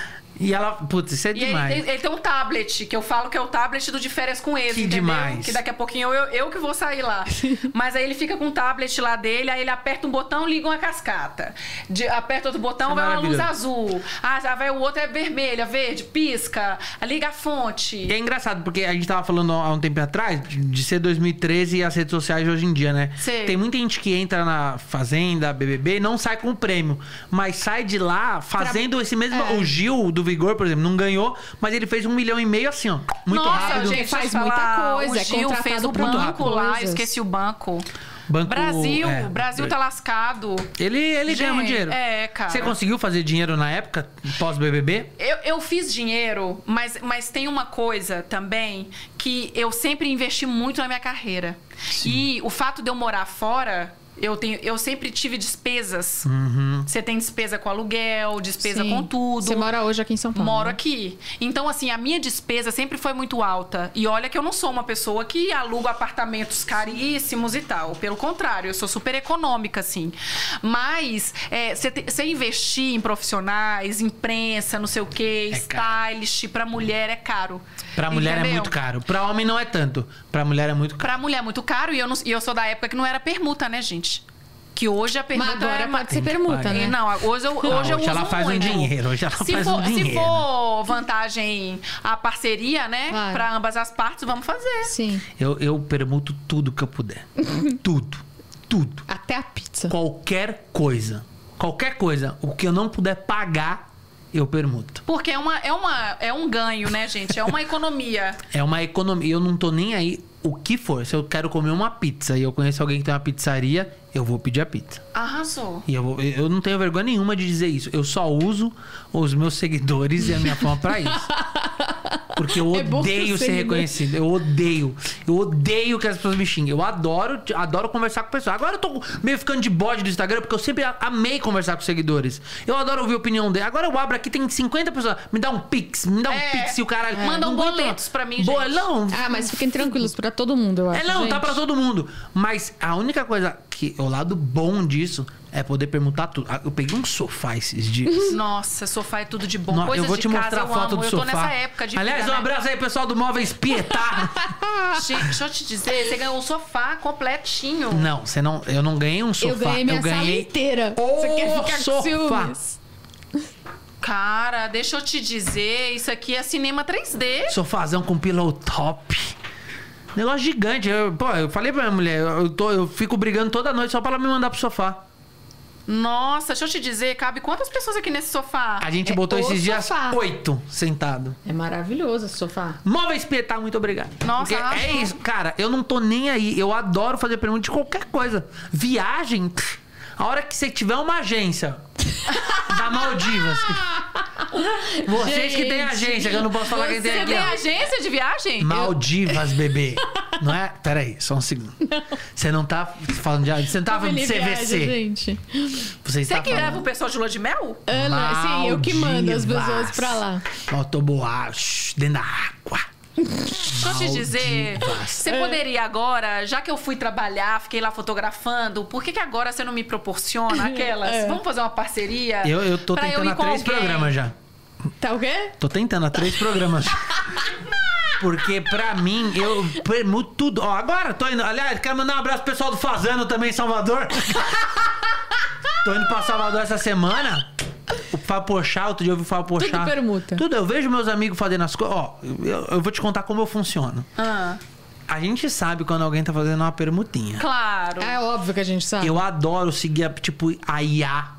[SPEAKER 1] E ela, putz, isso é
[SPEAKER 3] E ele
[SPEAKER 1] demais.
[SPEAKER 3] tem, ele tem um tablet, que eu falo que é o tablet do de férias com ele,
[SPEAKER 1] Que
[SPEAKER 3] entendeu?
[SPEAKER 1] demais.
[SPEAKER 3] Que daqui a pouquinho eu, eu, eu que vou sair lá. Mas aí ele fica com o tablet lá dele, aí ele aperta um botão, liga uma cascata. De- aperta outro botão,
[SPEAKER 1] Isso é
[SPEAKER 3] vai uma luz
[SPEAKER 1] maravilhoso.
[SPEAKER 3] azul. Ah, já vai o outro é vermelha, verde, pisca, liga a fonte.
[SPEAKER 1] E é engraçado, porque a gente tava falando há um tempo atrás de- de ser 2013 e as redes sociais de hoje em dia, né?
[SPEAKER 3] Sei.
[SPEAKER 1] Tem muita gente que entra na Fazenda, BBB, e não sai com o prêmio, mas sai de lá fazendo esse mesmo...
[SPEAKER 3] É.
[SPEAKER 1] O Gil do Vigor, por exemplo, não ganhou, mas ele fez um milhão e meio assim, ó. Muito
[SPEAKER 3] Nossa,
[SPEAKER 1] rápido.
[SPEAKER 3] gente,
[SPEAKER 2] Faz
[SPEAKER 3] deixa eu
[SPEAKER 2] muita
[SPEAKER 3] falar,
[SPEAKER 2] coisa,
[SPEAKER 3] O
[SPEAKER 2] é
[SPEAKER 3] Gil
[SPEAKER 2] contratado
[SPEAKER 3] fez o
[SPEAKER 2] pra muita
[SPEAKER 3] banco lá, eu
[SPEAKER 2] coisa.
[SPEAKER 3] esqueci o banco.
[SPEAKER 1] Banco,
[SPEAKER 3] Brasil,
[SPEAKER 1] é,
[SPEAKER 3] Brasil tá lascado.
[SPEAKER 1] Ele, ele ganha
[SPEAKER 3] Gente,
[SPEAKER 1] muito dinheiro.
[SPEAKER 3] é, cara.
[SPEAKER 1] Você conseguiu fazer dinheiro na época, pós-BBB?
[SPEAKER 3] Eu, eu fiz dinheiro, mas, mas tem uma coisa também que eu sempre investi muito na minha carreira. E o fato de eu morar fora. Eu, tenho, eu sempre tive despesas.
[SPEAKER 1] Uhum.
[SPEAKER 3] Você tem despesa com aluguel, despesa
[SPEAKER 2] Sim.
[SPEAKER 3] com tudo.
[SPEAKER 2] Você mora hoje aqui em São Paulo.
[SPEAKER 3] Moro
[SPEAKER 2] né?
[SPEAKER 3] aqui. Então, assim, a minha despesa sempre foi muito alta. E olha que eu não sou uma pessoa que aluga apartamentos caríssimos e tal. Pelo contrário, eu sou super econômica, assim. Mas é, você investir em profissionais, imprensa, não sei o quê,
[SPEAKER 1] É caro.
[SPEAKER 3] stylist, pra mulher é caro.
[SPEAKER 1] Pra mulher é
[SPEAKER 3] Entendeu?
[SPEAKER 1] muito caro. Pra homem não é tanto. Pra mulher é muito caro.
[SPEAKER 3] um. Pra mulher é muito caro. E eu, não- e eu sou da época que não era permuta, né, gente? Que hoje a
[SPEAKER 2] Mas
[SPEAKER 3] permuta
[SPEAKER 2] agora
[SPEAKER 3] é ma-
[SPEAKER 2] pode ser
[SPEAKER 1] Puta que
[SPEAKER 2] permuta,
[SPEAKER 1] pariu.
[SPEAKER 2] né?
[SPEAKER 3] e Não, hoje eu, hoje
[SPEAKER 1] Ah,
[SPEAKER 3] eu
[SPEAKER 1] hoje
[SPEAKER 3] uso
[SPEAKER 1] ela faz um
[SPEAKER 3] muito.
[SPEAKER 1] dinheiro, hoje ela
[SPEAKER 3] se
[SPEAKER 1] faz
[SPEAKER 3] for,
[SPEAKER 1] um
[SPEAKER 3] Se
[SPEAKER 1] dinheiro.
[SPEAKER 3] for vantagem a parceria, né?
[SPEAKER 2] Claro.
[SPEAKER 3] Pra ambas as partes, vamos fazer.
[SPEAKER 2] Sim.
[SPEAKER 1] Eu, eu permuto tudo que eu puder. tudo. Tudo.
[SPEAKER 2] Até a pizza.
[SPEAKER 1] Qualquer coisa. Qualquer coisa. O que eu não puder pagar, eu permuto.
[SPEAKER 3] Porque é, uma, é, uma, é um ganho, né, gente? É uma economia.
[SPEAKER 1] É uma economia. Eu não tô nem aí o que for. Se eu quero comer uma pizza e eu conheço alguém que tem uma pizzaria, eu vou pedir a pizza.
[SPEAKER 3] Arrasou.
[SPEAKER 1] E eu, vou- eu não tenho vergonha nenhuma de dizer isso. Eu só uso os meus seguidores e a minha fama pra isso. Porque eu
[SPEAKER 2] É bom que
[SPEAKER 1] odeio
[SPEAKER 2] o
[SPEAKER 1] ser
[SPEAKER 2] seguidor-
[SPEAKER 1] reconhecido. Eu odeio. Eu odeio que as pessoas me xinguem. Eu adoro, adoro conversar com pessoas. Agora eu tô meio ficando de bode do Instagram, porque eu sempre a- amei conversar com seguidores. Eu adoro ouvir a opinião dele. Agora eu abro aqui, tem 50 pessoas. Me dá um pix, me dá um
[SPEAKER 3] É.
[SPEAKER 1] pix e o caralho.
[SPEAKER 3] É. Mandam
[SPEAKER 1] Não aguento.
[SPEAKER 3] boletos pra mim, gente.
[SPEAKER 1] Bolão,
[SPEAKER 2] Ah, mas fiquem tranquilos pra todo mundo, eu acho.
[SPEAKER 1] é, não, tá
[SPEAKER 2] gente.
[SPEAKER 1] pra todo mundo. Mas a única coisa que. O lado bom disso é poder permutar tudo. Ah, Eu peguei um sofá esses dias.
[SPEAKER 3] Nossa, sofá é tudo de bom.
[SPEAKER 1] No-
[SPEAKER 3] Coisas
[SPEAKER 1] eu vou te
[SPEAKER 3] de
[SPEAKER 1] mostrar
[SPEAKER 3] casa,
[SPEAKER 1] a
[SPEAKER 3] eu
[SPEAKER 1] foto
[SPEAKER 3] amo.
[SPEAKER 1] do
[SPEAKER 3] eu
[SPEAKER 1] sofá.
[SPEAKER 3] tô nessa época de
[SPEAKER 1] Aliás,
[SPEAKER 3] vida,
[SPEAKER 1] um
[SPEAKER 3] né?
[SPEAKER 1] abraço aí, pessoal do Móveis Pietá.
[SPEAKER 3] Gente, deixa eu te dizer, você ganhou um sofá completinho.
[SPEAKER 1] não, você não, eu não ganhei um sofá.
[SPEAKER 2] Eu ganhei minha sala inteira. Você quer
[SPEAKER 1] o
[SPEAKER 2] ficar com
[SPEAKER 1] sofá.
[SPEAKER 2] ciúmes?
[SPEAKER 3] Cara, deixa eu te dizer, isso aqui é cinema 3D.
[SPEAKER 1] Sofazão com pillow top. Negócio gigante. Eu, pô, eu falei pra minha mulher, eu, eu tô, eu fico brigando toda noite só pra ela me mandar pro sofá.
[SPEAKER 3] Nossa, deixa eu te dizer, cabe quantas pessoas aqui nesse sofá?
[SPEAKER 1] A gente
[SPEAKER 2] É
[SPEAKER 1] botou
[SPEAKER 2] o
[SPEAKER 1] esses dias
[SPEAKER 2] sofá.
[SPEAKER 1] oito sentado.
[SPEAKER 2] É maravilhoso esse sofá.
[SPEAKER 1] Móveis Pietá, tá? muito obrigado.
[SPEAKER 3] Nossa,
[SPEAKER 1] Porque é
[SPEAKER 3] arrasou.
[SPEAKER 1] isso, cara. Eu não tô nem aí. Eu adoro fazer pergunta de qualquer coisa. Viagem, pff, a hora que você tiver uma agência da Maldivas. Vocês que têm
[SPEAKER 2] Gente,
[SPEAKER 1] agência, que eu não posso falar quem tem
[SPEAKER 3] Você
[SPEAKER 1] aqui.
[SPEAKER 2] tá
[SPEAKER 3] tem
[SPEAKER 1] ó.
[SPEAKER 3] agência de viagem?
[SPEAKER 1] Maldivas, bebê. Não é? Peraí, só um segundo. Você não tá falando de agência, você não tá falando de CVC.
[SPEAKER 2] gente.
[SPEAKER 1] Você
[SPEAKER 3] Você
[SPEAKER 2] tá
[SPEAKER 1] está
[SPEAKER 3] que leva
[SPEAKER 1] falando.
[SPEAKER 3] o pessoal de lua de mel?
[SPEAKER 2] Ana, sim, assim, eu que mando as
[SPEAKER 1] Maldivas.
[SPEAKER 2] pessoas pra lá.
[SPEAKER 1] Motoboar, shh, dentro da água.
[SPEAKER 3] Deixa eu te dizer,
[SPEAKER 1] Maldivas.
[SPEAKER 2] É.
[SPEAKER 3] você poderia agora, já que eu fui trabalhar, fiquei lá fotografando, por que, que agora você não me proporciona aquelas?
[SPEAKER 2] É.
[SPEAKER 3] Vamos fazer uma parceria?
[SPEAKER 1] Eu, eu tô
[SPEAKER 3] pra
[SPEAKER 1] tentando
[SPEAKER 3] ir
[SPEAKER 1] há
[SPEAKER 3] com
[SPEAKER 1] três
[SPEAKER 3] alguém?
[SPEAKER 1] programas já.
[SPEAKER 2] Tá o quê?
[SPEAKER 1] Tô tentando há três programas. Porque pra mim, eu permuto tudo. Ó, agora tô indo. Aliás, quero mandar um abraço pro pessoal do Fazano também, em Salvador. tô indo pra Salvador essa semana. O Fábio Pochá, outro dia eu vi o Fábio Pochá.
[SPEAKER 2] Tudo permuta.
[SPEAKER 1] Tudo, eu vejo meus amigos fazendo as coisas. Ó, eu, eu vou te contar como eu funciono.
[SPEAKER 3] Ah,
[SPEAKER 1] A gente sabe quando alguém tá fazendo uma permutinha.
[SPEAKER 3] claro.
[SPEAKER 2] Ah, é óbvio que a gente sabe.
[SPEAKER 1] Eu adoro seguir, a, tipo, a Iá.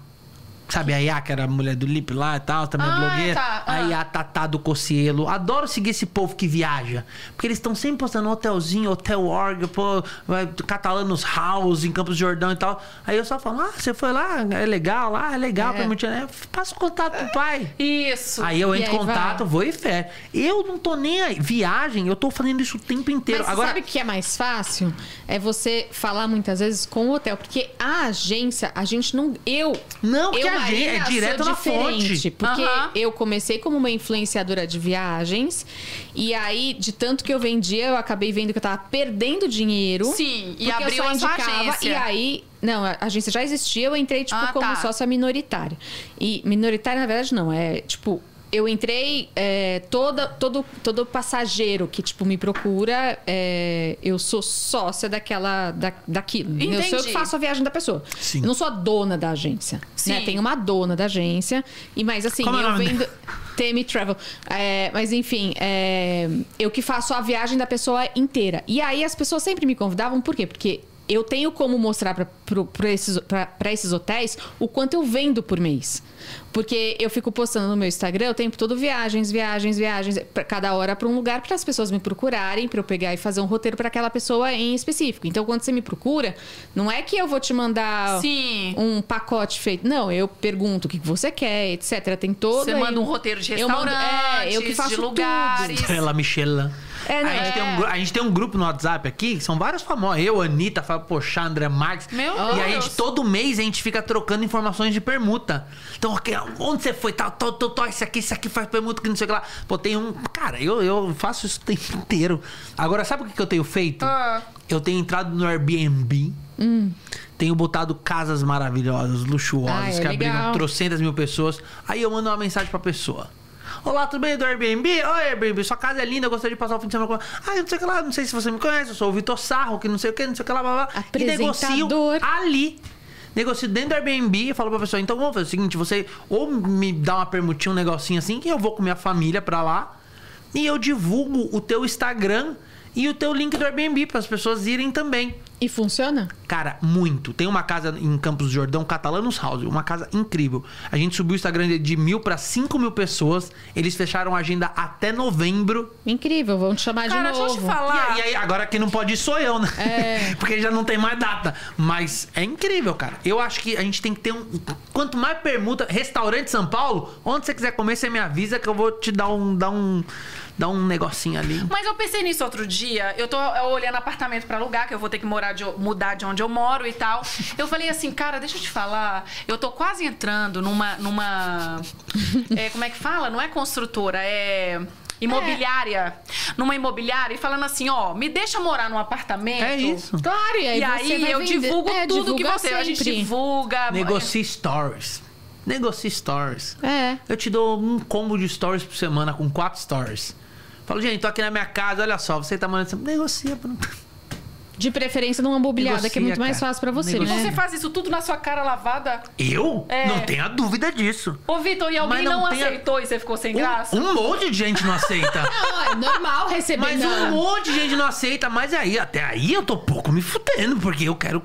[SPEAKER 1] Sabe a Iá, que era a mulher do Lip lá e tal, também
[SPEAKER 3] Ah,
[SPEAKER 1] blogueira.
[SPEAKER 3] tá.
[SPEAKER 2] ah.
[SPEAKER 1] Aí a Tatá do Cocielo. Adoro seguir esse povo que viaja. Porque eles estão sempre postando hotelzinho, hotel org, pô, vai, catalanos house em Campos do Jordão e tal. Aí eu só falo, ah, você foi lá, é legal, lá é legal, pra muito, né? Passa o contato pro pai.
[SPEAKER 3] Isso.
[SPEAKER 1] Aí eu
[SPEAKER 2] E
[SPEAKER 1] entro em
[SPEAKER 2] aí
[SPEAKER 1] contato,
[SPEAKER 2] vai.
[SPEAKER 1] vou e fé. Eu não tô nem aí. Viagem, eu tô fazendo isso o tempo inteiro.
[SPEAKER 2] Mas você
[SPEAKER 1] Agora,
[SPEAKER 2] sabe o que é mais fácil? É você falar muitas vezes com o hotel. Porque a agência, a gente não. Eu.
[SPEAKER 1] Não, porque
[SPEAKER 2] eu,
[SPEAKER 1] a gente é
[SPEAKER 2] Marina,
[SPEAKER 1] direto
[SPEAKER 2] sou
[SPEAKER 1] na
[SPEAKER 2] diferente,
[SPEAKER 1] fonte.
[SPEAKER 2] Porque
[SPEAKER 3] Aham.
[SPEAKER 2] eu comecei como uma influenciadora de viagens. E aí, de tanto que eu vendia, eu acabei vendo que eu tava perdendo dinheiro.
[SPEAKER 3] Sim, e
[SPEAKER 2] porque eu só
[SPEAKER 3] abriu a sua
[SPEAKER 2] indicava,
[SPEAKER 3] agência.
[SPEAKER 2] E aí. Não, a agência já existia, eu entrei, tipo,
[SPEAKER 3] Ah,
[SPEAKER 2] como
[SPEAKER 3] tá.
[SPEAKER 2] sócia minoritária. E minoritária, na verdade, não. É, tipo, eu entrei, é, toda, todo, todo passageiro que, tipo, me procura, é, eu sou sócia daquela, da, daquilo. entendeu? Eu sou eu que
[SPEAKER 3] Entendi.
[SPEAKER 2] faço a viagem da pessoa.
[SPEAKER 1] Sim.
[SPEAKER 2] Eu não sou a dona da agência.
[SPEAKER 3] Sim.
[SPEAKER 2] Né? Tem uma dona da agência. E, mas, assim,
[SPEAKER 1] Como é o
[SPEAKER 2] eu
[SPEAKER 1] nome
[SPEAKER 2] vendo... Temi Travel. É, mas enfim, é, eu que faço a viagem da pessoa inteira. E aí as pessoas sempre me convidavam, por quê? Porque eu tenho como mostrar para esses, pra- pra esses hotéis o quanto eu vendo por mês. Porque eu fico postando no meu Instagram o tempo todo viagens, viagens, viagens, pra cada hora para um lugar para as pessoas me procurarem, para eu pegar e fazer um roteiro para aquela pessoa em específico. Então quando você me procura, não é que eu vou te mandar
[SPEAKER 3] Sim.
[SPEAKER 2] um pacote feito. Não, eu pergunto o que que você quer, etc. Tem todo.
[SPEAKER 3] Você
[SPEAKER 2] aí-
[SPEAKER 3] manda um roteiro de
[SPEAKER 2] Eu mando-
[SPEAKER 3] restaurantes,
[SPEAKER 2] é, eu que faço
[SPEAKER 3] de
[SPEAKER 2] tudo.
[SPEAKER 3] lugares.
[SPEAKER 1] Estrela Michelin.
[SPEAKER 2] É, não,
[SPEAKER 3] né?
[SPEAKER 1] a, gente
[SPEAKER 2] é.
[SPEAKER 1] tem um, gru- a gente tem um grupo no WhatsApp aqui, que são vários famosos. Eu, Anitta, Fábio Pochá, André Marques.
[SPEAKER 3] Meu
[SPEAKER 1] E aí, a gente,
[SPEAKER 3] Deus.
[SPEAKER 1] todo mês, a gente fica trocando informações de permuta. Então, ok, onde você foi? Tal, tal, tal, tal, esse aqui, esse aqui faz permuta, que não sei o que lá. Pô, tem um... Cara, eu, eu faço isso o tempo inteiro. Agora, sabe o que que eu tenho feito?
[SPEAKER 3] Ah.
[SPEAKER 1] Eu tenho entrado no Airbnb. Tenho botado casas maravilhosas, luxuosas,
[SPEAKER 2] Ah, é
[SPEAKER 1] que abriram
[SPEAKER 2] legal.
[SPEAKER 1] trocentas mil pessoas. Aí eu mando uma mensagem pra pessoa. Olá, tudo bem do Airbnb? Oi, Airbnb, sua casa é linda, eu gostaria de passar o fim de semana com... Ah, eu não sei o que lá, não sei se você me conhece, eu sou o Vitor Sarro, que não sei o que, não sei o que lá, blá, blá. blá. E negocio
[SPEAKER 2] Apresentador.
[SPEAKER 1] ali. Negocio dentro do Airbnb e falo pra pessoa, então vamos fazer o seguinte, você ou me dá uma permutinha, um negocinho assim, que eu vou com minha família pra lá e eu divulgo o teu Instagram e o teu link do Airbnb para as pessoas irem também.
[SPEAKER 2] E funciona?
[SPEAKER 1] Cara, muito. Tem uma casa em Campos do Jordão, Catalanos House, uma casa incrível. A gente subiu o Instagram de- de mil para cinco mil pessoas. Eles fecharam a agenda até novembro.
[SPEAKER 2] Incrível, vão te chamar
[SPEAKER 3] Cara,
[SPEAKER 2] de
[SPEAKER 3] deixa
[SPEAKER 2] novo.
[SPEAKER 3] eu te
[SPEAKER 1] E
[SPEAKER 3] falar.
[SPEAKER 1] aí, aí, agora quem não pode ir sou eu, né? Porque já não tem mais data. Mas é incrível, cara. Eu acho que a gente tem que ter um. Quanto mais permuta. Restaurante São Paulo, onde você quiser comer, você me avisa que eu vou te dar um. dar um, dar um negocinho ali.
[SPEAKER 3] Mas eu pensei nisso outro dia. Eu tô é, olhando apartamento pra alugar, que eu vou ter que morar de, mudar de onde eu moro e tal. Eu falei assim, cara, deixa eu te falar. Eu tô quase entrando numa. numa é, como é que fala? Não é construtora, é. Imobiliária,
[SPEAKER 2] É.
[SPEAKER 3] numa imobiliária e falando assim: ó, me deixa morar num apartamento.
[SPEAKER 1] É isso.
[SPEAKER 2] Claro, e aí,
[SPEAKER 3] E aí,
[SPEAKER 2] você vai
[SPEAKER 3] eu
[SPEAKER 2] vender.
[SPEAKER 3] divulgo
[SPEAKER 2] É,
[SPEAKER 3] tudo que
[SPEAKER 2] divulga
[SPEAKER 3] você. A gente
[SPEAKER 2] sempre.
[SPEAKER 3] divulga.
[SPEAKER 1] Negocie stories. Negocie stories.
[SPEAKER 2] É.
[SPEAKER 1] Eu te dou um combo de stories por semana com quatro stories. Falo, gente, tô aqui na minha casa, olha só, você tá morando assim, negocia. Bruno.
[SPEAKER 2] De preferência numa mobiliada, que é
[SPEAKER 1] Negocia,
[SPEAKER 2] muito mais
[SPEAKER 1] cara.
[SPEAKER 2] fácil pra você,
[SPEAKER 3] E
[SPEAKER 1] Negocia.
[SPEAKER 2] né?
[SPEAKER 3] você faz isso tudo na sua cara lavada?
[SPEAKER 1] Eu?
[SPEAKER 3] É.
[SPEAKER 1] Não tenha dúvida disso.
[SPEAKER 3] Ô, Vitor, e
[SPEAKER 1] Mas
[SPEAKER 3] alguém
[SPEAKER 1] não
[SPEAKER 3] não,
[SPEAKER 1] tem a-
[SPEAKER 3] aceitou e você ficou sem graça?
[SPEAKER 1] Um, um monte de gente não aceita.
[SPEAKER 2] Não, é normal receber.
[SPEAKER 1] Mas
[SPEAKER 2] não.
[SPEAKER 1] um monte de gente não aceita, mas aí, até aí eu tô pouco me fudendo, porque eu quero.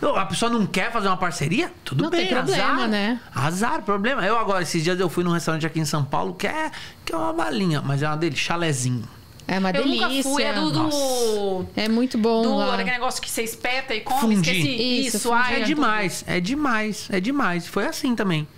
[SPEAKER 1] eu- a pessoa não quer fazer uma parceria? Tudo
[SPEAKER 2] Não
[SPEAKER 1] bem,
[SPEAKER 2] tem problema,
[SPEAKER 1] azar.
[SPEAKER 2] né?
[SPEAKER 1] Azar, problema. Eu agora, esses dias eu fui num restaurante aqui em São Paulo que é, que é uma balinha, mas é uma dele, chalezinho.
[SPEAKER 2] É uma
[SPEAKER 3] eu
[SPEAKER 2] delícia.
[SPEAKER 3] nunca fui, é do. do...
[SPEAKER 2] É muito bom.
[SPEAKER 3] do
[SPEAKER 2] lá.
[SPEAKER 3] aquele negócio que você espeta e come,
[SPEAKER 1] Fundi.
[SPEAKER 3] esqueci.
[SPEAKER 2] Isso,
[SPEAKER 3] Isso,
[SPEAKER 2] fundi.
[SPEAKER 3] ai,
[SPEAKER 1] É demais, é demais, é demais. Foi assim também.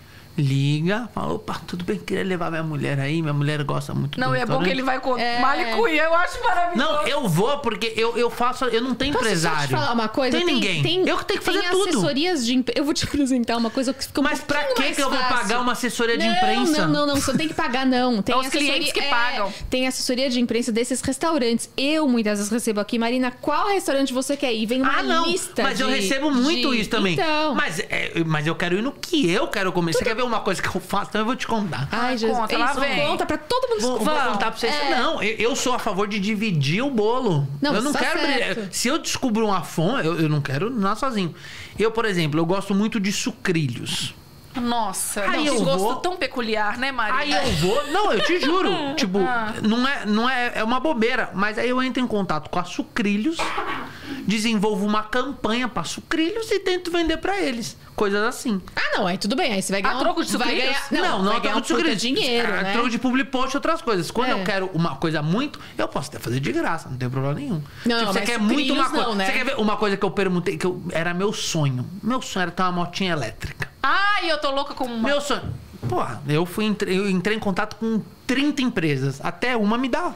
[SPEAKER 1] Liga, fala, opa, tudo bem, queria levar minha mulher aí, minha mulher gosta muito
[SPEAKER 3] Não,
[SPEAKER 1] do
[SPEAKER 3] é bom
[SPEAKER 1] restaurante."
[SPEAKER 3] que ele vai com
[SPEAKER 2] É.
[SPEAKER 3] malicuia, eu acho maravilhoso.
[SPEAKER 1] Não, eu vou porque eu, eu faço, eu não tenho
[SPEAKER 2] Posso
[SPEAKER 1] empresário.
[SPEAKER 2] só te falar uma coisa?
[SPEAKER 1] Tem, ninguém. eu que tenho que fazer
[SPEAKER 2] tem
[SPEAKER 1] tudo.
[SPEAKER 2] assessorias de imprensa. Eu vou te apresentar uma coisa que fica um
[SPEAKER 1] Mas pra
[SPEAKER 2] pouquinho
[SPEAKER 1] que
[SPEAKER 2] mais
[SPEAKER 1] que eu vou
[SPEAKER 2] fácil.
[SPEAKER 1] pagar uma assessoria de
[SPEAKER 2] não,
[SPEAKER 1] imprensa?
[SPEAKER 2] Não, não, não. Você não tem que pagar, não. Tem
[SPEAKER 3] É os clientes que
[SPEAKER 2] é,
[SPEAKER 3] pagam.
[SPEAKER 2] tem assessoria de imprensa desses restaurantes. Eu muitas vezes recebo aqui, Marina, qual restaurante você quer ir? Vem uma
[SPEAKER 1] Ah, não.
[SPEAKER 2] lista.
[SPEAKER 1] Mas eu
[SPEAKER 2] de-
[SPEAKER 1] recebo muito
[SPEAKER 2] de-
[SPEAKER 1] isso também.
[SPEAKER 2] Então.
[SPEAKER 1] Mas, é, mas eu quero ir no que eu quero comer. Você quer ver uma coisa que eu faço? Então eu vou te contar.
[SPEAKER 2] Ai,
[SPEAKER 3] Ah,
[SPEAKER 2] Jesus.
[SPEAKER 3] conta,
[SPEAKER 2] Isso, é
[SPEAKER 3] lá vem.
[SPEAKER 2] Conta pra todo mundo
[SPEAKER 1] Vou, vou
[SPEAKER 2] escutar.
[SPEAKER 1] contar pra vocês.
[SPEAKER 2] É.
[SPEAKER 1] Não, eu, eu sou a favor de dividir o bolo.
[SPEAKER 2] Não,
[SPEAKER 1] eu não
[SPEAKER 2] tá
[SPEAKER 1] quero.
[SPEAKER 2] certo.
[SPEAKER 1] brilhar. Se eu descubro uma fonte, eu, eu não quero nadar sozinho. Eu, por exemplo, eu gosto muito de sucrilhos.
[SPEAKER 3] Nossa,
[SPEAKER 1] Aí
[SPEAKER 3] não,
[SPEAKER 1] eu
[SPEAKER 3] que gosto
[SPEAKER 1] vou-
[SPEAKER 3] tão peculiar, né, Maria?
[SPEAKER 1] Aí eu vou. Não, eu te juro.
[SPEAKER 2] Ah.
[SPEAKER 1] tipo, não, é, não é, é uma bobeira. Mas aí eu entro em contato com a sucrilhos. desenvolvo uma campanha para sucrilhos e tento vender para eles. Coisas assim.
[SPEAKER 2] Ah, não, aí tudo bem. Aí você
[SPEAKER 1] É
[SPEAKER 2] vai ganhar.
[SPEAKER 3] Ah,
[SPEAKER 2] um-
[SPEAKER 3] troco de
[SPEAKER 2] vai
[SPEAKER 3] sucrilhos?
[SPEAKER 2] ganhar-
[SPEAKER 1] Não, não,
[SPEAKER 2] vai
[SPEAKER 1] é
[SPEAKER 2] ganhar
[SPEAKER 1] troco
[SPEAKER 2] um
[SPEAKER 1] de
[SPEAKER 2] puta
[SPEAKER 1] sucrilhos.
[SPEAKER 2] dinheiro.
[SPEAKER 1] É
[SPEAKER 2] né?
[SPEAKER 1] troco de public post e outras coisas. Quando
[SPEAKER 2] É.
[SPEAKER 1] eu quero uma coisa muito, eu posso até fazer de graça, não tem problema nenhum. Tipo,
[SPEAKER 2] Não,
[SPEAKER 1] você
[SPEAKER 2] mas
[SPEAKER 1] quer muito uma
[SPEAKER 2] sucrilhos
[SPEAKER 1] coisa.
[SPEAKER 2] não, né?
[SPEAKER 1] Você quer ver uma coisa que eu perguntei, que eu- era meu sonho. Meu sonho era ter uma motinha elétrica.
[SPEAKER 3] Ai, eu tô louca com uma.
[SPEAKER 1] Meu sonho. Porra, eu fui entre- eu entrei em contato com 30 empresas. Até uma me dá.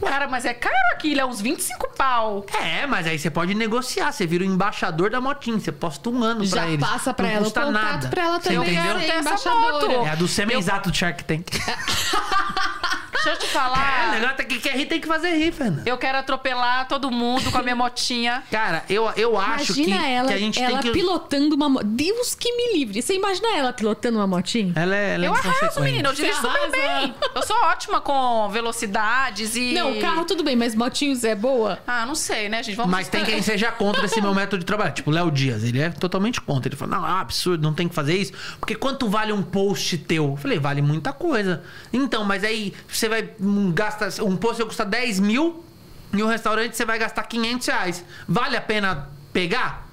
[SPEAKER 3] Cara, mas é caro aquilo, é uns 25 pau.
[SPEAKER 1] É, mas aí você pode negociar. Você vira o embaixador da motinha. Você posta um ano
[SPEAKER 2] Já
[SPEAKER 1] pra eles.
[SPEAKER 2] passa pra
[SPEAKER 1] não
[SPEAKER 2] ela o
[SPEAKER 1] custa
[SPEAKER 2] contato
[SPEAKER 1] nada.
[SPEAKER 2] pra ela
[SPEAKER 1] Você
[SPEAKER 2] também.
[SPEAKER 1] entendeu?
[SPEAKER 2] ser
[SPEAKER 3] Eu tenho essa
[SPEAKER 2] embaixadora.
[SPEAKER 3] moto.
[SPEAKER 1] É a do semi-exato do Shark Tank.
[SPEAKER 3] Deixa eu
[SPEAKER 1] É,
[SPEAKER 2] Ah.
[SPEAKER 3] te
[SPEAKER 1] o
[SPEAKER 3] falar.
[SPEAKER 1] negócio é que quer rir tem que fazer rir, Fernanda.
[SPEAKER 3] Eu quero atropelar todo mundo com a minha motinha.
[SPEAKER 1] Cara, eu, eu acho que,
[SPEAKER 2] Imagina ela,
[SPEAKER 1] que a gente
[SPEAKER 2] ela
[SPEAKER 1] tem que.
[SPEAKER 2] pilotando uma moto. Deus que me livre. Você imagina ela pilotando uma motinha?
[SPEAKER 1] Ela é, ela é
[SPEAKER 3] Eu arraso,
[SPEAKER 1] inconsequente.
[SPEAKER 3] menina. Eu dirijo
[SPEAKER 2] Você
[SPEAKER 3] super
[SPEAKER 2] arrasa.
[SPEAKER 3] bem. Eu sou ótima com velocidades e.
[SPEAKER 2] Não, carro tudo bem, mas motinhos é boa?
[SPEAKER 3] Ah, não sei, né, gente? Vamos
[SPEAKER 1] Mas tem quem seja contra esse meu método de trabalho. Tipo, Léo Dias, ele é totalmente contra. Ele fala, não, é um absurdo, não tem que fazer isso. Porque quanto vale um post teu? Eu falei, vale muita coisa. Então, mas aí você vai hum, gastar... Um post custa 10 mil e um restaurante você vai gastar 500 reais. Vale a pena pegar?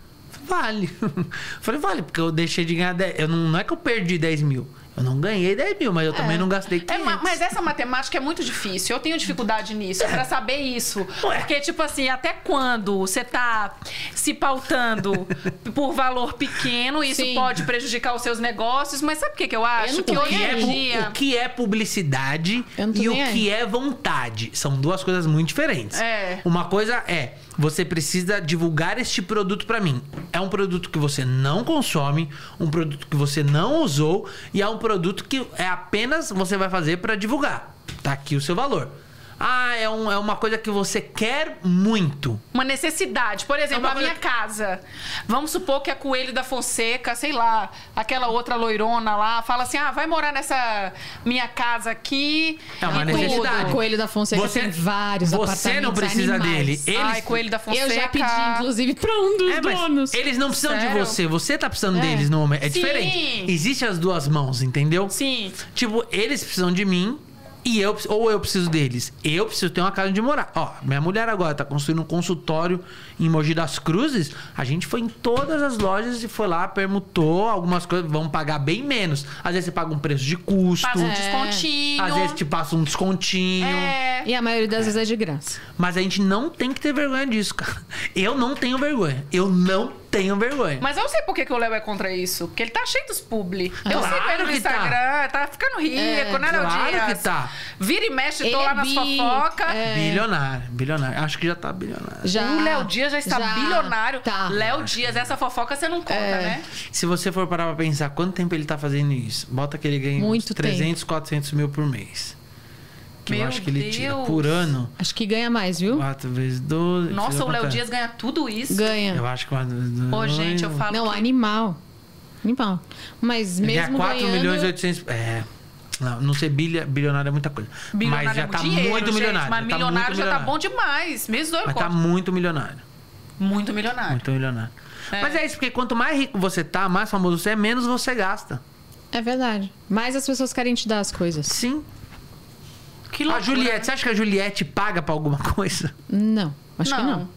[SPEAKER 1] Vale. Eu falei, vale, porque eu deixei de ganhar 10... Eu não, não é que eu perdi 10 mil. Eu não ganhei 10 mil, mas eu também não gastei
[SPEAKER 3] É,
[SPEAKER 1] 500.
[SPEAKER 3] ma- mas essa matemática é muito difícil. Eu tenho dificuldade nisso, pra saber isso.
[SPEAKER 1] Ué.
[SPEAKER 3] Porque, tipo assim, até quando você tá se pautando por valor pequeno, isso
[SPEAKER 2] Sim.
[SPEAKER 3] pode prejudicar os seus negócios. Mas sabe o que, que eu acho?
[SPEAKER 2] não
[SPEAKER 3] que
[SPEAKER 2] tô
[SPEAKER 3] hoje
[SPEAKER 2] nem
[SPEAKER 1] é
[SPEAKER 3] em
[SPEAKER 2] aí.
[SPEAKER 1] pu-
[SPEAKER 3] dia.
[SPEAKER 1] o que é publicidade
[SPEAKER 2] Eu não tô
[SPEAKER 1] e o
[SPEAKER 2] nem aí.
[SPEAKER 1] que é vontade. São duas coisas muito diferentes.
[SPEAKER 3] É.
[SPEAKER 1] Uma coisa é, você precisa divulgar este produto pra mim. É um produto que você não consome, um produto que você não usou e é um produto que é apenas você vai fazer pra divulgar. Tá aqui o seu valor. Ah, é, um- é uma coisa que você quer muito.
[SPEAKER 3] Uma necessidade. Por exemplo,
[SPEAKER 1] É uma
[SPEAKER 3] a
[SPEAKER 1] coisa
[SPEAKER 3] minha
[SPEAKER 1] que-
[SPEAKER 3] casa. Vamos supor que a Coelho da Fonseca, sei lá, aquela outra loirona lá, fala assim: ah, vai morar nessa minha casa aqui.
[SPEAKER 1] É uma
[SPEAKER 3] e tudo."
[SPEAKER 1] necessidade.
[SPEAKER 2] O Coelho da Fonseca tem vários
[SPEAKER 1] Você não
[SPEAKER 2] apartamentos
[SPEAKER 1] precisa
[SPEAKER 2] animais.
[SPEAKER 1] dele. Eles,
[SPEAKER 3] Ai, Coelho da Fonseca.
[SPEAKER 2] Eu já pedi, inclusive, pra um dos
[SPEAKER 1] É, mas
[SPEAKER 2] donos.
[SPEAKER 1] eles não precisam
[SPEAKER 3] Sério?
[SPEAKER 1] de você, você tá precisando
[SPEAKER 2] É.
[SPEAKER 1] deles no momento. É
[SPEAKER 3] Sim.
[SPEAKER 1] diferente. Existem as duas mãos, entendeu?
[SPEAKER 3] Sim.
[SPEAKER 1] Tipo, eles precisam de mim e eu preci- ou eu preciso deles. Eu preciso ter uma casa de morar. Ó, minha mulher agora tá construindo um consultório em Mogi das Cruzes. A gente foi em todas as lojas e foi lá, permutou algumas coisas, vão pagar bem menos. Às vezes você paga um preço de custo,
[SPEAKER 3] Passa um descontinho.
[SPEAKER 1] às vezes te passa um descontinho.
[SPEAKER 3] É.
[SPEAKER 2] E a maioria das vezes é de graça.
[SPEAKER 1] Mas a gente não tem que ter vergonha disso, cara. Eu não tenho vergonha. Eu não tenho vergonha.
[SPEAKER 3] Mas eu não sei por que, que o Léo é contra isso. Porque ele tá cheio dos publi. Eu
[SPEAKER 1] Claro
[SPEAKER 3] sigo ele no
[SPEAKER 1] que tá.
[SPEAKER 3] Instagram, tá, ficando
[SPEAKER 2] É,
[SPEAKER 3] rico, né, Léo
[SPEAKER 1] claro
[SPEAKER 3] Dias?
[SPEAKER 1] que tá.
[SPEAKER 3] Vira e mexe,
[SPEAKER 2] Ele
[SPEAKER 3] tô lá
[SPEAKER 2] é
[SPEAKER 3] nas
[SPEAKER 2] bi,
[SPEAKER 3] fofocas.
[SPEAKER 2] é.
[SPEAKER 1] Bilionário, bilionário. Acho que já tá bilionário.
[SPEAKER 2] Já.
[SPEAKER 3] O Léo Dias já está bilionário.
[SPEAKER 2] Tá. É.
[SPEAKER 3] Léo Dias, essa fofoca você não conta, né?
[SPEAKER 1] Se você for parar pra pensar quanto tempo ele tá fazendo isso, bota que ele ganha
[SPEAKER 2] Muito
[SPEAKER 1] uns 300, 400 mil por mês. Que
[SPEAKER 3] Meu
[SPEAKER 1] eu acho que ele tira
[SPEAKER 3] Deus.
[SPEAKER 1] por ano.
[SPEAKER 2] Acho que ganha mais, viu?
[SPEAKER 1] 4 vezes 12. deixa
[SPEAKER 3] Nossa,
[SPEAKER 1] eu
[SPEAKER 3] o Léo
[SPEAKER 1] contar.
[SPEAKER 3] Dias ganha tudo isso.
[SPEAKER 1] Eu
[SPEAKER 2] Ganha.
[SPEAKER 1] acho que 4 vezes 12.
[SPEAKER 3] Ô, gente, eu falo.
[SPEAKER 2] Não,
[SPEAKER 3] que...
[SPEAKER 2] animal. Animal. Mas
[SPEAKER 1] Ele ganha
[SPEAKER 2] mesmo
[SPEAKER 1] 4
[SPEAKER 2] ganhando...
[SPEAKER 1] milhões e 800. É. Não, não ser bilha, bilionário é muita coisa.
[SPEAKER 3] Bilionário
[SPEAKER 1] mas já
[SPEAKER 3] é
[SPEAKER 1] tá
[SPEAKER 3] dinheiro,
[SPEAKER 1] muito
[SPEAKER 3] gente,
[SPEAKER 1] milionário.
[SPEAKER 3] Mas
[SPEAKER 1] já tá
[SPEAKER 3] milionário
[SPEAKER 1] muito
[SPEAKER 3] já tá
[SPEAKER 1] milionário.
[SPEAKER 3] bom demais. Mesmo eu
[SPEAKER 1] Mas tá
[SPEAKER 3] conto.
[SPEAKER 1] muito milionário.
[SPEAKER 3] Muito milionário.
[SPEAKER 1] Muito milionário.
[SPEAKER 3] É.
[SPEAKER 1] Mas é isso, porque quanto mais rico você tá, mais famoso você é, menos você gasta.
[SPEAKER 2] É verdade. Mas as pessoas querem te dar as coisas.
[SPEAKER 1] Sim.
[SPEAKER 3] Que
[SPEAKER 1] A
[SPEAKER 3] loucura,
[SPEAKER 1] Juliette, você acha que a Juliette paga pra alguma coisa?
[SPEAKER 2] Não. Acho que
[SPEAKER 3] Não.
[SPEAKER 2] não.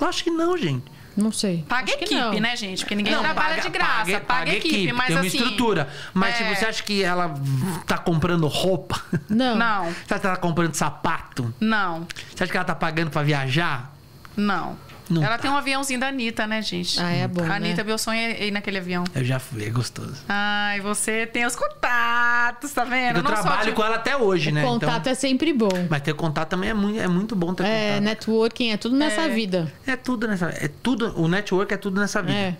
[SPEAKER 1] Eu acho que não, gente.
[SPEAKER 2] Não sei.
[SPEAKER 3] Paga
[SPEAKER 2] Acho que
[SPEAKER 3] equipe,
[SPEAKER 2] não.
[SPEAKER 3] né, gente? Porque ninguém trabalha de graça. Paga, equipe, mas
[SPEAKER 1] tem uma
[SPEAKER 3] assim.
[SPEAKER 1] estrutura. Mas,
[SPEAKER 3] é.
[SPEAKER 1] tipo, você acha que ela tá comprando roupa?
[SPEAKER 2] Não.
[SPEAKER 3] Não,
[SPEAKER 1] Você acha que ela tá comprando sapato?
[SPEAKER 3] não,
[SPEAKER 1] Você acha que ela tá pagando pra viajar?
[SPEAKER 3] não.
[SPEAKER 1] Não
[SPEAKER 3] Ela
[SPEAKER 1] tá.
[SPEAKER 3] tem um aviãozinho da Anitta, né, gente?
[SPEAKER 2] Ah, é bom,
[SPEAKER 3] A
[SPEAKER 2] né?
[SPEAKER 3] Anitta, meu sonho é ir naquele avião.
[SPEAKER 1] Eu já fui, é gostoso.
[SPEAKER 3] Ai, você tem os contatos, tá vendo?
[SPEAKER 1] Eu
[SPEAKER 3] Não só
[SPEAKER 1] trabalho
[SPEAKER 3] de-
[SPEAKER 1] com ela até hoje, né?
[SPEAKER 2] Contato é sempre bom.
[SPEAKER 1] Mas ter contato também é muito, é muito bom ter
[SPEAKER 2] É,
[SPEAKER 1] contato.
[SPEAKER 2] networking é tudo nessa vida.
[SPEAKER 3] né?
[SPEAKER 1] É tudo nessa... É tudo, o network é tudo nessa vida.
[SPEAKER 2] É.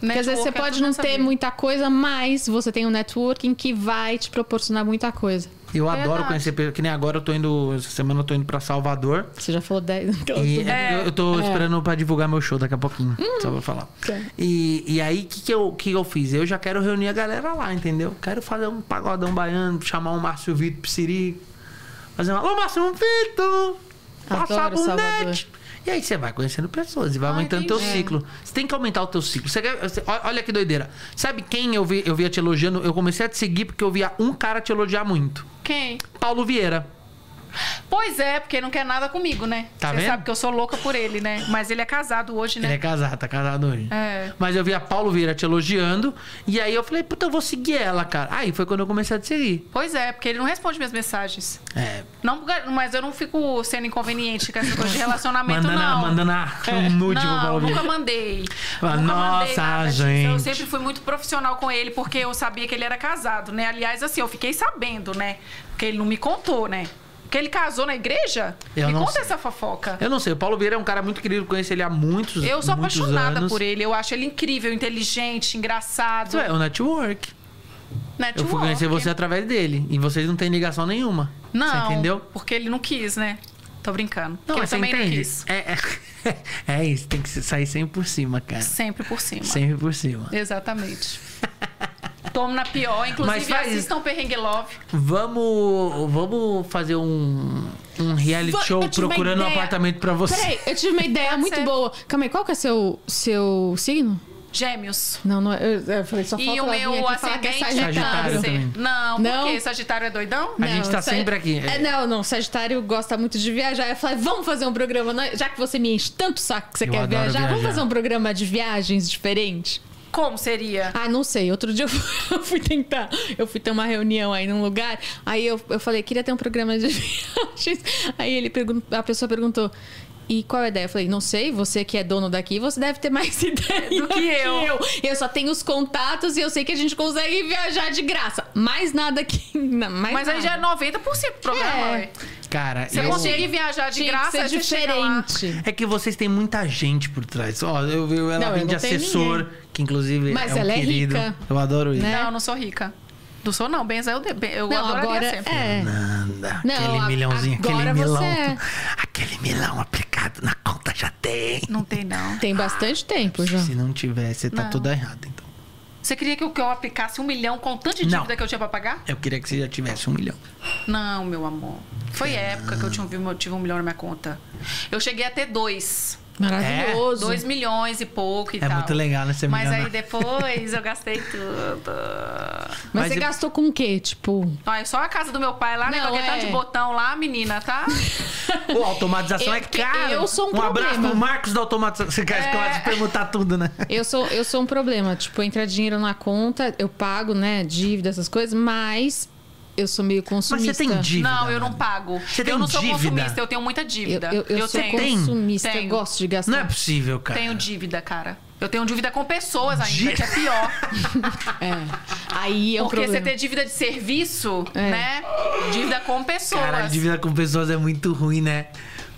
[SPEAKER 2] Porque às vezes você
[SPEAKER 3] Network é
[SPEAKER 2] pode
[SPEAKER 3] tudo
[SPEAKER 2] não
[SPEAKER 3] nessa
[SPEAKER 2] ter
[SPEAKER 3] vida.
[SPEAKER 2] muita coisa, mas você tem um networking que vai te proporcionar muita coisa.
[SPEAKER 1] Eu adoro
[SPEAKER 3] Verdade.
[SPEAKER 1] conhecer pessoas. Que nem agora eu tô indo... Essa semana eu tô indo pra Salvador.
[SPEAKER 2] Você já falou então. 10.
[SPEAKER 1] E
[SPEAKER 3] É.
[SPEAKER 1] eu, eu tô
[SPEAKER 2] É.
[SPEAKER 1] esperando pra divulgar meu show daqui a pouquinho, só pra falar.
[SPEAKER 2] Tá.
[SPEAKER 1] E, e aí, o que, que, eu, que eu fiz? Eu já quero reunir a galera lá, entendeu? Quero fazer um pagodão baiano, chamar o Márcio Vitor Psirico. Fazer uma. Ô, Márcio Vitor! Passar
[SPEAKER 2] Adoro Salvador. Ah,
[SPEAKER 1] bonete! E aí você vai conhecendo pessoas e vai aumentando teu
[SPEAKER 3] entendi.
[SPEAKER 1] ciclo. Você tem que aumentar o teu ciclo. Você quer- você- ó- olha que doideira. Sabe quem eu, vi, eu via te elogiando? Eu comecei a te seguir porque eu via um cara te elogiar muito.
[SPEAKER 3] Quem?
[SPEAKER 1] Paulo Vieira.
[SPEAKER 3] Pois é, porque não quer nada comigo, né?
[SPEAKER 1] Tá
[SPEAKER 3] Você
[SPEAKER 1] vendo?
[SPEAKER 3] sabe que eu sou louca por ele, né? Mas ele é casado hoje,
[SPEAKER 1] Ele
[SPEAKER 3] né?
[SPEAKER 1] é casado, tá casado hoje.
[SPEAKER 3] É.
[SPEAKER 1] Mas eu vi a Paulo Vieira te elogiando. E aí eu falei, puta, eu vou seguir ela, cara. Aí foi quando eu comecei a te seguir.
[SPEAKER 3] Pois é, porque ele não responde minhas mensagens.
[SPEAKER 1] É.
[SPEAKER 3] Não, mas eu não fico sendo inconveniente com essa coisa de relacionamento,
[SPEAKER 1] Mandando, a-
[SPEAKER 3] não. É.
[SPEAKER 1] mandando a, um nude pro
[SPEAKER 3] não,
[SPEAKER 1] Paulo Vieira.
[SPEAKER 3] nunca mandei.
[SPEAKER 1] Ah,
[SPEAKER 3] nunca mandei
[SPEAKER 1] nossa,
[SPEAKER 3] nada disso. Eu
[SPEAKER 1] gente.
[SPEAKER 3] sempre fui muito profissional com ele, porque eu sabia que ele era casado, né? Aliás, assim, eu fiquei sabendo, né? Porque ele não me contou, né? Porque ele casou na igreja?
[SPEAKER 1] Eu
[SPEAKER 3] me
[SPEAKER 1] não
[SPEAKER 3] conta
[SPEAKER 1] sei.
[SPEAKER 3] essa fofoca.
[SPEAKER 1] Eu não sei, o Paulo Vieira é um cara muito querido, conheço ele há muitos
[SPEAKER 3] Eu sou
[SPEAKER 1] muitos
[SPEAKER 3] apaixonada
[SPEAKER 1] anos.
[SPEAKER 3] por ele. Eu acho ele incrível, inteligente,
[SPEAKER 1] Isso
[SPEAKER 3] engraçado. Né,
[SPEAKER 1] é o network. Eu fui conhecer
[SPEAKER 3] Network.
[SPEAKER 1] você através dele. E vocês não têm ligação nenhuma.
[SPEAKER 3] Não,
[SPEAKER 1] Você entendeu?
[SPEAKER 3] porque ele não quis, né? Tô brincando.
[SPEAKER 1] Não,
[SPEAKER 3] porque eu
[SPEAKER 1] mas você
[SPEAKER 3] também não
[SPEAKER 1] entende.
[SPEAKER 3] quis.
[SPEAKER 1] É, é, é isso, tem que sair sempre por cima, cara.
[SPEAKER 3] Sempre por cima.
[SPEAKER 1] Sempre por cima.
[SPEAKER 3] Exatamente. Tomo na pior.
[SPEAKER 1] Mas
[SPEAKER 3] Inclusive,
[SPEAKER 1] faz-
[SPEAKER 3] assistam Perrengue Love.
[SPEAKER 1] Vamos, vamos fazer um, um reality
[SPEAKER 2] Va-
[SPEAKER 1] show
[SPEAKER 2] eu tive uma
[SPEAKER 1] procurando um
[SPEAKER 2] ideia.
[SPEAKER 1] apartamento pra você.
[SPEAKER 2] Peraí, eu tive uma ideia
[SPEAKER 3] Pode
[SPEAKER 2] muito
[SPEAKER 3] ser.
[SPEAKER 2] boa. Calma aí, qual que é seu, seu signo?
[SPEAKER 3] Gêmeos.
[SPEAKER 2] Não, não, eu, eu falei, só falta
[SPEAKER 3] E o
[SPEAKER 2] ela vir aqui
[SPEAKER 3] meu
[SPEAKER 2] e falar que é
[SPEAKER 3] ascendente
[SPEAKER 2] sagitário.
[SPEAKER 1] Sagitário. também.
[SPEAKER 3] Não,
[SPEAKER 2] Não?
[SPEAKER 3] porque Sagitário é doidão?
[SPEAKER 1] A gente tá
[SPEAKER 2] Sag-
[SPEAKER 1] sempre aqui.
[SPEAKER 2] É, não, não. Sagitário gosta muito de viajar. Eu falei, vamos fazer um programa. não é? Já que você me enche tanto o saco que você
[SPEAKER 1] Eu
[SPEAKER 2] quer
[SPEAKER 1] adoro
[SPEAKER 2] viajar, vamos
[SPEAKER 1] viajar.
[SPEAKER 2] fazer um programa de viagens diferente?
[SPEAKER 3] Como seria?
[SPEAKER 2] Ah, não sei. Outro dia eu fui, eu fui tentar. Eu fui ter uma reunião aí num lugar. Aí eu, eu falei, queria ter um programa de viagens. Aí ele pergun- a pessoa perguntou. E qual é a ideia? Eu falei, não sei, você que é dono daqui, você deve ter mais ideia
[SPEAKER 3] Do que eu.
[SPEAKER 2] Eu só tenho os contatos e eu sei que a gente consegue viajar de graça. Mais nada que. Não, mais
[SPEAKER 3] Mas
[SPEAKER 2] nada.
[SPEAKER 3] aí já é 90% do programa,
[SPEAKER 2] É.
[SPEAKER 3] ué.
[SPEAKER 1] Cara,
[SPEAKER 3] Você
[SPEAKER 1] eu-
[SPEAKER 3] consegue viajar de
[SPEAKER 2] Tinha que
[SPEAKER 3] graça, aí
[SPEAKER 2] ser
[SPEAKER 3] você chega lá.
[SPEAKER 2] diferente.
[SPEAKER 1] É que vocês têm muita gente por trás. Ó, eu vi
[SPEAKER 2] Não,
[SPEAKER 1] ela
[SPEAKER 2] eu
[SPEAKER 1] vem de
[SPEAKER 2] não tenho
[SPEAKER 1] assessor,
[SPEAKER 2] ninguém.
[SPEAKER 1] que inclusive
[SPEAKER 2] Mas
[SPEAKER 1] é um
[SPEAKER 2] ela é
[SPEAKER 1] querido.
[SPEAKER 2] rica.
[SPEAKER 1] Eu adoro isso.
[SPEAKER 2] Né?
[SPEAKER 3] Não, eu não sou rica. Não sou, não. Benza, eu, de- ben- eu
[SPEAKER 2] Não,
[SPEAKER 3] adoraria
[SPEAKER 2] agora
[SPEAKER 3] ser.
[SPEAKER 2] é.
[SPEAKER 1] Nada,
[SPEAKER 2] Não,
[SPEAKER 1] aquele
[SPEAKER 2] a-
[SPEAKER 1] milhãozinho, aquele
[SPEAKER 2] agora você
[SPEAKER 1] milão.
[SPEAKER 2] é.
[SPEAKER 1] Aquele milão aplicado na conta já tem.
[SPEAKER 3] Não tem, não.
[SPEAKER 2] Tem bastante tempo já.
[SPEAKER 1] Se não tiver, você tá
[SPEAKER 3] Não.
[SPEAKER 1] toda errada, então.
[SPEAKER 3] Você queria que eu, que eu aplicasse um milhão com o tanto de
[SPEAKER 1] Não.
[SPEAKER 3] dívida que eu tinha pra pagar?
[SPEAKER 1] Eu queria que você já tivesse um milhão.
[SPEAKER 3] Não, meu amor. Foi época que eu tinha um- eu tive um milhão na minha conta. Eu cheguei a ter dois. É,
[SPEAKER 2] Maravilhoso.
[SPEAKER 3] Dois milhões e pouco e
[SPEAKER 1] É
[SPEAKER 3] tal.
[SPEAKER 1] muito legal, né, ser
[SPEAKER 3] Mas aí
[SPEAKER 1] milionário.
[SPEAKER 3] depois eu gastei tudo.
[SPEAKER 2] Mas,
[SPEAKER 1] Mas
[SPEAKER 2] você
[SPEAKER 1] eu-
[SPEAKER 2] gastou com o quê? Tipo.
[SPEAKER 3] Olha, é só a casa do meu pai lá, né?
[SPEAKER 2] Não,
[SPEAKER 3] Qualquer
[SPEAKER 2] é.
[SPEAKER 3] tanto de botão lá, menina, tá?
[SPEAKER 1] Pô, automatização
[SPEAKER 2] Eu-
[SPEAKER 1] é cara.
[SPEAKER 2] eu sou um
[SPEAKER 1] Um abraço
[SPEAKER 2] problema. É.
[SPEAKER 1] pro Marcos da automatização. Você quer que eu vá te perguntar tudo, né?
[SPEAKER 2] Eu sou, eu sou um problema. Tipo, entra dinheiro na conta, eu pago, né? Dívida, essas coisas, mas eu sou meio
[SPEAKER 1] Mas
[SPEAKER 2] consumista.
[SPEAKER 1] você tem dívida.
[SPEAKER 3] não, eu não
[SPEAKER 1] mano.
[SPEAKER 3] pago.
[SPEAKER 1] Você tem
[SPEAKER 3] eu não sou
[SPEAKER 1] dívida?
[SPEAKER 3] consumista, eu tenho muita dívida.
[SPEAKER 2] Eu, eu, eu sou
[SPEAKER 3] tenho.
[SPEAKER 1] Tem?
[SPEAKER 2] consumista,
[SPEAKER 3] Tenho.
[SPEAKER 2] eu gosto de gastar.
[SPEAKER 1] Não é possível, cara.
[SPEAKER 3] Tenho dívida, cara. Eu tenho dívida com pessoas ainda,
[SPEAKER 1] Dí-
[SPEAKER 3] que é pior.
[SPEAKER 2] É. Aí é um
[SPEAKER 3] Porque você
[SPEAKER 2] problema.
[SPEAKER 3] ter dívida de serviço,
[SPEAKER 2] É.
[SPEAKER 3] né? Dívida com pessoas.
[SPEAKER 1] Cara, dívida
[SPEAKER 3] assim?
[SPEAKER 1] com pessoas é muito ruim, né?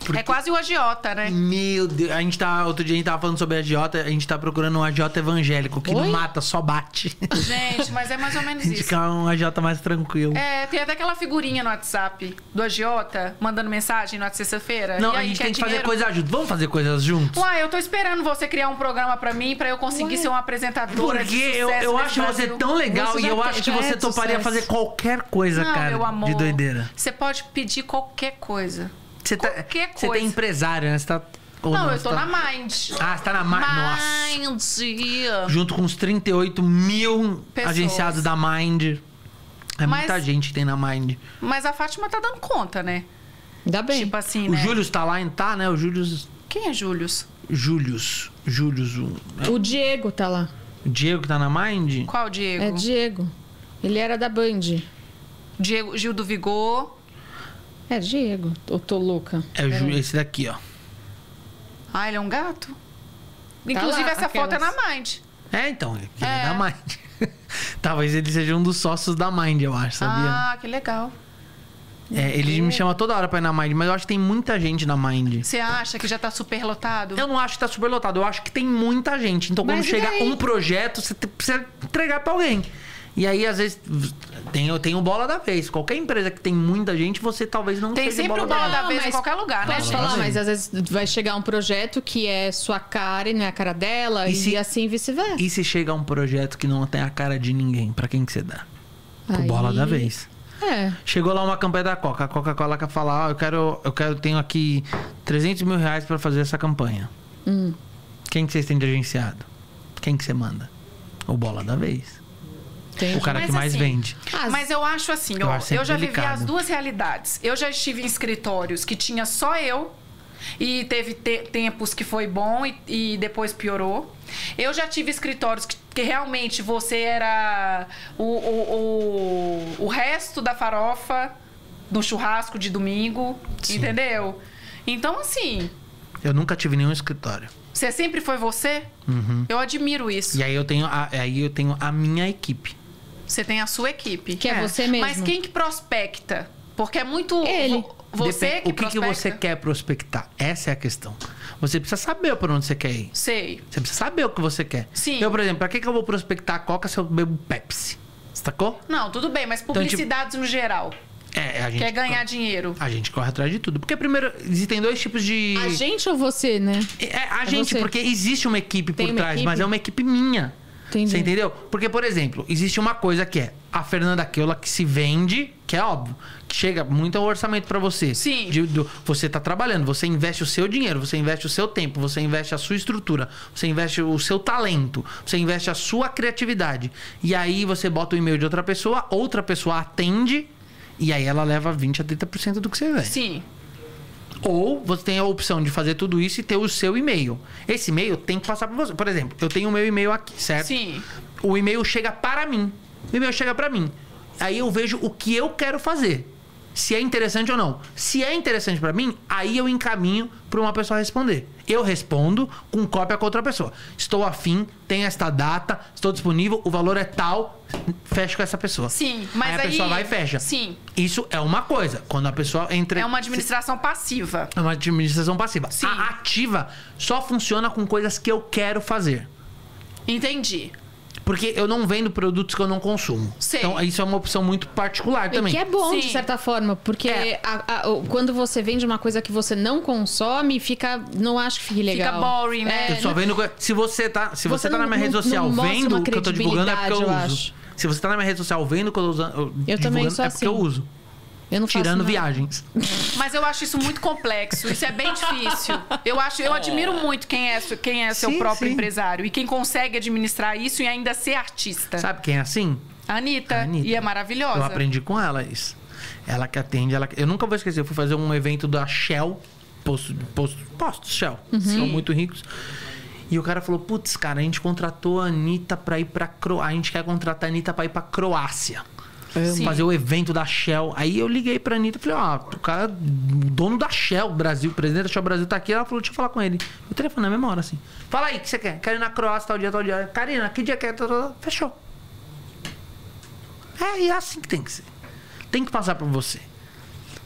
[SPEAKER 1] Porque-
[SPEAKER 3] É quase o agiota, né?
[SPEAKER 1] Meu Deus, a gente tá. Outro dia a gente tava falando sobre agiota, a gente tá procurando um agiota evangélico que não
[SPEAKER 2] Oi?
[SPEAKER 1] mata, só bate.
[SPEAKER 3] Gente, mas é mais ou menos isso.
[SPEAKER 1] Indicar um agiota mais tranquilo.
[SPEAKER 3] É, tem até aquela figurinha no WhatsApp do agiota mandando mensagem na sexta-feira.
[SPEAKER 1] Não,
[SPEAKER 3] E
[SPEAKER 1] a
[SPEAKER 3] aí,
[SPEAKER 1] gente
[SPEAKER 3] quer
[SPEAKER 1] tem que fazer
[SPEAKER 3] dinheiro? Um
[SPEAKER 1] coisas juntos. Vamos fazer coisas juntos?
[SPEAKER 3] Uai, Tipo, ah, eu tô esperando você criar um programa pra mim, pra eu conseguir
[SPEAKER 2] Uai.
[SPEAKER 3] ser uma apresentadora.
[SPEAKER 1] Porque
[SPEAKER 3] de
[SPEAKER 1] eu,
[SPEAKER 3] sucesso
[SPEAKER 1] eu
[SPEAKER 3] nesse
[SPEAKER 1] acho você
[SPEAKER 3] Brasil.
[SPEAKER 1] tão legal
[SPEAKER 2] Você
[SPEAKER 1] e
[SPEAKER 2] já
[SPEAKER 1] eu
[SPEAKER 2] tem-
[SPEAKER 1] acho que
[SPEAKER 2] já é
[SPEAKER 1] você
[SPEAKER 2] de
[SPEAKER 1] toparia
[SPEAKER 2] sucesso.
[SPEAKER 1] fazer qualquer coisa,
[SPEAKER 3] Não,
[SPEAKER 1] cara.
[SPEAKER 3] meu amor.
[SPEAKER 1] De doideira.
[SPEAKER 3] Você pode pedir qualquer coisa.
[SPEAKER 1] Você tá,
[SPEAKER 3] Qualquer
[SPEAKER 1] Você
[SPEAKER 3] coisa.
[SPEAKER 1] tem empresário, né? Você tá. ou
[SPEAKER 3] não,
[SPEAKER 1] não,
[SPEAKER 3] eu
[SPEAKER 1] você
[SPEAKER 3] tô
[SPEAKER 1] tá-
[SPEAKER 3] na Mind.
[SPEAKER 1] Ah, você tá na Mind. Nossa.
[SPEAKER 3] Mind.
[SPEAKER 1] Junto com os 38 mil
[SPEAKER 3] Pessoas.
[SPEAKER 1] agenciados da Mind. É
[SPEAKER 3] Mas-
[SPEAKER 1] muita gente que tem na Mind.
[SPEAKER 3] Mas a Fátima tá dando conta, né?
[SPEAKER 2] Ainda bem.
[SPEAKER 3] Tipo assim,
[SPEAKER 1] O
[SPEAKER 3] né?
[SPEAKER 1] Júlio tá lá, em- tá, né? O Júlio.
[SPEAKER 3] Quem é Július?
[SPEAKER 1] Július. Július, o
[SPEAKER 2] O Diego tá lá.
[SPEAKER 1] o Diego que tá na Mind?
[SPEAKER 3] Qual Diego?
[SPEAKER 2] É Diego. Ele era da Band.
[SPEAKER 3] Diego Gil do Vigor.
[SPEAKER 2] É Diego. Eu tô louca.
[SPEAKER 1] É o Jú- esse daqui, ó.
[SPEAKER 3] Ah, ele é um gato? Inclusive,
[SPEAKER 2] lá,
[SPEAKER 3] essa foto é
[SPEAKER 2] aquelas.
[SPEAKER 3] na Mind.
[SPEAKER 1] É, então, ele é,
[SPEAKER 3] É.
[SPEAKER 1] da Mind. Talvez ele seja um dos sócios da Mind, eu acho, sabia?
[SPEAKER 3] Ah, que legal.
[SPEAKER 1] É, ele me chama toda hora pra ir na Mind, mas eu acho que tem muita gente na Mind.
[SPEAKER 3] Você acha que já tá super lotado?
[SPEAKER 1] Eu não acho que tá super lotado, eu acho que tem muita gente. Então, quando
[SPEAKER 2] Mas e
[SPEAKER 1] chega
[SPEAKER 2] daí?
[SPEAKER 1] um projeto, você te- precisa entregar pra alguém. E aí, às vezes, tem, eu tenho bola da vez. Qualquer empresa que tem muita gente, você talvez não
[SPEAKER 3] Tem
[SPEAKER 1] seja
[SPEAKER 3] sempre
[SPEAKER 1] bola
[SPEAKER 3] o bola
[SPEAKER 1] da
[SPEAKER 3] da vez em
[SPEAKER 2] mas
[SPEAKER 3] qualquer lugar, né,
[SPEAKER 2] Pode
[SPEAKER 1] gente?
[SPEAKER 2] falar,
[SPEAKER 1] Sim.
[SPEAKER 2] mas às vezes vai chegar um projeto que é sua cara e não é a cara dela,
[SPEAKER 1] E
[SPEAKER 2] e,
[SPEAKER 1] se-
[SPEAKER 2] assim vice-versa.
[SPEAKER 1] E se chega um projeto que não tem a cara de ninguém, pra quem que você dá? Pro bola
[SPEAKER 2] Aí-
[SPEAKER 1] da vez.
[SPEAKER 2] É.
[SPEAKER 1] Chegou lá uma campanha da Coca. A Coca-Cola quer falar, ó, eu quero, eu quero, tenho aqui 300 mil reais pra fazer essa campanha.
[SPEAKER 2] Hum.
[SPEAKER 1] Quem que vocês têm de agenciado? Quem que você manda? O bola da vez.
[SPEAKER 2] Entendi.
[SPEAKER 1] O cara
[SPEAKER 3] Mas
[SPEAKER 1] que mais
[SPEAKER 3] assim,
[SPEAKER 1] vende.
[SPEAKER 2] As-
[SPEAKER 3] Mas eu acho assim,
[SPEAKER 1] Eu
[SPEAKER 3] ó,
[SPEAKER 1] acho sempre
[SPEAKER 3] eu já vivi
[SPEAKER 1] delicado.
[SPEAKER 3] as duas realidades. Eu já estive em escritórios que tinha só eu e teve te- tempos que foi bom e, e depois piorou. Eu já tive escritórios que, que realmente você era o, o, o, o resto da farofa no churrasco de domingo,
[SPEAKER 1] Sim.
[SPEAKER 3] entendeu? Então, assim,
[SPEAKER 1] Eu nunca tive nenhum escritório.
[SPEAKER 3] você sempre foi você?
[SPEAKER 1] Uhum.
[SPEAKER 3] Eu admiro isso.
[SPEAKER 1] E aí eu tenho a, aí eu tenho a minha equipe.
[SPEAKER 3] Você tem a sua equipe.
[SPEAKER 2] Que é você mesmo.
[SPEAKER 3] Mas quem que prospecta? Porque é muito.
[SPEAKER 2] Ele.
[SPEAKER 3] vo- Você
[SPEAKER 1] Depende-
[SPEAKER 3] que
[SPEAKER 1] o que, que
[SPEAKER 3] prospecta?
[SPEAKER 1] você quer prospectar? Essa é a questão. Você precisa saber para onde você quer ir.
[SPEAKER 3] Sei.
[SPEAKER 1] Você precisa saber o que você quer.
[SPEAKER 3] Sim.
[SPEAKER 1] Eu, por exemplo, pra que, é que eu vou prospectar a Coca se eu bebo Pepsi? Sacou?
[SPEAKER 3] Não, tudo bem, mas
[SPEAKER 1] tipo,
[SPEAKER 3] publicidades no geral.
[SPEAKER 1] É, a gente.
[SPEAKER 3] Quer ganhar dinheiro.
[SPEAKER 1] A gente corre atrás de tudo. Porque primeiro, existem dois tipos de.
[SPEAKER 2] A gente ou você, né?
[SPEAKER 1] É, a gente,
[SPEAKER 2] você.
[SPEAKER 1] porque existe uma equipe
[SPEAKER 2] Tem
[SPEAKER 1] por
[SPEAKER 2] uma
[SPEAKER 1] trás,
[SPEAKER 2] equipe?
[SPEAKER 1] mas é uma equipe minha.
[SPEAKER 2] Entendi.
[SPEAKER 1] Você entendeu? Porque, por exemplo, existe uma coisa que é a Fernanda Keula que se vende, que é óbvio, que chega muito ao orçamento pra você.
[SPEAKER 3] Sim.
[SPEAKER 1] De- do- você tá trabalhando, você investe o seu dinheiro, você investe o seu tempo, você investe a sua estrutura, você investe o seu talento, você investe a sua criatividade. E aí você bota o e-mail de outra pessoa, outra pessoa atende. E aí ela leva 20 a 30% do que você vende.
[SPEAKER 3] Sim.
[SPEAKER 1] Ou você tem a opção de fazer tudo isso e ter o seu e-mail. Esse e-mail tem que passar para você. Por exemplo, eu tenho o meu e-mail aqui, certo?
[SPEAKER 3] Sim.
[SPEAKER 1] O e-mail chega para mim. O e-mail chega para mim. Aí eu vejo o que eu quero fazer. Se é interessante ou não. Se é interessante para mim, aí eu encaminho para uma pessoa responder. Eu respondo com cópia com outra pessoa. Estou afim, tem esta data, estou disponível, o valor é tal, fecho com essa pessoa.
[SPEAKER 3] Sim, mas
[SPEAKER 1] aí a
[SPEAKER 3] aí-
[SPEAKER 1] pessoa vai e fecha.
[SPEAKER 3] Sim.
[SPEAKER 1] Isso é uma coisa. Quando a pessoa entra
[SPEAKER 3] É uma administração passiva.
[SPEAKER 1] é uma administração passiva.
[SPEAKER 3] Sim.
[SPEAKER 1] A ativa só funciona com coisas que eu quero fazer.
[SPEAKER 3] Entendi.
[SPEAKER 1] Porque eu não vendo produtos que eu não consumo.
[SPEAKER 3] Sei.
[SPEAKER 1] Então, isso é uma opção muito particular também.
[SPEAKER 2] E que é bom, de
[SPEAKER 3] Sim.
[SPEAKER 2] certa forma, porque
[SPEAKER 1] É.
[SPEAKER 2] a- a- o- quando você vende uma coisa que você não consome, fica. Não acho que fique legal.
[SPEAKER 3] boring, né?
[SPEAKER 2] É,
[SPEAKER 1] Eu só
[SPEAKER 2] não-
[SPEAKER 1] vendo. co- Se você tá, se você,
[SPEAKER 2] Você
[SPEAKER 1] tá na
[SPEAKER 2] não-
[SPEAKER 1] minha rede
[SPEAKER 2] não-
[SPEAKER 1] social
[SPEAKER 2] não mostra
[SPEAKER 1] vendo
[SPEAKER 2] uma
[SPEAKER 1] o que eu tô divulgando, é porque eu,
[SPEAKER 2] credibilidade, eu
[SPEAKER 1] uso.
[SPEAKER 2] acho.
[SPEAKER 1] Se você tá na minha rede social vendo o que eu tô usando, eu divulgando,
[SPEAKER 2] também sou
[SPEAKER 1] é porque eu
[SPEAKER 2] assim.
[SPEAKER 1] uso.
[SPEAKER 2] eu não faço
[SPEAKER 1] Tirando
[SPEAKER 2] nada.
[SPEAKER 1] viagens.
[SPEAKER 3] Mas eu acho isso muito complexo. Isso é bem difícil. Eu acho, eu admiro muito quem é, su- quem é seu
[SPEAKER 1] Sim,
[SPEAKER 3] próprio
[SPEAKER 1] sim.
[SPEAKER 3] empresário e quem consegue administrar isso e ainda ser artista.
[SPEAKER 1] Sabe quem é assim?
[SPEAKER 3] A Anitta,
[SPEAKER 1] A Anitta.
[SPEAKER 3] E é maravilhosa.
[SPEAKER 1] Eu aprendi com ela isso. Ela que atende, ela. que- Eu nunca vou esquecer, eu fui fazer um evento da Shell, posto, posto, posto Shell.
[SPEAKER 3] Uhum.
[SPEAKER 1] São muito ricos. E o cara falou: putz, cara, a gente contratou a Anitta pra ir pra Croácia. A gente quer contratar a Anitta pra ir pra Croácia.
[SPEAKER 3] Sim.
[SPEAKER 1] Fazer o evento da Shell. Aí eu liguei pra Anitta e falei: ó, o cara, o dono da Shell Brasil, o presidente da Shell Brasil tá aqui. Ela falou: deixa eu falar com ele. Eu telefonei na mesma hora assim: fala aí, o que você quer? Quero ir na Croácia, tal dia, tal dia. Karina, que dia quer? Tal, tal, tal. Fechou. É, e é assim que tem que ser. Tem que passar por você.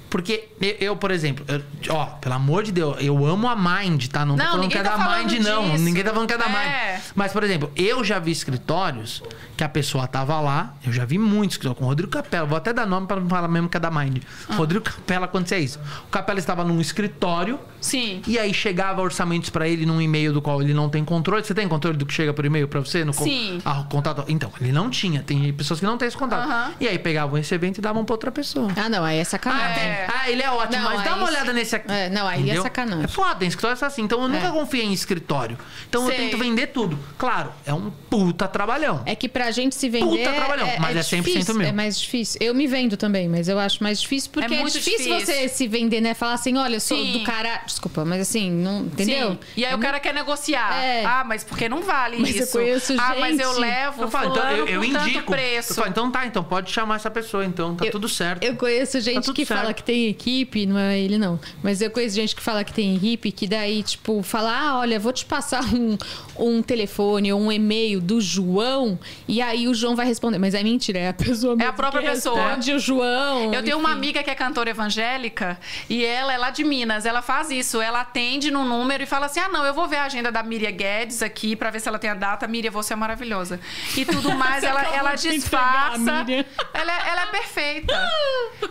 [SPEAKER 1] Porque eu, eu, por exemplo, eu- ó, pelo amor de Deus, eu amo a Mind, tá? Não, tô
[SPEAKER 3] Não,
[SPEAKER 1] falando que
[SPEAKER 3] ninguém
[SPEAKER 1] é
[SPEAKER 3] tá
[SPEAKER 1] da
[SPEAKER 3] falando
[SPEAKER 1] Mind, não.
[SPEAKER 3] disso.
[SPEAKER 1] Ninguém tá falando que é da
[SPEAKER 3] É.
[SPEAKER 1] Mind. Mas, por exemplo, eu já vi escritórios que a pessoa tava lá, eu já vi muitos, que com o Rodrigo Capela, vou até dar nome pra não falar mesmo que é da Mind.
[SPEAKER 3] Ah.
[SPEAKER 1] Rodrigo Capela, acontecia isso. O Capela estava num escritório
[SPEAKER 3] Sim.
[SPEAKER 1] e aí chegava orçamentos pra ele num e-mail do qual ele não tem controle. Você tem controle do que chega por e-mail pra você no con-
[SPEAKER 3] Sim.
[SPEAKER 1] Ah, o contato? Então, ele não tinha. Tem pessoas que não têm esse contato.
[SPEAKER 3] Aham.
[SPEAKER 1] E aí pegavam esse evento e davam pra outra pessoa.
[SPEAKER 2] Ah, não, aí é
[SPEAKER 1] Ah,
[SPEAKER 2] sacanagem.
[SPEAKER 1] tem- ah, ele é ótimo,
[SPEAKER 2] Não,
[SPEAKER 1] mas
[SPEAKER 2] aí
[SPEAKER 1] dá uma
[SPEAKER 2] isso-
[SPEAKER 1] olhada nesse aqui.
[SPEAKER 2] é, não, aí é sacanagem.
[SPEAKER 1] É foda, em escritório é assim. Então eu nunca confio em escritório. Então
[SPEAKER 3] Sei.
[SPEAKER 1] eu tento vender tudo. Claro, é um puta trabalhão.
[SPEAKER 2] É que pra gente se vender.
[SPEAKER 1] Puta trabalhão, mas é 100%
[SPEAKER 2] difícil,
[SPEAKER 1] meu.
[SPEAKER 2] É mais difícil. Eu me vendo também, mas eu acho mais difícil porque é,
[SPEAKER 3] muito
[SPEAKER 2] difícil,
[SPEAKER 3] difícil.
[SPEAKER 2] você se vender, né? Falar assim, olha, eu sou
[SPEAKER 3] Sim.
[SPEAKER 2] do cara. Desculpa, mas assim, não. Entendeu?
[SPEAKER 3] Sim. E aí
[SPEAKER 2] É
[SPEAKER 3] o cara quer negociar.
[SPEAKER 2] É.
[SPEAKER 3] Ah, mas porque não vale
[SPEAKER 2] Mas eu
[SPEAKER 3] isso.
[SPEAKER 2] conheço
[SPEAKER 3] Ah, mas
[SPEAKER 2] gente.
[SPEAKER 3] eu levo
[SPEAKER 1] Eu falo, então,
[SPEAKER 3] fulano
[SPEAKER 1] eu, eu
[SPEAKER 3] com tanto
[SPEAKER 1] indico.
[SPEAKER 3] preço.
[SPEAKER 1] Eu falo, então tá, então pode chamar essa pessoa, então tá
[SPEAKER 2] Eu-
[SPEAKER 1] tudo certo.
[SPEAKER 2] Eu
[SPEAKER 3] Tá
[SPEAKER 2] conheço gente
[SPEAKER 1] tudo
[SPEAKER 2] que
[SPEAKER 1] certo.
[SPEAKER 2] fala que tem equipe, não é ele não. Mas eu conheço gente que fala que tem equipe, que daí, tipo, fala: ah, olha, vou te passar um, um telefone ou um e-mail do João, e aí o João vai responder. Mas é mentira, é a pessoa mesmo
[SPEAKER 3] a própria
[SPEAKER 2] que
[SPEAKER 3] pessoa.
[SPEAKER 2] Responde o João.
[SPEAKER 3] Eu tenho uma
[SPEAKER 2] enfim.
[SPEAKER 3] amiga que é cantora evangélica e ela é lá de Minas. Ela faz isso. Ela atende no número e fala assim: ah, não, eu vou ver a agenda da Miriam Guedes aqui pra ver se ela tem a data. Miriam, você é maravilhosa. E tudo mais, ela,
[SPEAKER 2] acabou
[SPEAKER 3] ela
[SPEAKER 2] de
[SPEAKER 3] disfarça.
[SPEAKER 2] entregar, Miriam.
[SPEAKER 3] ela, ela é perfeita.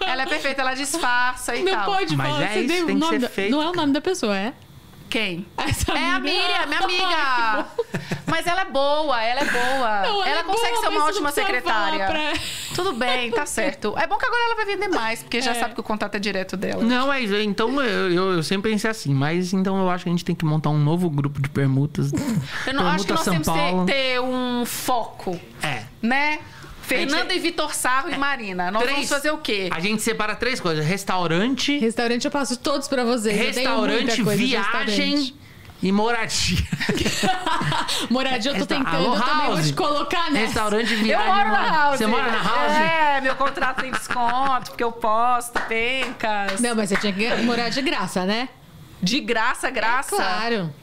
[SPEAKER 3] Ela é perfeita, ela disfarça e
[SPEAKER 2] Não
[SPEAKER 3] tal.
[SPEAKER 2] pode
[SPEAKER 1] Mas
[SPEAKER 2] falar,
[SPEAKER 1] é
[SPEAKER 2] você
[SPEAKER 1] isso,
[SPEAKER 2] deu
[SPEAKER 1] tem
[SPEAKER 2] o
[SPEAKER 1] que
[SPEAKER 2] nome
[SPEAKER 1] ser
[SPEAKER 2] da-
[SPEAKER 1] feito.
[SPEAKER 2] Não é o nome da pessoa, é?
[SPEAKER 3] Quem?
[SPEAKER 2] Essa
[SPEAKER 3] É a Miriam, minha amiga. Mas ela é boa, ela é boa.
[SPEAKER 2] Não, ela
[SPEAKER 3] ela
[SPEAKER 2] é
[SPEAKER 3] consegue
[SPEAKER 2] boa,
[SPEAKER 3] ser
[SPEAKER 2] mas
[SPEAKER 3] uma
[SPEAKER 2] não
[SPEAKER 3] ótima
[SPEAKER 2] precisa
[SPEAKER 3] secretária.
[SPEAKER 2] falar pra-
[SPEAKER 3] Tudo bem, tá certo. É bom que agora ela vai vender mais, porque já
[SPEAKER 2] É.
[SPEAKER 3] sabe que o contato é direto dela.
[SPEAKER 1] Não, mas então eu, eu, eu sempre pensei assim, mas então eu acho que a gente tem que montar um novo grupo de permutas.
[SPEAKER 3] Eu não acho que nós temos que ter um foco,
[SPEAKER 1] É.
[SPEAKER 3] né? Fernanda e Vitor Sarro
[SPEAKER 2] é.
[SPEAKER 3] e Marina. Nós
[SPEAKER 1] Três.
[SPEAKER 3] vamos fazer o quê?
[SPEAKER 1] A gente separa três coisas: restaurante,
[SPEAKER 2] Restaurante eu passo todos pra vocês. Eu tenho muita
[SPEAKER 1] restaurante,
[SPEAKER 2] coisa de
[SPEAKER 1] viagem
[SPEAKER 2] restaurante.
[SPEAKER 1] e moradia.
[SPEAKER 2] Moradia eu tô
[SPEAKER 1] Resta-
[SPEAKER 2] tentando
[SPEAKER 1] Alô,
[SPEAKER 2] também vou
[SPEAKER 1] house.
[SPEAKER 2] te colocar nessa.
[SPEAKER 1] Restaurante,
[SPEAKER 3] Eu
[SPEAKER 1] viagem.
[SPEAKER 3] moro na
[SPEAKER 1] moradia.
[SPEAKER 3] house.
[SPEAKER 1] Você mora na house?
[SPEAKER 3] É, meu contrato tem desconto, porque eu posto, pencas.
[SPEAKER 2] Não, mas você tinha que morar de graça, né?
[SPEAKER 3] De graça, graça.
[SPEAKER 2] É Claro.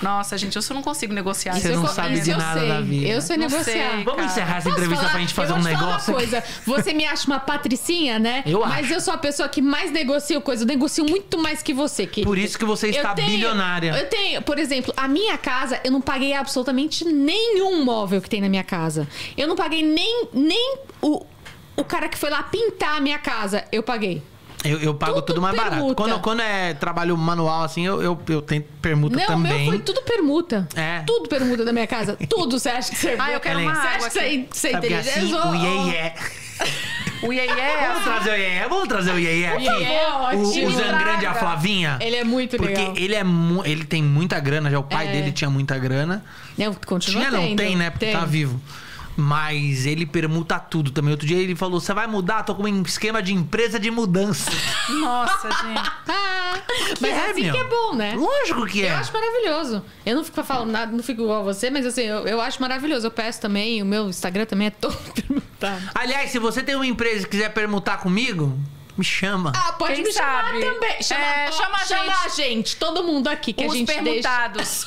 [SPEAKER 3] Nossa, gente, eu só não consigo negociar.
[SPEAKER 1] Você
[SPEAKER 3] isso.
[SPEAKER 1] não
[SPEAKER 2] eu, co-
[SPEAKER 1] sabe
[SPEAKER 2] isso
[SPEAKER 1] de
[SPEAKER 2] eu
[SPEAKER 1] nada
[SPEAKER 2] sei.
[SPEAKER 1] da vida.
[SPEAKER 2] Eu sei
[SPEAKER 3] Não
[SPEAKER 2] negociar.
[SPEAKER 3] sei.
[SPEAKER 1] Vamos encerrar essa
[SPEAKER 2] Posso
[SPEAKER 1] entrevista
[SPEAKER 2] falar?
[SPEAKER 1] pra gente fazer
[SPEAKER 2] eu
[SPEAKER 1] um
[SPEAKER 2] vou te falar
[SPEAKER 1] negócio.
[SPEAKER 2] Uma
[SPEAKER 1] aqui?
[SPEAKER 2] coisa. Você me acha uma patricinha, né?
[SPEAKER 1] Eu
[SPEAKER 2] Mas
[SPEAKER 1] acho.
[SPEAKER 2] eu sou a pessoa que mais negocia coisa. Eu negocio muito mais que você, querida.
[SPEAKER 1] Por isso que você está
[SPEAKER 2] Eu tenho-
[SPEAKER 1] bilionária.
[SPEAKER 2] Eu tenho, por exemplo, a minha casa, eu não paguei absolutamente nenhum móvel que tem na minha casa. Eu não paguei nem, nem o, o cara que foi lá pintar a minha casa. Eu paguei.
[SPEAKER 1] Eu, eu pago tudo,
[SPEAKER 2] Tudo
[SPEAKER 1] mais barato.
[SPEAKER 2] permuta.
[SPEAKER 1] Quando, quando é trabalho manual, assim, eu, eu, eu tento permuta
[SPEAKER 2] não, o
[SPEAKER 1] também.
[SPEAKER 2] meu foi tudo permuta.
[SPEAKER 1] É.
[SPEAKER 2] Tudo permuta da minha casa. Tudo você acha que você.
[SPEAKER 3] Ah, eu quero
[SPEAKER 1] Ellen.
[SPEAKER 3] uma
[SPEAKER 2] Você
[SPEAKER 3] água
[SPEAKER 2] acha que
[SPEAKER 3] aqui.
[SPEAKER 2] você, você é
[SPEAKER 1] Sabe que
[SPEAKER 2] inteligente?
[SPEAKER 1] assim,
[SPEAKER 2] Eu sou-
[SPEAKER 1] o iê iê.
[SPEAKER 3] O iê é assim.
[SPEAKER 1] Vamos trazer o iê iê, vamos trazer o iê iê.
[SPEAKER 2] É.
[SPEAKER 1] é
[SPEAKER 2] favor,
[SPEAKER 1] O,
[SPEAKER 2] ótimo.
[SPEAKER 1] o Zangrande e a
[SPEAKER 3] Traga.
[SPEAKER 1] Flavinha.
[SPEAKER 2] Ele é muito
[SPEAKER 1] Porque
[SPEAKER 2] legal.
[SPEAKER 1] ele é mu- ele tem muita grana, já o pai
[SPEAKER 2] É.
[SPEAKER 1] dele tinha muita grana.
[SPEAKER 2] Não, continua
[SPEAKER 1] Tinha não,
[SPEAKER 2] tendo.
[SPEAKER 1] tem, né? Porque tá vivo. Mas ele permuta tudo também. Outro dia ele falou: você vai mudar? Tô com um esquema de empresa de mudança.
[SPEAKER 3] Nossa, gente.
[SPEAKER 2] Ah, mas
[SPEAKER 1] é,
[SPEAKER 2] assim
[SPEAKER 1] meu?
[SPEAKER 2] que é bom, né?
[SPEAKER 1] Lógico que é.
[SPEAKER 2] Eu acho maravilhoso. Eu não fico falando nada, não fico igual a você, mas assim, eu, eu acho maravilhoso. Eu peço também, o meu Instagram também é todo permutado.
[SPEAKER 1] Aliás, se você tem uma empresa e quiser permutar comigo, me chama.
[SPEAKER 2] Ah, pode
[SPEAKER 3] Quem
[SPEAKER 2] me
[SPEAKER 3] sabe?
[SPEAKER 2] chamar também. Chama,
[SPEAKER 3] É,
[SPEAKER 2] ó,
[SPEAKER 3] chama a
[SPEAKER 2] chama
[SPEAKER 3] gente.
[SPEAKER 2] a gente, todo mundo aqui que
[SPEAKER 3] Os
[SPEAKER 2] a gente deixa.
[SPEAKER 3] permutados.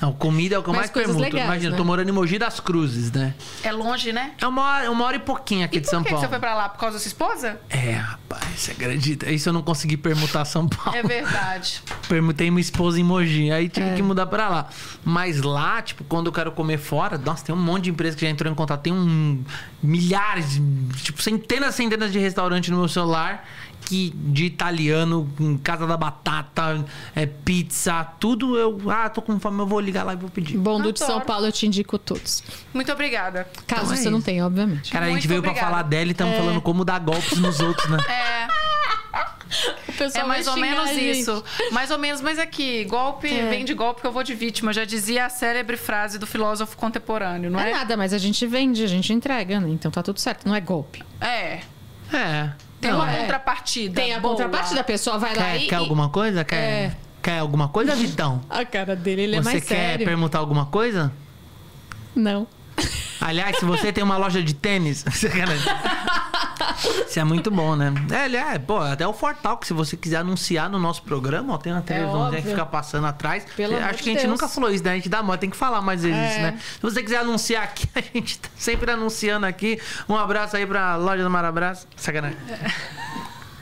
[SPEAKER 1] Não, comida é o que eu
[SPEAKER 2] Mas
[SPEAKER 1] mais
[SPEAKER 2] coisas
[SPEAKER 1] permuto.
[SPEAKER 2] legais,
[SPEAKER 1] Imagina,
[SPEAKER 2] né?
[SPEAKER 1] eu tô morando em Mogi das Cruzes, né?
[SPEAKER 3] É longe, né?
[SPEAKER 1] É uma hora, uma hora e pouquinho aqui
[SPEAKER 3] E
[SPEAKER 1] de
[SPEAKER 3] por
[SPEAKER 1] São
[SPEAKER 3] que que
[SPEAKER 1] Paulo.
[SPEAKER 3] você foi pra lá? Por causa da sua esposa?
[SPEAKER 1] É, rapaz, você acredita? Isso eu não consegui permutar São Paulo.
[SPEAKER 3] É verdade.
[SPEAKER 1] Permutei minha esposa em Mogi, aí tive que mudar pra lá. Mas lá, tipo, quando eu quero comer fora, nossa, tem um monte de empresa que já entrou em contato. Tem um milhares, tipo, centenas, centenas de restaurantes no meu celular que de italiano, com casa da batata, é, pizza, tudo. Eu, ah, tô com fome, eu vou ligar lá e vou pedir.
[SPEAKER 2] Bom, do de
[SPEAKER 3] Adoro.
[SPEAKER 2] São Paulo eu te indico todos.
[SPEAKER 3] Muito obrigada.
[SPEAKER 2] Caso
[SPEAKER 1] Então é
[SPEAKER 2] você
[SPEAKER 1] isso.
[SPEAKER 2] não tenha, obviamente.
[SPEAKER 1] Cara, a gente
[SPEAKER 3] Muito
[SPEAKER 1] veio pra
[SPEAKER 3] obrigada.
[SPEAKER 1] falar dela e estamos falando como dar golpes nos outros, né?
[SPEAKER 3] É,
[SPEAKER 2] O pessoal
[SPEAKER 3] é mais
[SPEAKER 2] vai
[SPEAKER 3] ou
[SPEAKER 2] xingar
[SPEAKER 3] menos
[SPEAKER 2] a gente. É.
[SPEAKER 3] isso. Mais ou menos, mas aqui, golpe vem de golpe que eu vou de vítima. Já dizia a célebre frase do filósofo contemporâneo, não
[SPEAKER 2] Não é
[SPEAKER 3] é?
[SPEAKER 2] nada, mas a gente vende, a gente entrega, né? Então tá tudo certo, não é golpe.
[SPEAKER 3] É.
[SPEAKER 1] É.
[SPEAKER 3] Tem
[SPEAKER 1] Não,
[SPEAKER 3] uma
[SPEAKER 1] é.
[SPEAKER 3] contrapartida.
[SPEAKER 2] Tem a
[SPEAKER 3] boa.
[SPEAKER 2] contraparte da pessoa, vai lá
[SPEAKER 1] Quer,
[SPEAKER 2] e...
[SPEAKER 1] quer alguma coisa? Quer,
[SPEAKER 2] É.
[SPEAKER 1] quer alguma coisa, Vitão?
[SPEAKER 2] A cara dele, ele é
[SPEAKER 1] Você
[SPEAKER 2] mais
[SPEAKER 1] quer
[SPEAKER 2] sério.
[SPEAKER 1] perguntar alguma coisa?
[SPEAKER 2] Não.
[SPEAKER 1] Aliás, se você tem uma loja de tênis. Sacanagem. Isso é muito bom, né? É, ele é, pô, até o Fortal, que se você quiser anunciar no nosso programa, ó, tem uma televisãozinha é que
[SPEAKER 2] É óbvio.
[SPEAKER 1] fica passando atrás.
[SPEAKER 2] Pelo amor
[SPEAKER 1] Acho
[SPEAKER 2] de
[SPEAKER 1] que a gente
[SPEAKER 2] Deus.
[SPEAKER 1] nunca falou isso, né? A gente dá mó, tem que falar mais vezes
[SPEAKER 2] É.
[SPEAKER 1] isso, né? Se você quiser anunciar aqui, a gente tá sempre anunciando aqui. Um abraço aí pra loja do Marabras. Sacanagem.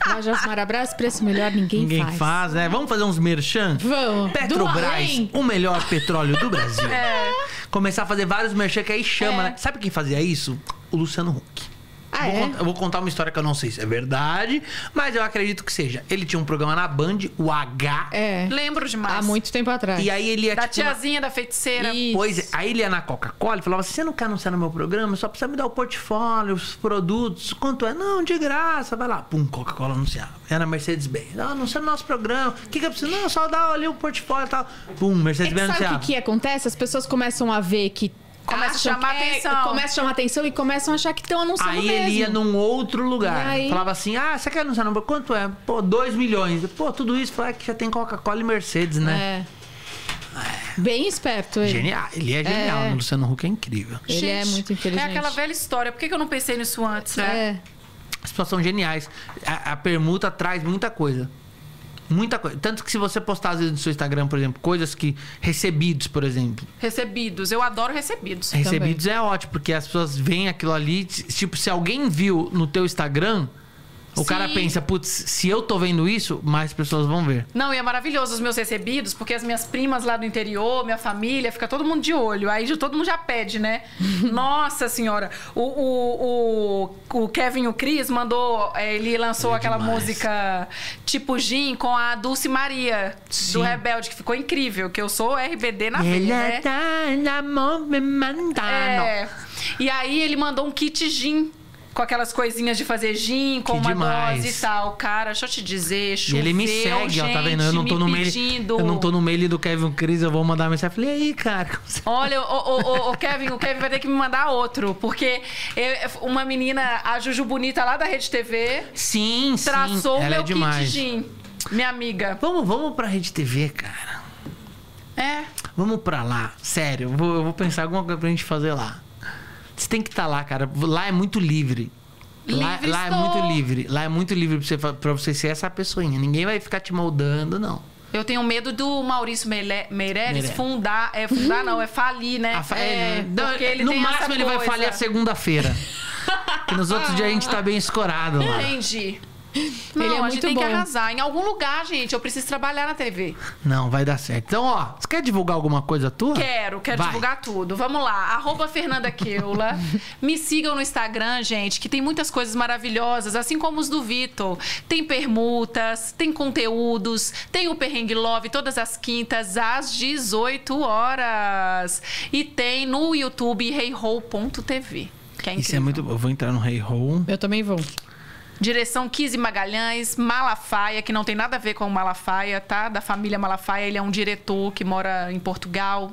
[SPEAKER 2] Lojas Marabras, preço melhor, ninguém,
[SPEAKER 1] Ninguém faz.
[SPEAKER 2] faz.
[SPEAKER 1] né? Vamos fazer uns merchan?
[SPEAKER 2] Vamos. Do
[SPEAKER 1] Petrobras,
[SPEAKER 2] além.
[SPEAKER 1] o melhor petróleo do Brasil.
[SPEAKER 3] É.
[SPEAKER 1] Começar a fazer vários merchan que aí chama,
[SPEAKER 2] É.
[SPEAKER 1] né? Sabe quem fazia isso? O Luciano Huck.
[SPEAKER 2] Ah,
[SPEAKER 1] Vou
[SPEAKER 2] é?
[SPEAKER 1] cont- eu vou contar uma história que eu não sei se é verdade, mas eu acredito que seja. Ele tinha um programa na Band, o H.
[SPEAKER 2] É.
[SPEAKER 3] Lembro demais.
[SPEAKER 2] Há muito tempo atrás.
[SPEAKER 1] E aí ele ia
[SPEAKER 3] Da
[SPEAKER 1] tipo, na-
[SPEAKER 3] tiazinha, da feiticeira.
[SPEAKER 2] E-
[SPEAKER 1] Pois é, aí ele ia na Coca-Cola e falava assim: você não quer anunciar no meu programa? Só precisa me dar o portfólio, os produtos, quanto é? Não, de graça, vai lá. Pum, Coca-Cola anunciava. Era Mercedes-Benz. Ah, anuncia no nosso programa. O que, que eu preciso? Não, só dá ali o portfólio e tal. Pum,
[SPEAKER 2] É que
[SPEAKER 1] Mercedes-Benz
[SPEAKER 2] sabe
[SPEAKER 1] anunciava.
[SPEAKER 2] o que, que acontece? As pessoas começam a ver que.
[SPEAKER 3] Começa a
[SPEAKER 2] acham
[SPEAKER 3] chamar
[SPEAKER 2] que é-
[SPEAKER 3] Ah, atenção.
[SPEAKER 2] Começa a chamar atenção e começam a achar que estão anunciando
[SPEAKER 1] Aí
[SPEAKER 2] mesmo.
[SPEAKER 1] ele ia num outro lugar.
[SPEAKER 2] E aí?
[SPEAKER 1] Falava assim: ah, você quer anunciar no meu? Quanto é? Pô, 2 milhões. Pô, tudo isso. Falava que já tem Coca-Cola e Mercedes, né?
[SPEAKER 2] É. Bem esperto ele.
[SPEAKER 1] Genial. Ele é genial.
[SPEAKER 2] É.
[SPEAKER 1] O Luciano Huck é incrível.
[SPEAKER 2] Ele é muito inteligente.
[SPEAKER 3] É aquela velha história. Por que que eu não pensei nisso antes, né?
[SPEAKER 2] É.
[SPEAKER 1] As pessoas são geniais. A, a permuta traz muita coisa. Muita coisa. Tanto que se você postar às vezes no seu Instagram, por exemplo, coisas que. Recebidos, por exemplo.
[SPEAKER 3] Recebidos. Eu adoro recebidos.
[SPEAKER 1] Recebidos é ótimo, porque as pessoas veem aquilo ali. t- Tipo, se alguém viu no teu Instagram, o
[SPEAKER 3] Sim.
[SPEAKER 1] cara pensa, putz, se eu tô vendo isso, mais pessoas vão ver.
[SPEAKER 3] Não, e é maravilhoso os meus recebidos, porque as minhas primas lá do interior, minha família, fica todo mundo de olho. Aí já- todo mundo já pede, né? Nossa senhora, o, o, o, o Kevin, o Cris, mandou, é, ele lançou
[SPEAKER 1] É
[SPEAKER 3] aquela
[SPEAKER 1] demais.
[SPEAKER 3] música tipo Gin com a Dulce Maria,
[SPEAKER 1] Sim. é
[SPEAKER 3] do Rebelde, que ficou incrível, que eu sou RBD na veia,
[SPEAKER 1] Ela
[SPEAKER 3] né?
[SPEAKER 1] tá na mão me mandando.
[SPEAKER 3] É. E aí ele mandou um kit Gin. com aquelas coisinhas de fazer gin, com
[SPEAKER 1] Que
[SPEAKER 3] uma
[SPEAKER 1] demais.
[SPEAKER 3] dose e tal. Cara, deixa eu te dizer,
[SPEAKER 1] E
[SPEAKER 3] choveu,
[SPEAKER 1] ele me segue, ó, tá
[SPEAKER 3] gente,
[SPEAKER 1] vendo? Eu não tô
[SPEAKER 3] me
[SPEAKER 1] no
[SPEAKER 3] pedindo.
[SPEAKER 1] mail. Eu não tô no mail do Kevin Cris, eu vou mandar uma mensagem. Eu Falei, e aí, cara, como você-
[SPEAKER 3] Olha, o, o- o- o Kevin, o Kevin vai ter que me mandar outro, porque eu- uma menina, a Juju Bonita lá da Rede TV,
[SPEAKER 1] Sim, sim.
[SPEAKER 3] traçou o
[SPEAKER 1] ela
[SPEAKER 3] meu
[SPEAKER 1] é demais.
[SPEAKER 3] kit gin. Minha amiga.
[SPEAKER 1] Vamos, vamos pra Rede TV, cara.
[SPEAKER 3] É.
[SPEAKER 1] Vamos pra lá. Sério, eu vou, eu vou pensar alguma coisa pra gente fazer lá. Você tem que estar lá, cara. Lá é muito livre. Lá,
[SPEAKER 3] Livre
[SPEAKER 1] lá é
[SPEAKER 3] estou.
[SPEAKER 1] muito livre. Lá é muito livre pra você, fa- pra você ser essa pessoinha. Ninguém vai ficar te moldando, não.
[SPEAKER 3] Eu tenho medo do Maurício Meile- Meireles
[SPEAKER 1] Meirelles.
[SPEAKER 3] fundar. É, fundar não, é falir, né?
[SPEAKER 1] A fa-
[SPEAKER 3] É,
[SPEAKER 1] ele- não,
[SPEAKER 3] porque ele
[SPEAKER 1] no
[SPEAKER 3] tem essa
[SPEAKER 1] máximo ele vai
[SPEAKER 3] coisa.
[SPEAKER 1] falhar segunda-feira. Porque nos outros dias a gente tá bem escorado lá.
[SPEAKER 3] Entende? Não,
[SPEAKER 2] Ele é
[SPEAKER 3] a gente
[SPEAKER 2] muito
[SPEAKER 3] tem que
[SPEAKER 2] bom.
[SPEAKER 3] arrasar. Em algum lugar, gente, eu preciso trabalhar na TV.
[SPEAKER 1] Não, vai dar certo. Então, ó, você quer divulgar alguma coisa tua?
[SPEAKER 3] Quero, quero
[SPEAKER 1] Vai.
[SPEAKER 3] divulgar tudo. Vamos lá, arroba Fernanda Keula. Me sigam no Instagram, gente, que tem muitas coisas maravilhosas, assim como os do Vitor. Tem permutas, tem conteúdos, tem o Perrengue Love todas as quintas, às 18 horas. E tem no YouTube reyhou.tv. Que é
[SPEAKER 1] Isso é
[SPEAKER 3] incrível.
[SPEAKER 1] muito bom. Eu vou entrar no Hey Home.
[SPEAKER 2] Eu também vou.
[SPEAKER 3] Direção 15 Magalhães, Malafaia, que não tem nada a ver com o Malafaia, tá? Da família Malafaia. Ele é um diretor que mora em Portugal.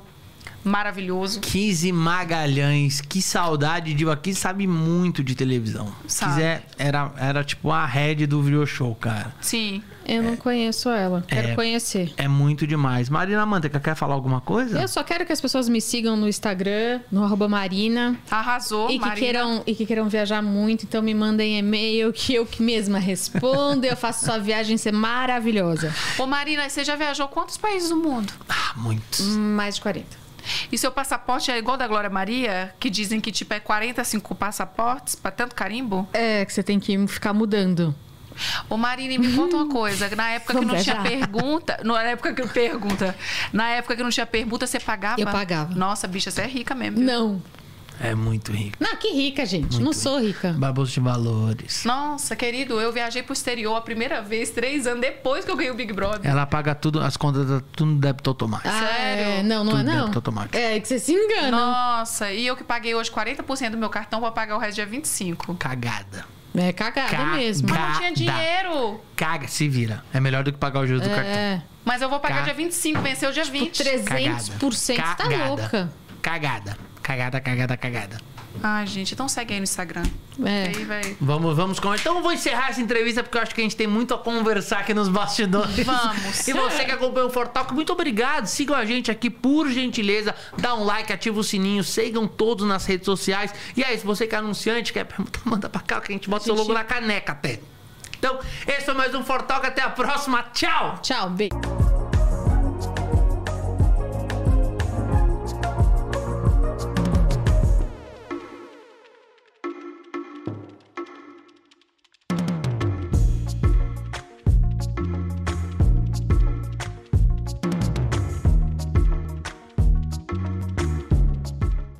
[SPEAKER 3] Maravilhoso.
[SPEAKER 1] 15 Magalhães, que saudade de aqui sabe muito de televisão. Se
[SPEAKER 3] Sabe.
[SPEAKER 1] quiser, era, era tipo a head do Video Show, cara.
[SPEAKER 3] Sim.
[SPEAKER 2] Eu não conheço ela. Quero
[SPEAKER 1] É.
[SPEAKER 2] conhecer.
[SPEAKER 1] É muito demais. Marina Manteca, quer falar alguma coisa?
[SPEAKER 2] Eu só quero que as pessoas me sigam no Instagram, no arroba Marina.
[SPEAKER 3] Arrasou,
[SPEAKER 2] E que,
[SPEAKER 3] Marina.
[SPEAKER 2] queiram, e que queiram viajar muito, então me mandem e-mail que eu que mesma respondo. eu faço sua viagem ser maravilhosa.
[SPEAKER 3] Ô, Marina, você já viajou quantos países do mundo?
[SPEAKER 1] Ah, muitos.
[SPEAKER 2] Mais de 40.
[SPEAKER 3] E seu passaporte é igual da Glória Maria, que dizem que tipo é 45 passaportes pra tanto carimbo?
[SPEAKER 2] É, que você tem que ficar mudando.
[SPEAKER 3] Ô, Marina, e me conta uma coisa. Na época que
[SPEAKER 2] Vamos
[SPEAKER 3] não tinha
[SPEAKER 2] viajar?
[SPEAKER 3] pergunta. Na época que pergunta. Na época que não tinha pergunta, você pagava?
[SPEAKER 2] Eu pagava.
[SPEAKER 3] Nossa, bicha, você é rica mesmo. viu?
[SPEAKER 2] Não.
[SPEAKER 1] É muito rico.
[SPEAKER 2] Não, que rica, gente. não sou rica.
[SPEAKER 1] Baboso de valores.
[SPEAKER 3] Nossa, querido, eu viajei pro exterior a primeira vez, três anos depois que eu ganhei o Big Brother.
[SPEAKER 1] Ela paga tudo, as contas, tá tudo no débito automático.
[SPEAKER 2] Ah,
[SPEAKER 3] Sério?
[SPEAKER 2] é. Não, não é
[SPEAKER 1] Tudo
[SPEAKER 2] não.
[SPEAKER 1] débito automático.
[SPEAKER 2] É que você se engana.
[SPEAKER 3] Nossa, e eu que paguei hoje 40% do meu cartão, vou pagar o resto dia 25.
[SPEAKER 1] Cagada.
[SPEAKER 2] É cagada
[SPEAKER 1] Cagada.
[SPEAKER 2] mesmo.
[SPEAKER 3] Mas não tinha
[SPEAKER 1] Dá, dá.
[SPEAKER 3] dinheiro.
[SPEAKER 1] Caga, se vira. É melhor do que pagar o juros do cartão.
[SPEAKER 2] É.
[SPEAKER 3] Mas eu vou pagar
[SPEAKER 1] Ca-
[SPEAKER 3] dia 25, venceu dia
[SPEAKER 2] Tipo,
[SPEAKER 3] 20.
[SPEAKER 2] 300% tá
[SPEAKER 1] Cagada.
[SPEAKER 2] louca.
[SPEAKER 1] Cagada. Cagada, cagada, cagada.
[SPEAKER 3] Ai, gente, então segue aí no Instagram.
[SPEAKER 2] É.
[SPEAKER 3] Aí vai.
[SPEAKER 1] Vamos, vamos. com- Então eu vou encerrar essa entrevista porque eu acho que a gente tem muito a conversar aqui nos bastidores.
[SPEAKER 3] Vamos.
[SPEAKER 1] E você que acompanhou o Fortalk, muito obrigado. Sigam a gente aqui, por gentileza. Dá um like, ativa o sininho, sigam todos nas redes sociais. E aí, se você que é anunciante, quer perguntar, manda pra cá que a gente bota seu logo na caneca até. Então, esse foi mais um Fortalk. Até a próxima. Tchau!
[SPEAKER 2] Tchau, beijo.